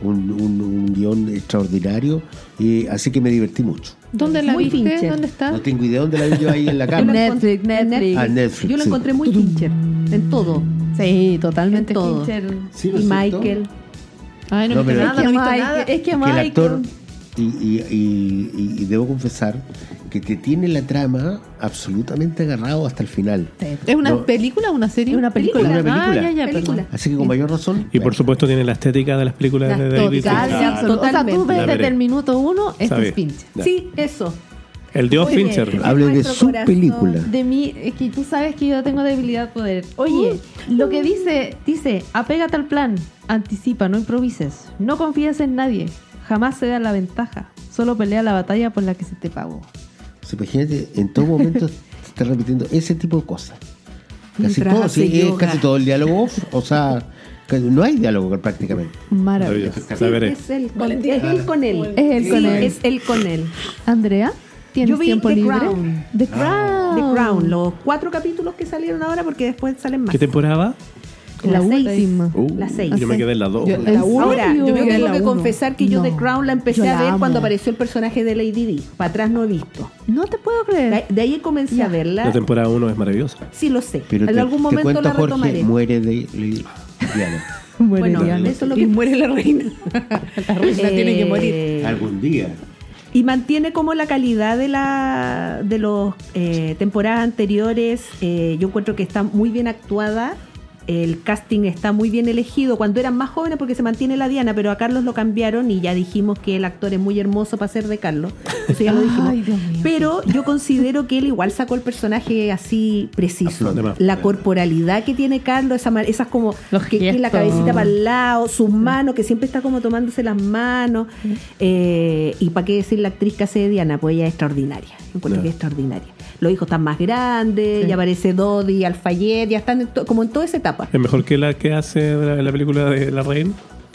Speaker 2: un, un- un guión extraordinario, eh, así que me divertí mucho.
Speaker 5: ¿Dónde la
Speaker 3: Muy
Speaker 5: viste?
Speaker 3: pinche.
Speaker 5: ¿Dónde está?
Speaker 2: No tengo idea dónde la vi yo ahí en la cama.
Speaker 1: Netflix, Netflix.
Speaker 2: Ah, Netflix,
Speaker 3: Yo lo
Speaker 2: sí.
Speaker 3: encontré muy pincher. En todo.
Speaker 1: Sí,
Speaker 3: En
Speaker 1: totalmente todo.
Speaker 3: Fincher
Speaker 2: Sí, ¿no
Speaker 3: y
Speaker 2: es cierto?
Speaker 3: Michael.
Speaker 5: Ay, no,
Speaker 2: No,
Speaker 5: viste
Speaker 2: pero-
Speaker 5: nada, no
Speaker 1: Es que
Speaker 5: viste
Speaker 1: Mike-
Speaker 5: nada.
Speaker 1: es que
Speaker 2: que el
Speaker 1: Michael-
Speaker 2: actor, y, y- y- y- y debo confesar, que te tiene la trama absolutamente agarrado hasta el final.
Speaker 1: Sí.
Speaker 5: ¿Es una
Speaker 2: No.
Speaker 5: película o una serie?
Speaker 1: Una película.
Speaker 2: Es una película.
Speaker 5: Ah, ya, ya,
Speaker 3: Película.
Speaker 5: perdón.
Speaker 2: Así que con mayor razón.
Speaker 4: Y por supuesto tiene la estética de las películas de
Speaker 1: Total,
Speaker 4: David
Speaker 1: total,
Speaker 4: Fincher.
Speaker 1: absoluto. O sea, tú
Speaker 3: Totalmente.
Speaker 1: ves
Speaker 4: La
Speaker 1: desde
Speaker 4: veré.
Speaker 1: el minuto uno, este
Speaker 4: Sabe.
Speaker 1: es pinche.
Speaker 4: Ya.
Speaker 3: Sí, eso.
Speaker 4: El dios
Speaker 3: Oye,
Speaker 4: Fincher.
Speaker 3: en
Speaker 2: Hable de
Speaker 3: nuestro
Speaker 2: su
Speaker 3: corazón
Speaker 2: película.
Speaker 1: De mí, es que tú sabes que yo tengo debilidad poder. Oye, lo que dice, dice, apégate al plan, anticipa, no improvises, no confíes en nadie, jamás se da la ventaja, solo pelea la batalla por la que se te pagó.
Speaker 2: Se imagínate, en todo momento se está repitiendo ese tipo de cosas. Casi
Speaker 3: Mientras
Speaker 2: todo, sí,
Speaker 3: hace
Speaker 2: es
Speaker 3: yoga.
Speaker 2: casi todo el diálogo off, O sea, que no hay diálogo prácticamente.
Speaker 1: Maravilloso.
Speaker 4: La
Speaker 3: Sí,
Speaker 4: veré.
Speaker 3: es él con, es él con él.
Speaker 1: Es él con
Speaker 3: Sí,
Speaker 1: él.
Speaker 3: Es él con él.
Speaker 1: Andrea, ¿tienes
Speaker 3: Yo vi
Speaker 1: tiempo
Speaker 3: The
Speaker 1: libre?
Speaker 3: Crown.
Speaker 1: The Crown.
Speaker 4: Ah.
Speaker 3: The Crown, los cuatro capítulos que salieron ahora porque después salen más.
Speaker 4: ¿Qué temporada va?
Speaker 1: La
Speaker 3: Las seis.
Speaker 1: última.
Speaker 4: Uh,
Speaker 3: Las seis.
Speaker 4: Yo me quedé en la dos.
Speaker 5: Yo-
Speaker 1: ¿En
Speaker 5: la uno,
Speaker 3: Ahora,
Speaker 1: serio?
Speaker 3: yo
Speaker 5: me quedé en
Speaker 3: tengo
Speaker 5: la
Speaker 3: que
Speaker 5: uno.
Speaker 3: confesar que yo
Speaker 1: No.
Speaker 3: The Crown la empecé
Speaker 1: Yo
Speaker 3: a
Speaker 1: la
Speaker 3: ver
Speaker 1: amo.
Speaker 3: cuando apareció el personaje de Lady Di. Para atrás no he visto.
Speaker 1: No te puedo
Speaker 3: De
Speaker 1: creer.
Speaker 3: de ahí comencé a verla.
Speaker 4: La temporada 1 es maravillosa.
Speaker 3: Sí, lo sé.
Speaker 2: Pero
Speaker 3: en
Speaker 2: te,
Speaker 3: algún
Speaker 2: te
Speaker 3: momento
Speaker 2: cuento,
Speaker 3: la
Speaker 2: Jorge,
Speaker 3: retomaré.
Speaker 2: muere de de- Diana.
Speaker 3: bueno,
Speaker 1: Diana.
Speaker 3: eso es lo
Speaker 5: Y
Speaker 3: que
Speaker 5: muere la reina. la reina
Speaker 3: Eh,
Speaker 5: tiene que morir.
Speaker 2: Algún día.
Speaker 3: Y mantiene como la calidad de la de los eh, temporadas anteriores. Eh, yo encuentro que está muy bien actuada. El casting está muy bien elegido. Cuando eran más jóvenes, porque se mantiene la Diana, pero a Carlos lo cambiaron y ya dijimos que el actor es muy hermoso para ser de Carlos. Eso ya lo dijimos.
Speaker 1: Ay, Dios mío.
Speaker 3: Pero yo considero que él igual sacó el personaje así preciso.
Speaker 4: Absolutamente.
Speaker 3: La corporalidad que tiene Carlos, esa ma- esas como
Speaker 1: Los
Speaker 3: que, que
Speaker 1: gestos.
Speaker 3: la cabecita para el lado, sus manos, que siempre está como tomándose las manos. Eh, y para qué decir la actriz que hace de Diana, pues ella es extraordinaria. Encuentro
Speaker 4: Ya.
Speaker 3: que es extraordinaria. Los hijos están más grandes, ya aparece Dodi, Alfayet, ya están en to- como en toda esa etapa.
Speaker 4: Es mejor que la que hace la, la película de La Reina.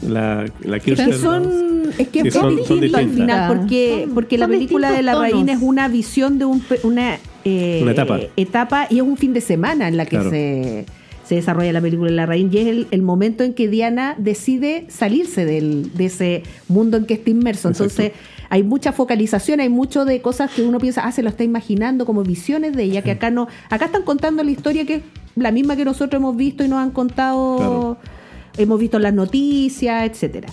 Speaker 4: La, la Kirsten
Speaker 3: Que son,
Speaker 4: Dunst.
Speaker 3: es que
Speaker 4: Sí,
Speaker 3: es
Speaker 4: son-
Speaker 3: distinto
Speaker 4: son
Speaker 3: al
Speaker 4: distintas.
Speaker 3: final, porque,
Speaker 1: Son-
Speaker 3: porque la
Speaker 1: son
Speaker 3: película de la
Speaker 1: distintos
Speaker 3: reina
Speaker 1: tonos.
Speaker 3: es una visión de un, pe- una, eh,
Speaker 4: Una etapa.
Speaker 3: etapa y es un fin de semana en la que
Speaker 4: Claro.
Speaker 3: se, se desarrolla la película de la reina y es el, el momento en que Diana decide salirse del, de ese mundo en que está inmerso. Entonces hay mucha focalización, hay mucho de cosas que uno piensa, ah, se lo está imaginando como visiones de ella, que acá no, acá están contando la historia que es la misma que nosotros hemos visto y nos han contado
Speaker 4: Claro.
Speaker 3: hemos visto las noticias, etcétera.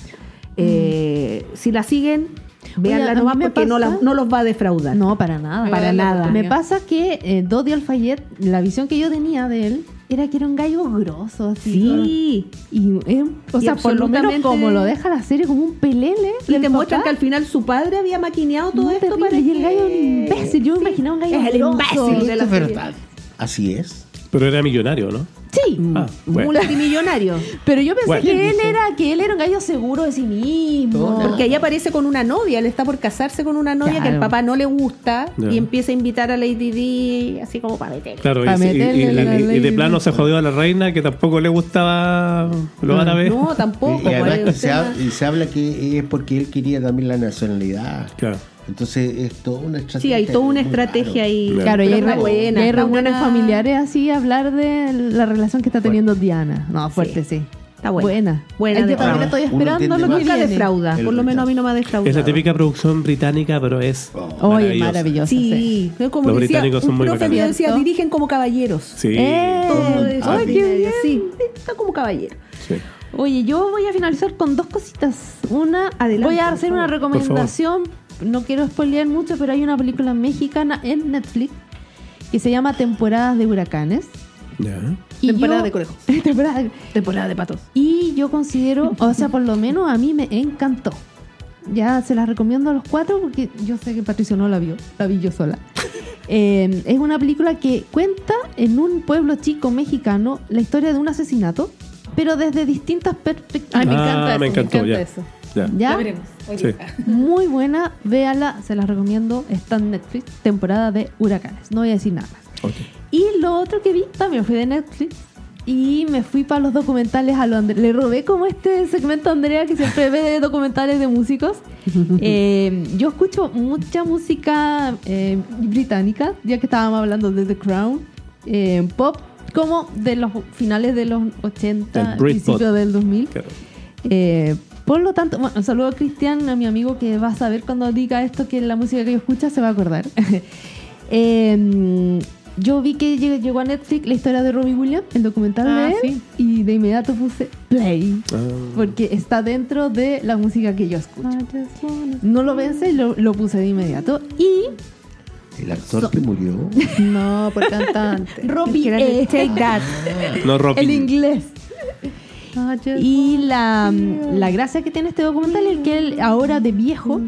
Speaker 3: Eh, Si la siguen, veanla
Speaker 1: Mm. Oye, a
Speaker 3: nomás
Speaker 1: mí me
Speaker 3: porque no,
Speaker 1: pasa-
Speaker 3: la- no los va a defraudar.
Speaker 1: No, para nada.
Speaker 3: Para
Speaker 5: Dale la
Speaker 3: nada.
Speaker 1: Me
Speaker 5: oportunidad.
Speaker 1: pasa que eh, Dodi Alfayet, la visión que yo tenía de él era que era un gallo grosso, así.
Speaker 3: Sí.
Speaker 1: Y, eh, o
Speaker 3: Y
Speaker 1: sea, por lo menos
Speaker 3: absolutamente-
Speaker 1: como lo deja la serie como un pelele.
Speaker 3: Y
Speaker 1: del
Speaker 3: te muestran que
Speaker 1: papá.
Speaker 3: al final su padre había maquineado todo
Speaker 1: No,
Speaker 3: esto
Speaker 1: terrible.
Speaker 3: para
Speaker 1: Y el
Speaker 3: que-
Speaker 1: gallo era un imbécil. Yo me imaginaba un gallo
Speaker 3: Es el
Speaker 1: grosso.
Speaker 3: imbécil de la
Speaker 2: Es
Speaker 3: serie.
Speaker 2: verdad. Así es.
Speaker 4: Pero era millonario, ¿no?
Speaker 1: Sí.
Speaker 4: Ah, bueno.
Speaker 3: Multimillonario.
Speaker 1: Pero yo pensé
Speaker 4: Bueno.
Speaker 1: que él era que él era un gallo seguro de sí mismo.
Speaker 3: Porque ahí aparece con una novia, él está por casarse con una novia que
Speaker 1: Claro.
Speaker 3: el papá no le gusta
Speaker 4: Ya.
Speaker 3: y empieza a invitar a Lady Di así como para meter.
Speaker 4: Claro, y,
Speaker 1: Pa'
Speaker 4: y- y-
Speaker 1: meterle
Speaker 4: y-
Speaker 1: la
Speaker 4: y- y
Speaker 1: ley.
Speaker 4: de plano se jodió a la reina que tampoco le gustaba
Speaker 1: Ah.
Speaker 4: lo árabe.
Speaker 3: Mm. No, tampoco.
Speaker 2: Y, y además
Speaker 3: pues,
Speaker 2: que
Speaker 3: el
Speaker 2: se,
Speaker 3: tema-
Speaker 2: hab- y se habla que es porque él quería también la nacionalidad.
Speaker 4: Claro.
Speaker 2: Entonces es toda una estrategia.
Speaker 3: Sí, hay toda una
Speaker 2: muy
Speaker 3: estrategia
Speaker 2: raro.
Speaker 3: ahí.
Speaker 1: Claro, y
Speaker 3: Pero
Speaker 1: hay,
Speaker 3: está
Speaker 1: re-
Speaker 3: buena,
Speaker 1: y hay
Speaker 3: está
Speaker 1: reuniones
Speaker 3: buena.
Speaker 1: familiares así, hablar de la relación que está teniendo Diana. No, fuerte, sí.
Speaker 3: Está buena. Buena,
Speaker 1: Yo
Speaker 3: de
Speaker 1: también
Speaker 3: Crown.
Speaker 1: estoy
Speaker 2: Uno
Speaker 1: esperando
Speaker 2: entiende
Speaker 1: lo que
Speaker 2: más.
Speaker 3: Nunca
Speaker 1: viene.
Speaker 3: defrauda,
Speaker 2: El
Speaker 3: por lo menos a mí no me ha defraudado.
Speaker 4: Es la típica producción británica, pero es.
Speaker 1: Oye,
Speaker 4: maravillosa.
Speaker 1: maravilloso.
Speaker 3: Sí, es como
Speaker 4: Los
Speaker 3: decía,
Speaker 4: británicos son
Speaker 3: un
Speaker 4: muy
Speaker 3: profe mío
Speaker 4: bacanes.
Speaker 3: decía,
Speaker 1: ¿Cierto?
Speaker 3: dirigen como caballeros.
Speaker 4: Sí.
Speaker 1: Eh,
Speaker 3: Todo eso,
Speaker 2: Ah,
Speaker 3: ay,
Speaker 2: bien.
Speaker 3: qué bien. Sí, está como caballero.
Speaker 4: sí.
Speaker 1: Oye, yo voy a finalizar con dos cositas. Una,
Speaker 3: Adelante,
Speaker 1: voy a
Speaker 3: por
Speaker 1: hacer una
Speaker 3: favor.
Speaker 1: recomendación. No quiero spoilear mucho, pero hay una película mexicana en Netflix que se llama Temporadas de Huracanes.
Speaker 4: Ya.
Speaker 1: Y
Speaker 5: Temporada
Speaker 1: yo-
Speaker 5: de conejos.
Speaker 1: Temporada de-
Speaker 5: Temporada de patos.
Speaker 1: Y yo considero, o sea, por lo menos a mí me encantó. Ya se las recomiendo a los cuatro porque yo sé que Patricio no la vio, la vi yo sola. Eh, es una película que cuenta en un pueblo chico mexicano la historia de un asesinato pero desde distintas
Speaker 5: Ay,
Speaker 1: perspectivas.
Speaker 5: me encanta
Speaker 4: Ah,
Speaker 5: eso,
Speaker 4: me encantó,
Speaker 5: me
Speaker 4: ya.
Speaker 5: encanta eso.
Speaker 4: Ya.
Speaker 1: ¿Ya?
Speaker 5: La veremos. hoy
Speaker 4: Sí.
Speaker 5: día.
Speaker 1: Muy buena, véala, se las recomiendo. Está en Netflix, temporada de huracanes. No voy a decir nada más.
Speaker 4: Ok.
Speaker 1: Y lo otro que vi, también fui de Netflix. Y me fui para los documentales a lo Andre- Le robé como este segmento a Andrea que siempre ve de documentales de músicos. Eh, yo escucho mucha música eh, británica, ya que estábamos hablando de The Crown, eh, pop, como de los finales de los 80,
Speaker 4: El Britpop.
Speaker 1: principios del 2000.
Speaker 4: Claro.
Speaker 1: Eh, por lo tanto, bueno, un saludo a Cristian, a mi amigo que va a saber cuando diga esto que la música que yo escucha se va a acordar. Eh, yo vi que lle- llegó a Netflix la historia de Robbie Williams, el documental
Speaker 5: Ah,
Speaker 1: de él, y de inmediato puse play,
Speaker 4: Ah.
Speaker 1: porque está dentro de la música que yo escucho. No lo pensé, lo, lo puse de inmediato. Y
Speaker 2: El actor que murió.
Speaker 5: No, por cantante.
Speaker 1: Robbie,
Speaker 3: Era
Speaker 1: eh,
Speaker 3: de Take That.
Speaker 4: No, Rocky.
Speaker 1: el inglés. Y la, la gracia que tiene este documental es que él ahora de viejo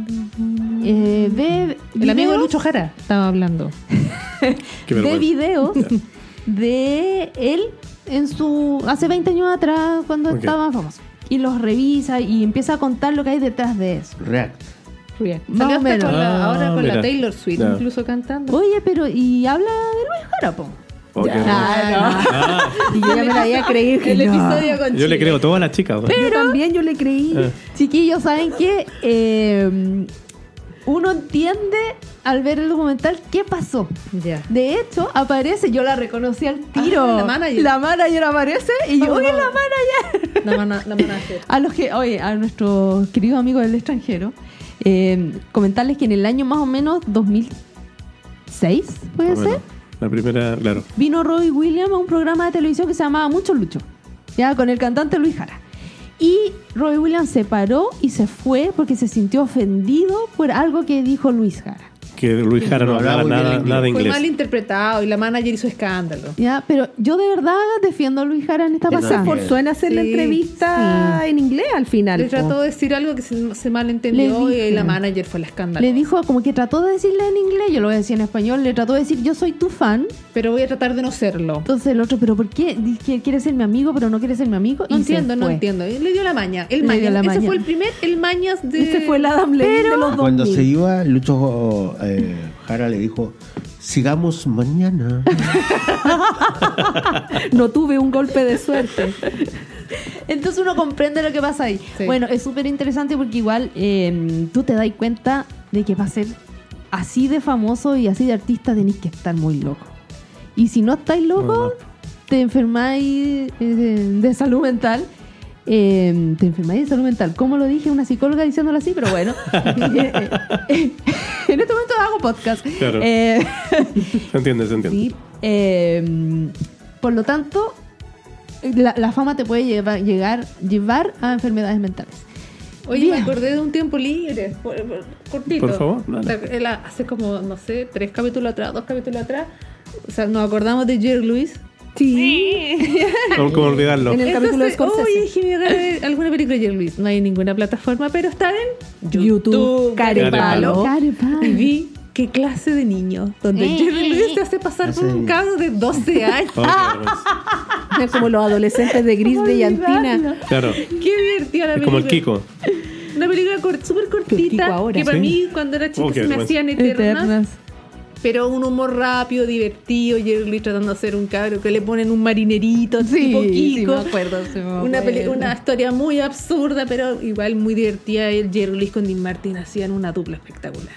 Speaker 1: eh, ve
Speaker 5: El amigo de
Speaker 1: videos-
Speaker 5: Lucho Jara estaba hablando.
Speaker 1: de
Speaker 4: Qué vergüenza.
Speaker 1: videos de él en su hace 20 años atrás cuando
Speaker 4: Ok.
Speaker 1: estaba famoso y los revisa y empieza a contar lo que hay detrás de eso.
Speaker 2: React.
Speaker 1: Más
Speaker 5: Salió
Speaker 1: o
Speaker 5: hasta
Speaker 1: menos.
Speaker 5: con la-
Speaker 4: Ah,
Speaker 5: ahora con la
Speaker 4: mira.
Speaker 5: Taylor Swift,
Speaker 4: Ya.
Speaker 5: incluso cantando.
Speaker 1: Oye, pero y habla de Luis Jara, po.
Speaker 4: Ok.
Speaker 5: Ah,
Speaker 4: Ah,
Speaker 3: Y yo ya me la había creído.
Speaker 5: El
Speaker 3: no.
Speaker 5: episodio con
Speaker 4: yo le
Speaker 5: Chile.
Speaker 4: creo todas las chicas. pues. ¿no?
Speaker 3: Yo también yo le creí.
Speaker 4: Ah.
Speaker 1: Chiquillos, ¿saben qué? Eh, uno entiende al ver el documental qué pasó.
Speaker 5: Ya.
Speaker 1: De hecho, aparece, yo la reconocí al tiro.
Speaker 5: Ah, la manager.
Speaker 1: La manager aparece y yo, oye, la manager.
Speaker 5: La, mana- la manager.
Speaker 1: A los que, oye, a nuestros queridos amigos del extranjero, eh, comentarles que en el año más o menos 2006, puede
Speaker 4: Bueno,
Speaker 1: ser,
Speaker 4: La primera, claro.
Speaker 1: vino Robbie Williams a un programa de televisión que se llamaba Mucho Lucho, ya con el cantante Luis Jara. Y Robbie Williams se paró y se fue porque se sintió ofendido por algo que dijo Luis Jara.
Speaker 4: Que Luis Jara no
Speaker 2: No hablaba
Speaker 4: hablaba
Speaker 2: muy bien
Speaker 4: nada,
Speaker 2: inglés.
Speaker 4: nada de
Speaker 5: Fue mal
Speaker 4: inglés.
Speaker 5: interpretado y la manager hizo escándalo.
Speaker 1: Ya, pero yo de verdad defiendo a Luis Jara en esta
Speaker 2: Yo
Speaker 1: pasada.
Speaker 2: también.
Speaker 3: Forzó en hacer la
Speaker 5: Sí,
Speaker 3: entrevista en inglés al final.
Speaker 5: Le
Speaker 3: po.
Speaker 5: trató de decir algo que se, se
Speaker 1: Le
Speaker 5: malentendió y
Speaker 1: dije.
Speaker 5: la manager fue la escándalo.
Speaker 1: Le dijo, como que trató de decirle en inglés, yo lo voy a decir en español, le trató de decir, yo soy tu fan.
Speaker 5: Pero voy a tratar de no serlo.
Speaker 1: Entonces el otro, pero ¿por qué? Dice que quiere ser mi amigo, pero no quiere ser mi amigo.
Speaker 5: No
Speaker 1: y se
Speaker 5: entiendo, no
Speaker 1: fue.
Speaker 5: entiendo. Y Le dio la maña. El
Speaker 1: Le
Speaker 5: maña.
Speaker 1: dio la
Speaker 5: Ese
Speaker 1: maña.
Speaker 5: fue el primer, el mañas de.
Speaker 3: Ese Este fue el Adam Levine de los 2000.
Speaker 2: Cuando se iba, Lucho eh, Jara le dijo, sigamos mañana.
Speaker 3: No tuve un golpe de suerte.
Speaker 1: Entonces uno comprende lo que pasa ahí.
Speaker 5: Sí.
Speaker 1: Bueno, es súper interesante porque igual eh, tú te das cuenta de que para ser así de famoso y así de artista tenés que estar muy loco. Y si no estáis loco, te enfermáis eh, de, de salud mental. Eh, te enfermáis de salud mental. Como lo dije, una psicóloga diciéndolo así, pero bueno. en este momento hago podcast.
Speaker 4: Claro.
Speaker 1: Eh,
Speaker 4: Se entiende, se entiende.
Speaker 1: Sí. eh, por lo tanto, la, la fama te puede llevar, llegar, llevar a enfermedades mentales.
Speaker 5: Oye,
Speaker 1: Bien.
Speaker 5: me acordé de un tiempo libre. por- por- Cortito.
Speaker 4: Por favor, dale.
Speaker 5: Te- él Hace como, no sé, tres capítulos atrás, dos capítulos atrás. O sea, nos acordamos de Jerry Lewis.
Speaker 3: Sí.
Speaker 4: No, ¿Cómo olvidarlo? Oh,
Speaker 3: En el capítulo de Scorsese.
Speaker 5: Oye, dije, me voy a ver alguna película de Jerry Lewis. No hay ninguna plataforma, pero está en
Speaker 3: YouTube,
Speaker 4: Carepalo.
Speaker 5: Carepalo.
Speaker 1: Carepalo.
Speaker 5: Y vi qué clase de niño. Donde
Speaker 1: Eh,
Speaker 5: Jerry
Speaker 1: eh,
Speaker 5: Lewis
Speaker 1: eh.
Speaker 5: te hace pasar por un
Speaker 2: Ese-
Speaker 5: caso de 12 años.
Speaker 4: Oh, qué vergüenza.
Speaker 3: Es como los adolescentes de Gris de Yantina.
Speaker 4: claro.
Speaker 5: Qué divertida la
Speaker 4: Es
Speaker 5: película.
Speaker 4: como el Kiko.
Speaker 5: Una película cort- súper
Speaker 3: Kiko
Speaker 5: cortita.
Speaker 3: ahora.
Speaker 5: Que para
Speaker 4: Sí.
Speaker 5: mí, cuando era chica,
Speaker 4: Oh, qué
Speaker 5: se me
Speaker 4: vergüenza.
Speaker 5: hacían eternas. Pero un humor rápido, divertido. Jerry Lewis tratando de ser un cabro que le ponen un marinerito.
Speaker 1: Sí,
Speaker 5: tipo
Speaker 1: sí,
Speaker 5: Kiko.
Speaker 1: me acuerdo, sí, me
Speaker 5: una, peli-
Speaker 1: acuerdo.
Speaker 5: una historia muy absurda, pero igual muy divertida. El Jerry Lewis con Dean Martin hacían una dupla espectacular.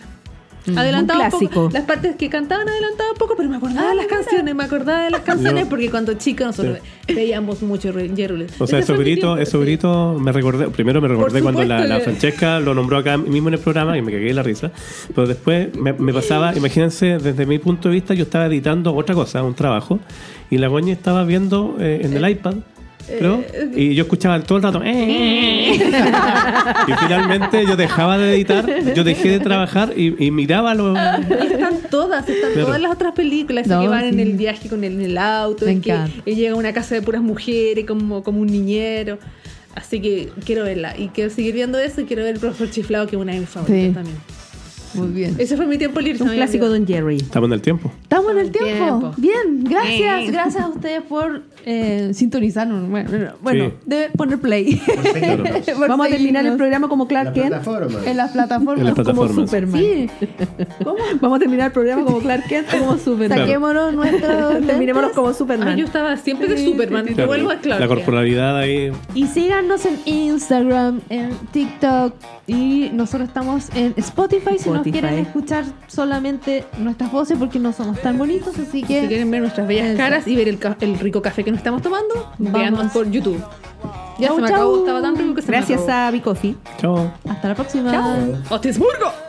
Speaker 1: Mm,
Speaker 5: Adelantaba
Speaker 3: un
Speaker 5: un poco.
Speaker 3: clásico.
Speaker 5: Las partes que cantaban adelantaban un poco, pero me acordaba
Speaker 1: Ah,
Speaker 5: de las canciones, me acordaba de las canciones,
Speaker 4: Yo-
Speaker 5: porque cuando chicos nosotros veíamos mucho Jerry Lewis.
Speaker 4: O sea,
Speaker 5: Ese fue
Speaker 4: esos
Speaker 5: mi
Speaker 4: gritos,
Speaker 5: tiempo,
Speaker 4: esos
Speaker 5: sí.
Speaker 4: gritos me recordé, primero me recordé
Speaker 5: Por
Speaker 4: cuando la,
Speaker 5: supuesto,
Speaker 4: la
Speaker 5: le-
Speaker 4: Francesca lo nombró acá mismo en el programa y me cagué la risa, pero después me, me pasaba, imagínense, desde mi punto de vista yo estaba editando otra cosa, un trabajo, y la Goñi estaba viendo eh, en el iPad. creo, y yo escuchaba todo el rato "Eh, eh, eh". y finalmente yo dejaba de editar yo dejé de trabajar y, y miraba los
Speaker 5: Están todas, están
Speaker 4: Claro.
Speaker 5: todas las otras películas esas
Speaker 1: No,
Speaker 5: que van en
Speaker 1: sí.
Speaker 5: el viaje con el, en el auto,
Speaker 1: Me
Speaker 5: en que
Speaker 1: encanta.
Speaker 5: él llega a una casa de puras mujeres como, como un niñero. Así que quiero verla y quiero seguir viendo eso y quiero ver el profesor chiflado que es una de mis favoritas
Speaker 1: Sí.
Speaker 5: también.
Speaker 1: Muy bien.
Speaker 5: Ese fue mi tiempo libre. Ah,
Speaker 3: Un
Speaker 5: no,
Speaker 3: clásico
Speaker 5: amigo.
Speaker 3: Don Jerry.
Speaker 4: Estamos en el tiempo.
Speaker 1: Estamos en el tiempo.
Speaker 5: Tiempo.
Speaker 1: Bien, gracias.
Speaker 5: Bien.
Speaker 1: Gracias a ustedes por eh, sintonizarnos. Bueno, bueno, bueno, debe poner play.
Speaker 2: seguirnos.
Speaker 1: Por
Speaker 3: Vamos a terminar el
Speaker 1: seguirnos
Speaker 3: programa como Clark
Speaker 2: La
Speaker 3: Kent.
Speaker 2: plataforma.
Speaker 1: En las plataformas.
Speaker 4: En las
Speaker 1: como
Speaker 4: plataformas.
Speaker 1: Superman. Sí. ¿Cómo?
Speaker 3: Vamos a terminar el programa como Clark Kent o como Superman.
Speaker 1: Saquémonos nuestros
Speaker 3: Terminémonos
Speaker 1: lentes.
Speaker 3: como
Speaker 5: Ah,
Speaker 3: Superman.
Speaker 5: yo estaba siempre de Superman. Te vuelvo a Clark.
Speaker 4: La corporalidad ahí.
Speaker 1: Y síganos en Instagram, en TikTok. Y nosotros estamos en Spotify, si nos
Speaker 3: Spotify.
Speaker 1: quieren escuchar solamente nuestras voces porque no somos tan bonitos. Así
Speaker 5: Si
Speaker 1: que
Speaker 5: quieren ver nuestras bellas
Speaker 1: Eso.
Speaker 5: caras y ver el, ca- el rico café que nos estamos tomando, veannos por YouTube. Ya
Speaker 1: Chau,
Speaker 5: se me
Speaker 1: chau.
Speaker 5: acabó, estaba tan rico que se
Speaker 3: Gracias
Speaker 5: me acabó.
Speaker 3: a Bicofi.
Speaker 4: Chao.
Speaker 1: hasta la próxima.
Speaker 5: ¡Otisburgo!